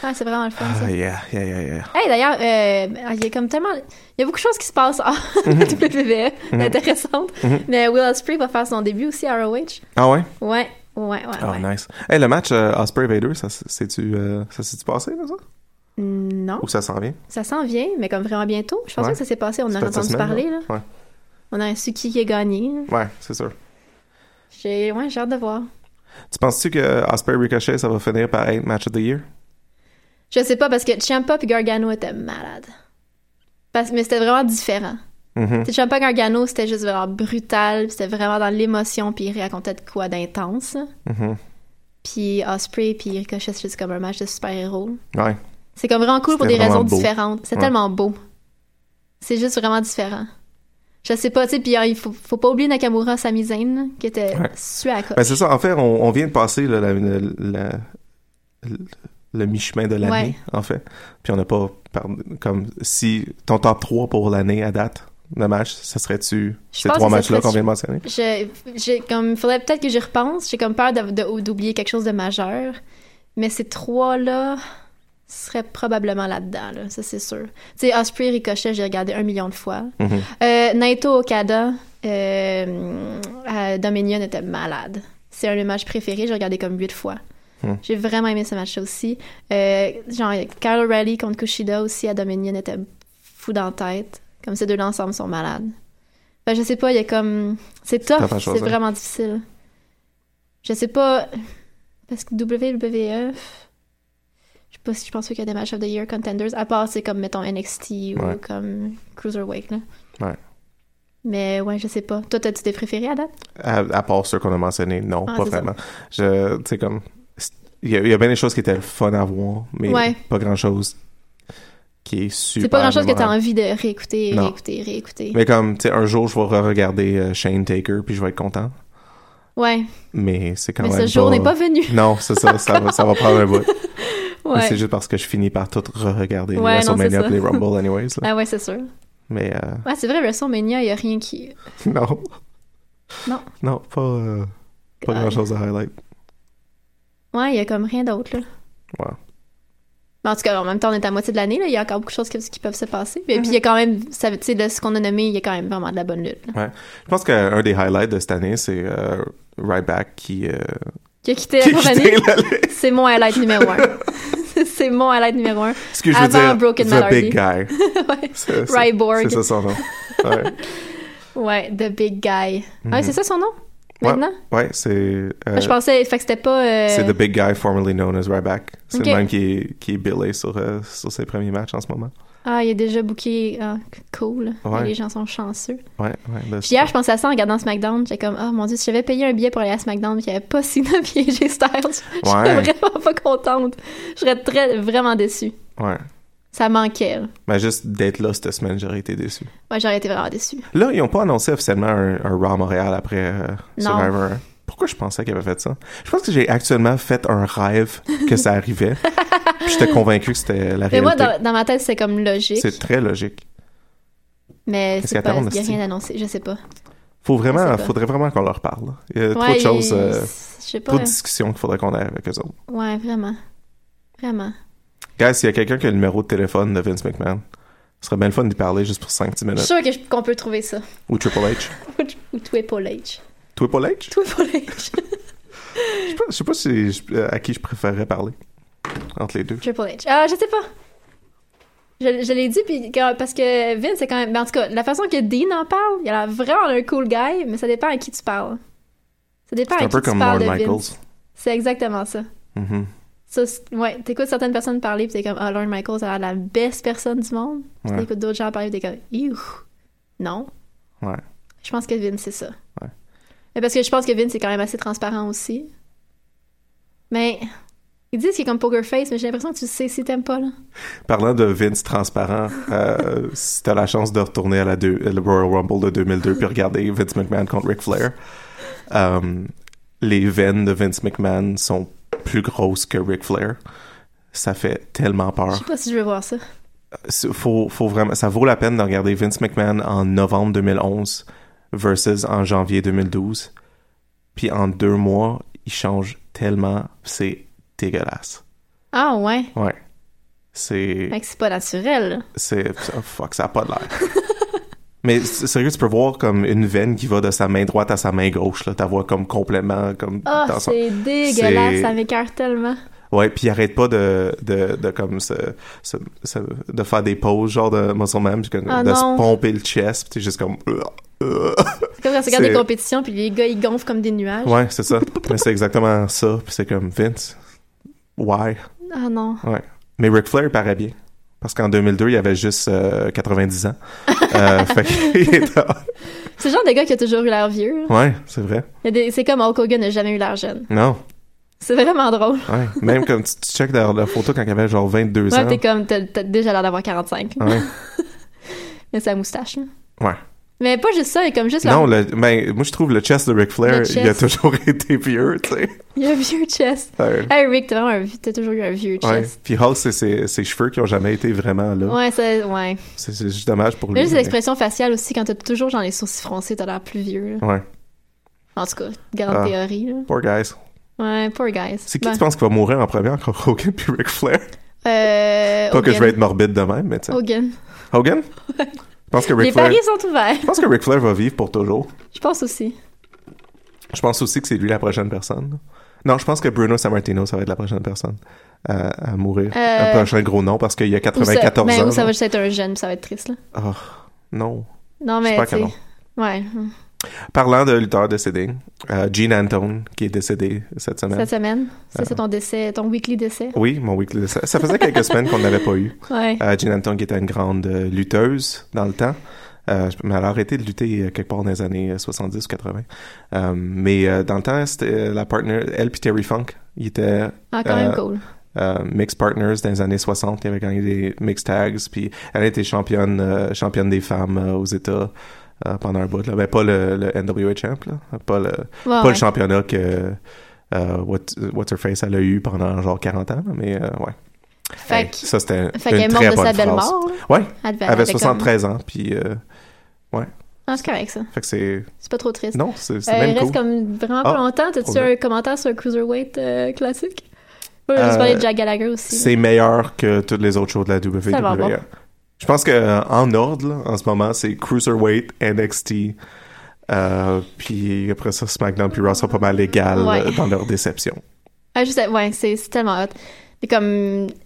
[SPEAKER 3] Ah, c'est vraiment le fun, ça.
[SPEAKER 4] Ah, yeah, yeah, yeah, yeah.
[SPEAKER 3] Hey, d'ailleurs, euh, il y a comme tellement. Il y a beaucoup de choses qui se passent à
[SPEAKER 4] Mhm.
[SPEAKER 3] la WWE intéressantes. Mais Will Ospreay va faire son début aussi à ROH.
[SPEAKER 4] Ah ouais?
[SPEAKER 3] Ouais, ouais, ouais.
[SPEAKER 4] Ah,
[SPEAKER 3] ouais.
[SPEAKER 4] nice. Hey, le match euh, Osprey-Vader, ça s- c'est-tu euh, ça s'est-tu passé, là, ça?
[SPEAKER 3] Non,
[SPEAKER 4] Ou ça s'en vient?
[SPEAKER 3] ça s'en vient, mais comme vraiment bientôt. Je pense
[SPEAKER 4] Ouais.
[SPEAKER 3] que ça s'est passé, on en
[SPEAKER 4] C'est
[SPEAKER 3] a
[SPEAKER 4] pas de
[SPEAKER 3] entendu
[SPEAKER 4] cette semaine,
[SPEAKER 3] parler. Là.
[SPEAKER 4] là?
[SPEAKER 3] On a su qui a gagné. là.
[SPEAKER 4] Ouais, ouais c'est sûr.
[SPEAKER 3] J'ai ouais, j'ai hâte de voir.
[SPEAKER 4] Tu penses-tu que Osprey-Ricochet, ça va finir par être match of the year?
[SPEAKER 3] Je sais pas, parce que Ciampa et Gargano étaient malades. Parce... Mais c'était vraiment différent.
[SPEAKER 4] Mhm.
[SPEAKER 3] Tu sais, Ciampa Gargano, c'était juste vraiment brutal, puis c'était vraiment dans l'émotion, puis il racontait de quoi d'intense.
[SPEAKER 4] Mhm.
[SPEAKER 3] Puis Osprey, puis Ricochet, c'est juste comme un match de super-héros.
[SPEAKER 4] Ouais.
[SPEAKER 3] C'est comme vraiment cool pour des
[SPEAKER 4] C'était
[SPEAKER 3] raisons
[SPEAKER 4] vraiment beau.
[SPEAKER 3] différentes. C'est
[SPEAKER 4] Ouais.
[SPEAKER 3] tellement beau. C'est juste vraiment différent. Je sais pas, tu sais, puis hein, il faut, faut pas oublier Nakamura Sami Zayn, là, qui était
[SPEAKER 4] Ouais.
[SPEAKER 3] sué à la coche.
[SPEAKER 4] Ben, c'est ça. En fait, on, on vient de passer là, la- la- la- le- le mi-chemin de l'année,
[SPEAKER 3] Ouais.
[SPEAKER 4] en fait. Puis on n'a pas... par- Comme si ton top 3 pour l'année à date de match, ça serait-tu
[SPEAKER 3] Je
[SPEAKER 4] ces
[SPEAKER 3] pense
[SPEAKER 4] trois
[SPEAKER 3] que ça
[SPEAKER 4] matchs-là
[SPEAKER 3] serait-
[SPEAKER 4] qu'on vient de mentionner?
[SPEAKER 3] Je, j'ai comme, faudrait peut-être que j'y repense. J'ai comme peur de- de- d'oublier quelque chose de majeur. Mais ces trois-là seraient probablement là-dedans, là, ça c'est sûr. Tu sais, Osprey, Ricochet, j'ai regardé un million de fois.
[SPEAKER 4] Mhm.
[SPEAKER 3] Euh, Naito Okada, euh, à Dominion était malade. C'est un de mes matchs préférés, j'ai regardé comme huit fois.
[SPEAKER 4] Hmm.
[SPEAKER 3] J'ai vraiment aimé ce match-là aussi. Euh, genre, Kyle O'Reilly contre Kushida aussi à Dominion était fou dans la tête. Comme ces deux-là ensemble sont malades. Fait que je sais pas, il y a comme. C'est tough,
[SPEAKER 4] tough à
[SPEAKER 3] c'est
[SPEAKER 4] choisir.
[SPEAKER 3] vraiment difficile. Je sais pas. Parce que WWF. Je sais pas si je pense pas qu'il y a des match of the year contenders, à part c'est comme, mettons, NXT ou
[SPEAKER 4] Ouais.
[SPEAKER 3] comme Cruiserweight, là.
[SPEAKER 4] Ouais.
[SPEAKER 3] Mais ouais, je sais pas. Toi, t'as-tu des préférés à date?
[SPEAKER 4] À, à part ceux qu'on a mentionnés, non,
[SPEAKER 3] Ah,
[SPEAKER 4] pas
[SPEAKER 3] c'est ça.
[SPEAKER 4] vraiment. Je, tu sais, comme. c'est- Il y, a- il y a bien des choses qui étaient le fun à voir, mais
[SPEAKER 3] Ouais.
[SPEAKER 4] pas grand-chose qui est super.
[SPEAKER 3] C'est pas grand-chose que t'as
[SPEAKER 4] mémorable.
[SPEAKER 3] envie de réécouter,
[SPEAKER 4] Non.
[SPEAKER 3] réécouter, réécouter.
[SPEAKER 4] Mais comme, tu sais, un jour, je vais regarder Shane Taker, puis je vais être content.
[SPEAKER 3] Ouais,
[SPEAKER 4] Mais c'est quand
[SPEAKER 3] mais ce
[SPEAKER 4] même.
[SPEAKER 3] jour n'est pas venu.
[SPEAKER 4] Non, c'est ça, ça, va, ça va prendre un bout. Mais
[SPEAKER 3] Ouais.
[SPEAKER 4] C'est juste parce que je finis par tout re-regarder
[SPEAKER 3] Ouais, non,
[SPEAKER 4] les WrestleMania
[SPEAKER 3] c'est ça.
[SPEAKER 4] puis les Rumble, anyways. là.
[SPEAKER 3] Ah ouais, c'est sûr.
[SPEAKER 4] Mais euh,
[SPEAKER 3] Ouais, c'est vrai, WrestleMania, il y a rien qui...
[SPEAKER 4] non.
[SPEAKER 3] Non. Ah.
[SPEAKER 4] Non, pas, euh, pas
[SPEAKER 3] God.
[SPEAKER 4] grand-chose à highlight.
[SPEAKER 3] Ouais, il y a comme rien d'autre, là.
[SPEAKER 4] Ouais.
[SPEAKER 3] Mais en tout cas, en même temps, on est à moitié de l'année, là. Il y a encore beaucoup de choses qui, qui peuvent se passer. Et puis, il y a quand même... ça- Tu sais, de ce qu'on a nommé, il y a quand même vraiment de la bonne lutte, là.
[SPEAKER 4] Je pense qu'un des highlights de cette année, c'est euh, Ryback qui. euh,
[SPEAKER 3] Qui a quitté la
[SPEAKER 4] qui a quitté
[SPEAKER 3] compagnie.
[SPEAKER 4] la liste.
[SPEAKER 3] C'est mon highlight numéro un. c'est mon highlight numéro un.
[SPEAKER 4] Ce que je veux
[SPEAKER 3] Avant
[SPEAKER 4] dire,
[SPEAKER 3] Broken
[SPEAKER 4] The
[SPEAKER 3] Malady.
[SPEAKER 4] Big Guy.
[SPEAKER 3] ouais.
[SPEAKER 4] C'est- c'est-
[SPEAKER 3] Ryborg.
[SPEAKER 4] C'est ça son nom. Ouais,
[SPEAKER 3] Ouais, The Big Guy. Ah ouais,
[SPEAKER 4] Mhm.
[SPEAKER 3] c'est ça son nom? Maintenant?
[SPEAKER 4] ouais c'est. euh,
[SPEAKER 3] Moi, je pensais, fait que c'était pas. euh,
[SPEAKER 4] c'est The Big Guy, formerly known as Ryback. C'est
[SPEAKER 3] Ok.
[SPEAKER 4] le même qui est, qui est billé sur, euh, sur ses premiers matchs en ce moment.
[SPEAKER 3] Ah, il est déjà booké. Ah, cool.
[SPEAKER 4] Ouais.
[SPEAKER 3] Les gens sont chanceux.
[SPEAKER 4] Ouais, ouais. là,
[SPEAKER 3] Puis hier, je pensais à ça en regardant SmackDown. J'étais comme, oh mon dieu, si j'avais payé un billet pour aller à SmackDown, puis il n'y avait pas signé J Styles, j'étais
[SPEAKER 4] Ouais.
[SPEAKER 3] vraiment pas contente. Je serais très, vraiment déçue.
[SPEAKER 4] Ouais.
[SPEAKER 3] Ça manquait. là.
[SPEAKER 4] Mais juste d'être là cette semaine, j'aurais été déçu.
[SPEAKER 3] Ouais, j'aurais été vraiment déçue.
[SPEAKER 4] Là, ils n'ont pas annoncé officiellement un, un Raw Montréal après euh,
[SPEAKER 3] Non.
[SPEAKER 4] Survivor. hein. Pourquoi je pensais qu'ils avaient fait ça? Je pense que j'ai actuellement fait un rêve que ça arrivait. Puis j'étais convaincu que c'était la
[SPEAKER 3] Mais moi,
[SPEAKER 4] réalité.
[SPEAKER 3] dans, dans ma tête, c'est comme logique.
[SPEAKER 4] C'est très logique.
[SPEAKER 3] Mais
[SPEAKER 4] Qu'est-ce
[SPEAKER 3] c'est
[SPEAKER 4] qu'il
[SPEAKER 3] pas,
[SPEAKER 4] attend,
[SPEAKER 3] il n'y a
[SPEAKER 4] hostie?
[SPEAKER 3] rien annoncé. Je sais pas.
[SPEAKER 4] Faut
[SPEAKER 3] Je
[SPEAKER 4] vraiment,
[SPEAKER 3] sais pas.
[SPEAKER 4] faudrait vraiment qu'on leur parle. Il y a trop
[SPEAKER 3] Ouais,
[SPEAKER 4] de choses,
[SPEAKER 3] il-
[SPEAKER 4] euh,
[SPEAKER 3] Je sais pas.
[SPEAKER 4] trop de discussions qu'il faudrait qu'on ait avec eux autres.
[SPEAKER 3] Ouais, vraiment. Vraiment.
[SPEAKER 4] Guys, s'il y a quelqu'un qui a le numéro de téléphone de Vince McMahon, ce serait bien le fun d'y parler juste pour 5-10
[SPEAKER 3] Je suis
[SPEAKER 4] minutes.
[SPEAKER 3] sûre que je- qu'on peut trouver ça.
[SPEAKER 4] Ou Triple H.
[SPEAKER 3] Ou Triple H.
[SPEAKER 4] Triple H?
[SPEAKER 3] Triple H.
[SPEAKER 4] Je sais pas- je sais pas si je- euh, à qui je préférerais parler. Entre les deux.
[SPEAKER 3] Triple H. Ah, je sais pas. Je, je l'ai dit puis quand- parce que Vince c'est quand même ben, en tout cas la façon que Dean en parle, il a l'air vraiment d'un cool guy, mais ça dépend à qui tu parles. Ça dépend
[SPEAKER 4] C'est
[SPEAKER 3] à
[SPEAKER 4] un
[SPEAKER 3] qui
[SPEAKER 4] peu
[SPEAKER 3] tu
[SPEAKER 4] comme
[SPEAKER 3] parles
[SPEAKER 4] Lord
[SPEAKER 3] de
[SPEAKER 4] Michaels.
[SPEAKER 3] Vince. C'est exactement ça.
[SPEAKER 4] Mhm.
[SPEAKER 3] Ça, c'est- ouais, t'écoutes certaines personnes parler puis t'es comme ah Lorne Michaels a l'air la best personne du monde. Puis
[SPEAKER 4] Ouais.
[SPEAKER 3] T'écoutes d'autres gens parler puis t'es comme Iouh. non.
[SPEAKER 4] Ouais.
[SPEAKER 3] Je pense que Vince c'est ça.
[SPEAKER 4] Ouais.
[SPEAKER 3] Mais parce que je pense que Vince c'est quand même assez transparent aussi. Mais ils disent qu'il est comme poker face, mais j'ai l'impression que tu sais si t'aimes pas là.
[SPEAKER 4] Parlant de Vince transparent, euh, si t'as la chance de retourner à la deux- le Royal Rumble de 2002 puis regarder Vince McMahon contre Ric Flair, euh, les veines de Vince McMahon sont plus grosses que Ric Flair. Ça fait tellement
[SPEAKER 3] Je
[SPEAKER 4] peur.
[SPEAKER 3] sais pas si je veux voir ça.
[SPEAKER 4] C'est- Faut, faut vraiment, ça vaut la peine de regarder Vince McMahon en novembre 2011 versus en janvier 2012. Puis en deux mois, il change tellement. C'est dégueulasse.
[SPEAKER 3] Ah ouais.
[SPEAKER 4] Ouais. C'est.
[SPEAKER 3] Fait que c'est pas naturel. là.
[SPEAKER 4] C'est. oh, fuck, ça a pas de l'air. Mais s- sérieux, tu peux voir comme une veine qui va de sa main droite à sa main gauche. Là. T'as vois comme complètement. Comme
[SPEAKER 3] Ah,
[SPEAKER 4] dans son-
[SPEAKER 3] c'est dégueulasse,
[SPEAKER 4] c'est-
[SPEAKER 3] ça m'écœure tellement.
[SPEAKER 4] Ouais, puis il arrête pas de, de, de comme se, se- se- de faire des pauses, genre de muscle man, puis comme-
[SPEAKER 3] Ah
[SPEAKER 4] de
[SPEAKER 3] non.
[SPEAKER 4] se pomper le chest, puis t'es juste comme... euh,
[SPEAKER 3] C'est comme quand tu regardes
[SPEAKER 4] C'est-
[SPEAKER 3] des compétitions, puis les gars, ils gonflent comme des nuages.
[SPEAKER 4] Ouais, c'est ça. Mais c'est exactement ça, puis c'est comme, Vince, why?
[SPEAKER 3] Ah non.
[SPEAKER 4] Mais Ric Flair, il paraît bien. Parce qu'en 2002, il avait juste euh, 90 ans. Euh, fait qu'il est dans-
[SPEAKER 3] C'est le genre de gars qui a toujours eu l'air vieux. là.
[SPEAKER 4] Ouais, c'est vrai.
[SPEAKER 3] Il y a des- C'est comme Hulk Hogan n'a jamais eu l'air jeune.
[SPEAKER 4] Non,
[SPEAKER 3] C'est vraiment drôle.
[SPEAKER 4] ouais. Même comme tu, tu checkes dans la photo quand il avait genre 22
[SPEAKER 3] Ouais,
[SPEAKER 4] ans.
[SPEAKER 3] t'es comme, t'as t'as déjà l'air d'avoir 45.
[SPEAKER 4] Ah Ouais.
[SPEAKER 3] Mais sa moustache, là.
[SPEAKER 4] Ouais.
[SPEAKER 3] Mais pas juste ça, et comme juste
[SPEAKER 4] Non,
[SPEAKER 3] leur-
[SPEAKER 4] le, mais moi, je trouve le chest de Ric Flair,
[SPEAKER 3] Le
[SPEAKER 4] il a
[SPEAKER 3] chest.
[SPEAKER 4] toujours été vieux, tu sais.
[SPEAKER 3] Il a un vieux chest.
[SPEAKER 4] Ouais.
[SPEAKER 3] Hey Rick, t'as vraiment un vieux- t'as toujours eu un vieux
[SPEAKER 4] Ouais.
[SPEAKER 3] chest.
[SPEAKER 4] Puis Hulk, c'est ses, ses cheveux qui ont jamais été vraiment là.
[SPEAKER 3] Ouais, c'est... ouais.
[SPEAKER 4] C'est c'est juste dommage pour
[SPEAKER 3] Mais
[SPEAKER 4] lui.
[SPEAKER 3] juste
[SPEAKER 4] mais-
[SPEAKER 3] l'expression faciale aussi, quand t'as toujours genre les sourcils froncés, t'as l'air plus vieux. là.
[SPEAKER 4] Ouais.
[SPEAKER 3] En tout cas, grande
[SPEAKER 4] Ah.
[SPEAKER 3] théorie. Là.
[SPEAKER 4] Poor guys.
[SPEAKER 3] Ouais, poor guys.
[SPEAKER 4] C'est qui
[SPEAKER 3] Bon.
[SPEAKER 4] tu penses qui va mourir en premier encore Hogan puis Ric Flair?
[SPEAKER 3] Euh,
[SPEAKER 4] Pas que je
[SPEAKER 3] Hogan.
[SPEAKER 4] vais être morbide de même, mais tu sais.
[SPEAKER 3] Hogan.
[SPEAKER 4] Hogan? Je pense que
[SPEAKER 3] Les
[SPEAKER 4] Ric Flair.
[SPEAKER 3] paris sont ouverts.
[SPEAKER 4] Je pense que Ric Flair va vivre pour toujours.
[SPEAKER 3] Je pense aussi.
[SPEAKER 4] Je pense aussi que c'est lui la prochaine personne. Non, je pense que Bruno Sammartino, ça va être la prochaine personne à, à mourir.
[SPEAKER 3] Euh,
[SPEAKER 4] Un prochain gros nom parce qu'il y a
[SPEAKER 3] Ou ça-
[SPEAKER 4] 94
[SPEAKER 3] ben,
[SPEAKER 4] ans.
[SPEAKER 3] ou ça
[SPEAKER 4] là.
[SPEAKER 3] va juste être un jeune, puis ça va être triste, là.
[SPEAKER 4] Ah, non.
[SPEAKER 3] Non, mais.
[SPEAKER 4] J'espère que
[SPEAKER 3] tu sais, Ouais. hum.
[SPEAKER 4] Parlant de lutteurs décédés, euh, Gene Antone, qui est décédé cette semaine.
[SPEAKER 3] Cette semaine, c'est
[SPEAKER 4] Ah.
[SPEAKER 3] ça ton décès, ton weekly décès.
[SPEAKER 4] Oui, mon weekly décès. Ça faisait quelques semaines qu'on n'avait pas eu.
[SPEAKER 3] Ouais.
[SPEAKER 4] Euh, Jean Anton, qui était une grande euh, lutteuse dans le temps. Euh, je- mais elle a arrêté de lutter euh, quelque part dans les années euh, 70 ou 80. Euh, mais euh, dans le temps, c'était euh, la partner, elle puis Terry Funk. Ils étaient
[SPEAKER 3] Ah, quand
[SPEAKER 4] euh,
[SPEAKER 3] même cool.
[SPEAKER 4] euh, mixed partners dans les années 60. Ils avaient gagné des mixed tags. Puis elle était championne, euh, championne des femmes euh, aux États euh, pendant un bout. Là. Ben, pas le, le NWA champ, là. Pas, le,
[SPEAKER 3] Ouais,
[SPEAKER 4] pas
[SPEAKER 3] Ah ouais.
[SPEAKER 4] le championnat que euh, What- What's Her Face elle a eu pendant genre 40 ans. là. Mais euh, ouais.
[SPEAKER 3] Fait
[SPEAKER 4] Hey,
[SPEAKER 3] que-
[SPEAKER 4] ça, c'était
[SPEAKER 3] Fait
[SPEAKER 4] une
[SPEAKER 3] qu'elle est
[SPEAKER 4] très
[SPEAKER 3] morte de
[SPEAKER 4] bonne
[SPEAKER 3] sa belle
[SPEAKER 4] phrase.
[SPEAKER 3] mort. là.
[SPEAKER 4] Ouais,
[SPEAKER 3] Elle devait-
[SPEAKER 4] elle avait
[SPEAKER 3] elle comme-
[SPEAKER 4] 73 ans, puis euh,
[SPEAKER 3] Ah, c'est correct, ça.
[SPEAKER 4] fait que c'est
[SPEAKER 3] C'est pas trop triste.
[SPEAKER 4] non, c'est c'est
[SPEAKER 3] Euh,
[SPEAKER 4] même
[SPEAKER 3] il
[SPEAKER 4] cool.
[SPEAKER 3] reste comme vraiment pas
[SPEAKER 4] Ah,
[SPEAKER 3] longtemps.
[SPEAKER 4] trop
[SPEAKER 3] T'as-tu
[SPEAKER 4] bien.
[SPEAKER 3] un commentaire sur le Cruiserweight euh, classique? Ouais, je
[SPEAKER 4] Euh,
[SPEAKER 3] parlais de Jack Gallagher aussi.
[SPEAKER 4] C'est meilleur que toutes les autres shows de la
[SPEAKER 3] Ça va
[SPEAKER 4] WWE.
[SPEAKER 3] avoir.
[SPEAKER 4] Je pense que euh, en ordre là, en ce moment, c'est Cruiserweight, NXT, euh, puis après ça SmackDown puis Raw sont pas mal égales
[SPEAKER 3] Ouais.
[SPEAKER 4] euh, dans leur déception.
[SPEAKER 3] Ah, juste, ouais, c'est c'est tellement hot. C'est comme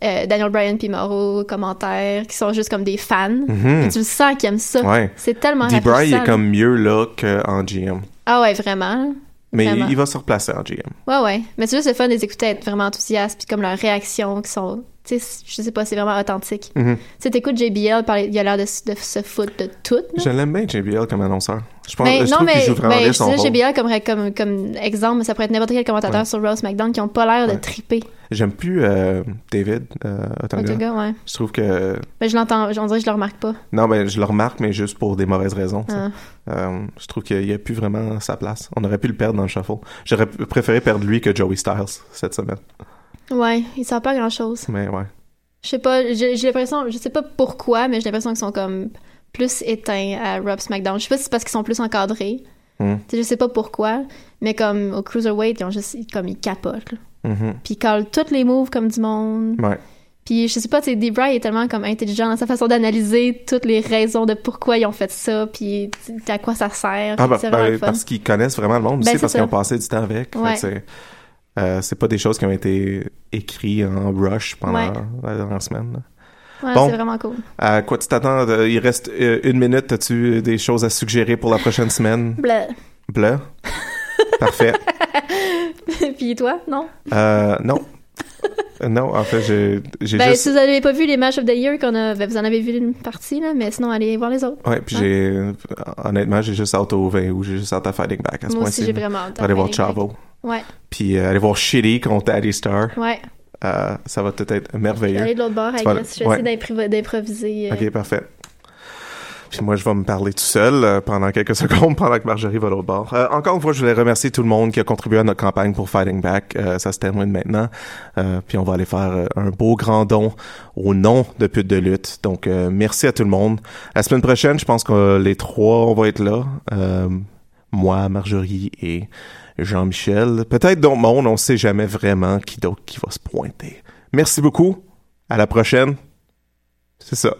[SPEAKER 3] euh, Daniel Bryan puis Mauro, commentaires, qui sont juste comme des fans.
[SPEAKER 4] Mhm.
[SPEAKER 3] Puis tu le sens qu'ils aiment ça.
[SPEAKER 4] Ouais.
[SPEAKER 3] C'est tellement
[SPEAKER 4] D-Bry
[SPEAKER 3] rafraîchissant.
[SPEAKER 4] est comme mieux là qu'en GM,
[SPEAKER 3] Ah ouais, vraiment.
[SPEAKER 4] mais il,
[SPEAKER 3] Vraiment.
[SPEAKER 4] il va se replacer en GM.
[SPEAKER 3] Ouais, ouais. Mais c'est juste le fun de les écouter être vraiment enthousiastes, puis comme leurs réactions qui sont... Tu sais, je sais pas, c'est vraiment authentique.
[SPEAKER 4] Mhm.
[SPEAKER 3] Tu sais, t'écoutes JBL parler, il a l'air de, s- de se foutre de tout. là.
[SPEAKER 4] Je l'aime bien JBL comme annonceur. Je pense,
[SPEAKER 3] Mais
[SPEAKER 4] je
[SPEAKER 3] non,
[SPEAKER 4] trouve qu'il
[SPEAKER 3] mais,
[SPEAKER 4] joue vraiment
[SPEAKER 3] mais
[SPEAKER 4] bien
[SPEAKER 3] je
[SPEAKER 4] son
[SPEAKER 3] disais
[SPEAKER 4] rôle.
[SPEAKER 3] JBL comme, comme, comme exemple, mais ça pourrait être n'importe quel commentateur
[SPEAKER 4] Ouais.
[SPEAKER 3] sur Rose McDonald qui ont pas l'air de
[SPEAKER 4] Ouais.
[SPEAKER 3] triper.
[SPEAKER 4] J'aime plus euh, David euh, Otunga.
[SPEAKER 3] Otunga, ouais.
[SPEAKER 4] Je trouve que
[SPEAKER 3] Mais je l'entends, on dirait que je le remarque pas.
[SPEAKER 4] Non, ben, je le remarque, mais juste pour des mauvaises raisons. tu sais.
[SPEAKER 3] Hein.
[SPEAKER 4] Euh, je trouve qu'il n'y a plus vraiment sa place. On aurait pu le perdre dans le shuffle. J'aurais p- préféré perdre lui que Joey Styles cette semaine.
[SPEAKER 3] Ouais, il sent pas grand chose.
[SPEAKER 4] Mais ouais.
[SPEAKER 3] Je sais pas, j'ai j'ai l'impression, je sais pas pourquoi, mais j'ai l'impression qu'ils sont comme plus éteints à Rob SmackDown. Je sais pas si c'est parce qu'ils sont plus encadrés.
[SPEAKER 4] Mm.
[SPEAKER 3] Tu sais, Je sais pas pourquoi, mais comme au Cruiserweight, ils ont juste, ils- comme ils capotent. là.
[SPEAKER 4] Mhm.
[SPEAKER 3] Puis ils collent tous les moves comme du monde.
[SPEAKER 4] Ouais.
[SPEAKER 3] Puis je sais pas, tu sais, Dee Bry est tellement comme intelligent dans sa façon d'analyser toutes les raisons de pourquoi ils ont fait ça, puis tu sais, à quoi ça sert.
[SPEAKER 4] Ah, bah,
[SPEAKER 3] c'est vraiment
[SPEAKER 4] bah,
[SPEAKER 3] le fun.
[SPEAKER 4] parce qu'ils connaissent vraiment le monde
[SPEAKER 3] Ben,
[SPEAKER 4] aussi,
[SPEAKER 3] c'est
[SPEAKER 4] parce
[SPEAKER 3] ça.
[SPEAKER 4] qu'ils ont passé du temps avec. Fait que
[SPEAKER 3] Ouais.
[SPEAKER 4] C'est euh, c'est pas des choses qui ont été écrites en rush pendant
[SPEAKER 3] Ouais.
[SPEAKER 4] la dernière semaine. là.
[SPEAKER 3] Ouais,
[SPEAKER 4] bon.
[SPEAKER 3] c'est vraiment cool.
[SPEAKER 4] À quoi tu t'attends? de- Il reste euh, une minute. As-tu des choses à suggérer pour la prochaine semaine?
[SPEAKER 3] Bleu.
[SPEAKER 4] Bleu? Parfait.
[SPEAKER 3] puis toi, non?
[SPEAKER 4] Euh, non. Euh, non, en fait, j'ai j'ai
[SPEAKER 3] Ben,
[SPEAKER 4] juste...
[SPEAKER 3] si vous avez pas vu les matchs of the year qu'on a, ben, vous en avez vu une partie, là, mais sinon, allez voir les autres.
[SPEAKER 4] Ouais, puis
[SPEAKER 3] Ouais.
[SPEAKER 4] j'ai... Honnêtement, j'ai juste hâte au 20 ou j'ai juste hâte à Fighting Back à ce
[SPEAKER 3] Moi aussi, j'ai
[SPEAKER 4] point-ci.
[SPEAKER 3] vraiment hâte.
[SPEAKER 4] Allez voir
[SPEAKER 3] d'entrer.
[SPEAKER 4] Chavo.
[SPEAKER 3] Ouais,
[SPEAKER 4] Puis euh, allez voir Shitty contre Addy Star.
[SPEAKER 3] ouais.
[SPEAKER 4] Euh, ça va peut-être être merveilleux.
[SPEAKER 3] Allez de l'autre bord, I
[SPEAKER 4] vas-
[SPEAKER 3] guess. Je vais
[SPEAKER 4] ouais.
[SPEAKER 3] essayer d'imprivo- d'improviser. euh.
[SPEAKER 4] OK, parfait. Puis moi, je vais me parler tout seul euh, pendant quelques secondes, pendant que Marjorie va de l'autre bord. Euh, encore une fois, je voulais remercier tout le monde qui a contribué à notre campagne pour Fighting Back. Euh, ça se termine maintenant. Euh, puis on va aller faire euh, un beau grand don au nom de Pute de Lutte. Donc, euh, merci à tout le monde. La semaine prochaine, je pense que euh, les trois, on va être là. Euh, moi, Marjorie et Jean-Michel, peut-être d'autres mondes, on sait jamais vraiment qui d'autre qui va se pointer. Merci beaucoup. À la prochaine. C'est ça.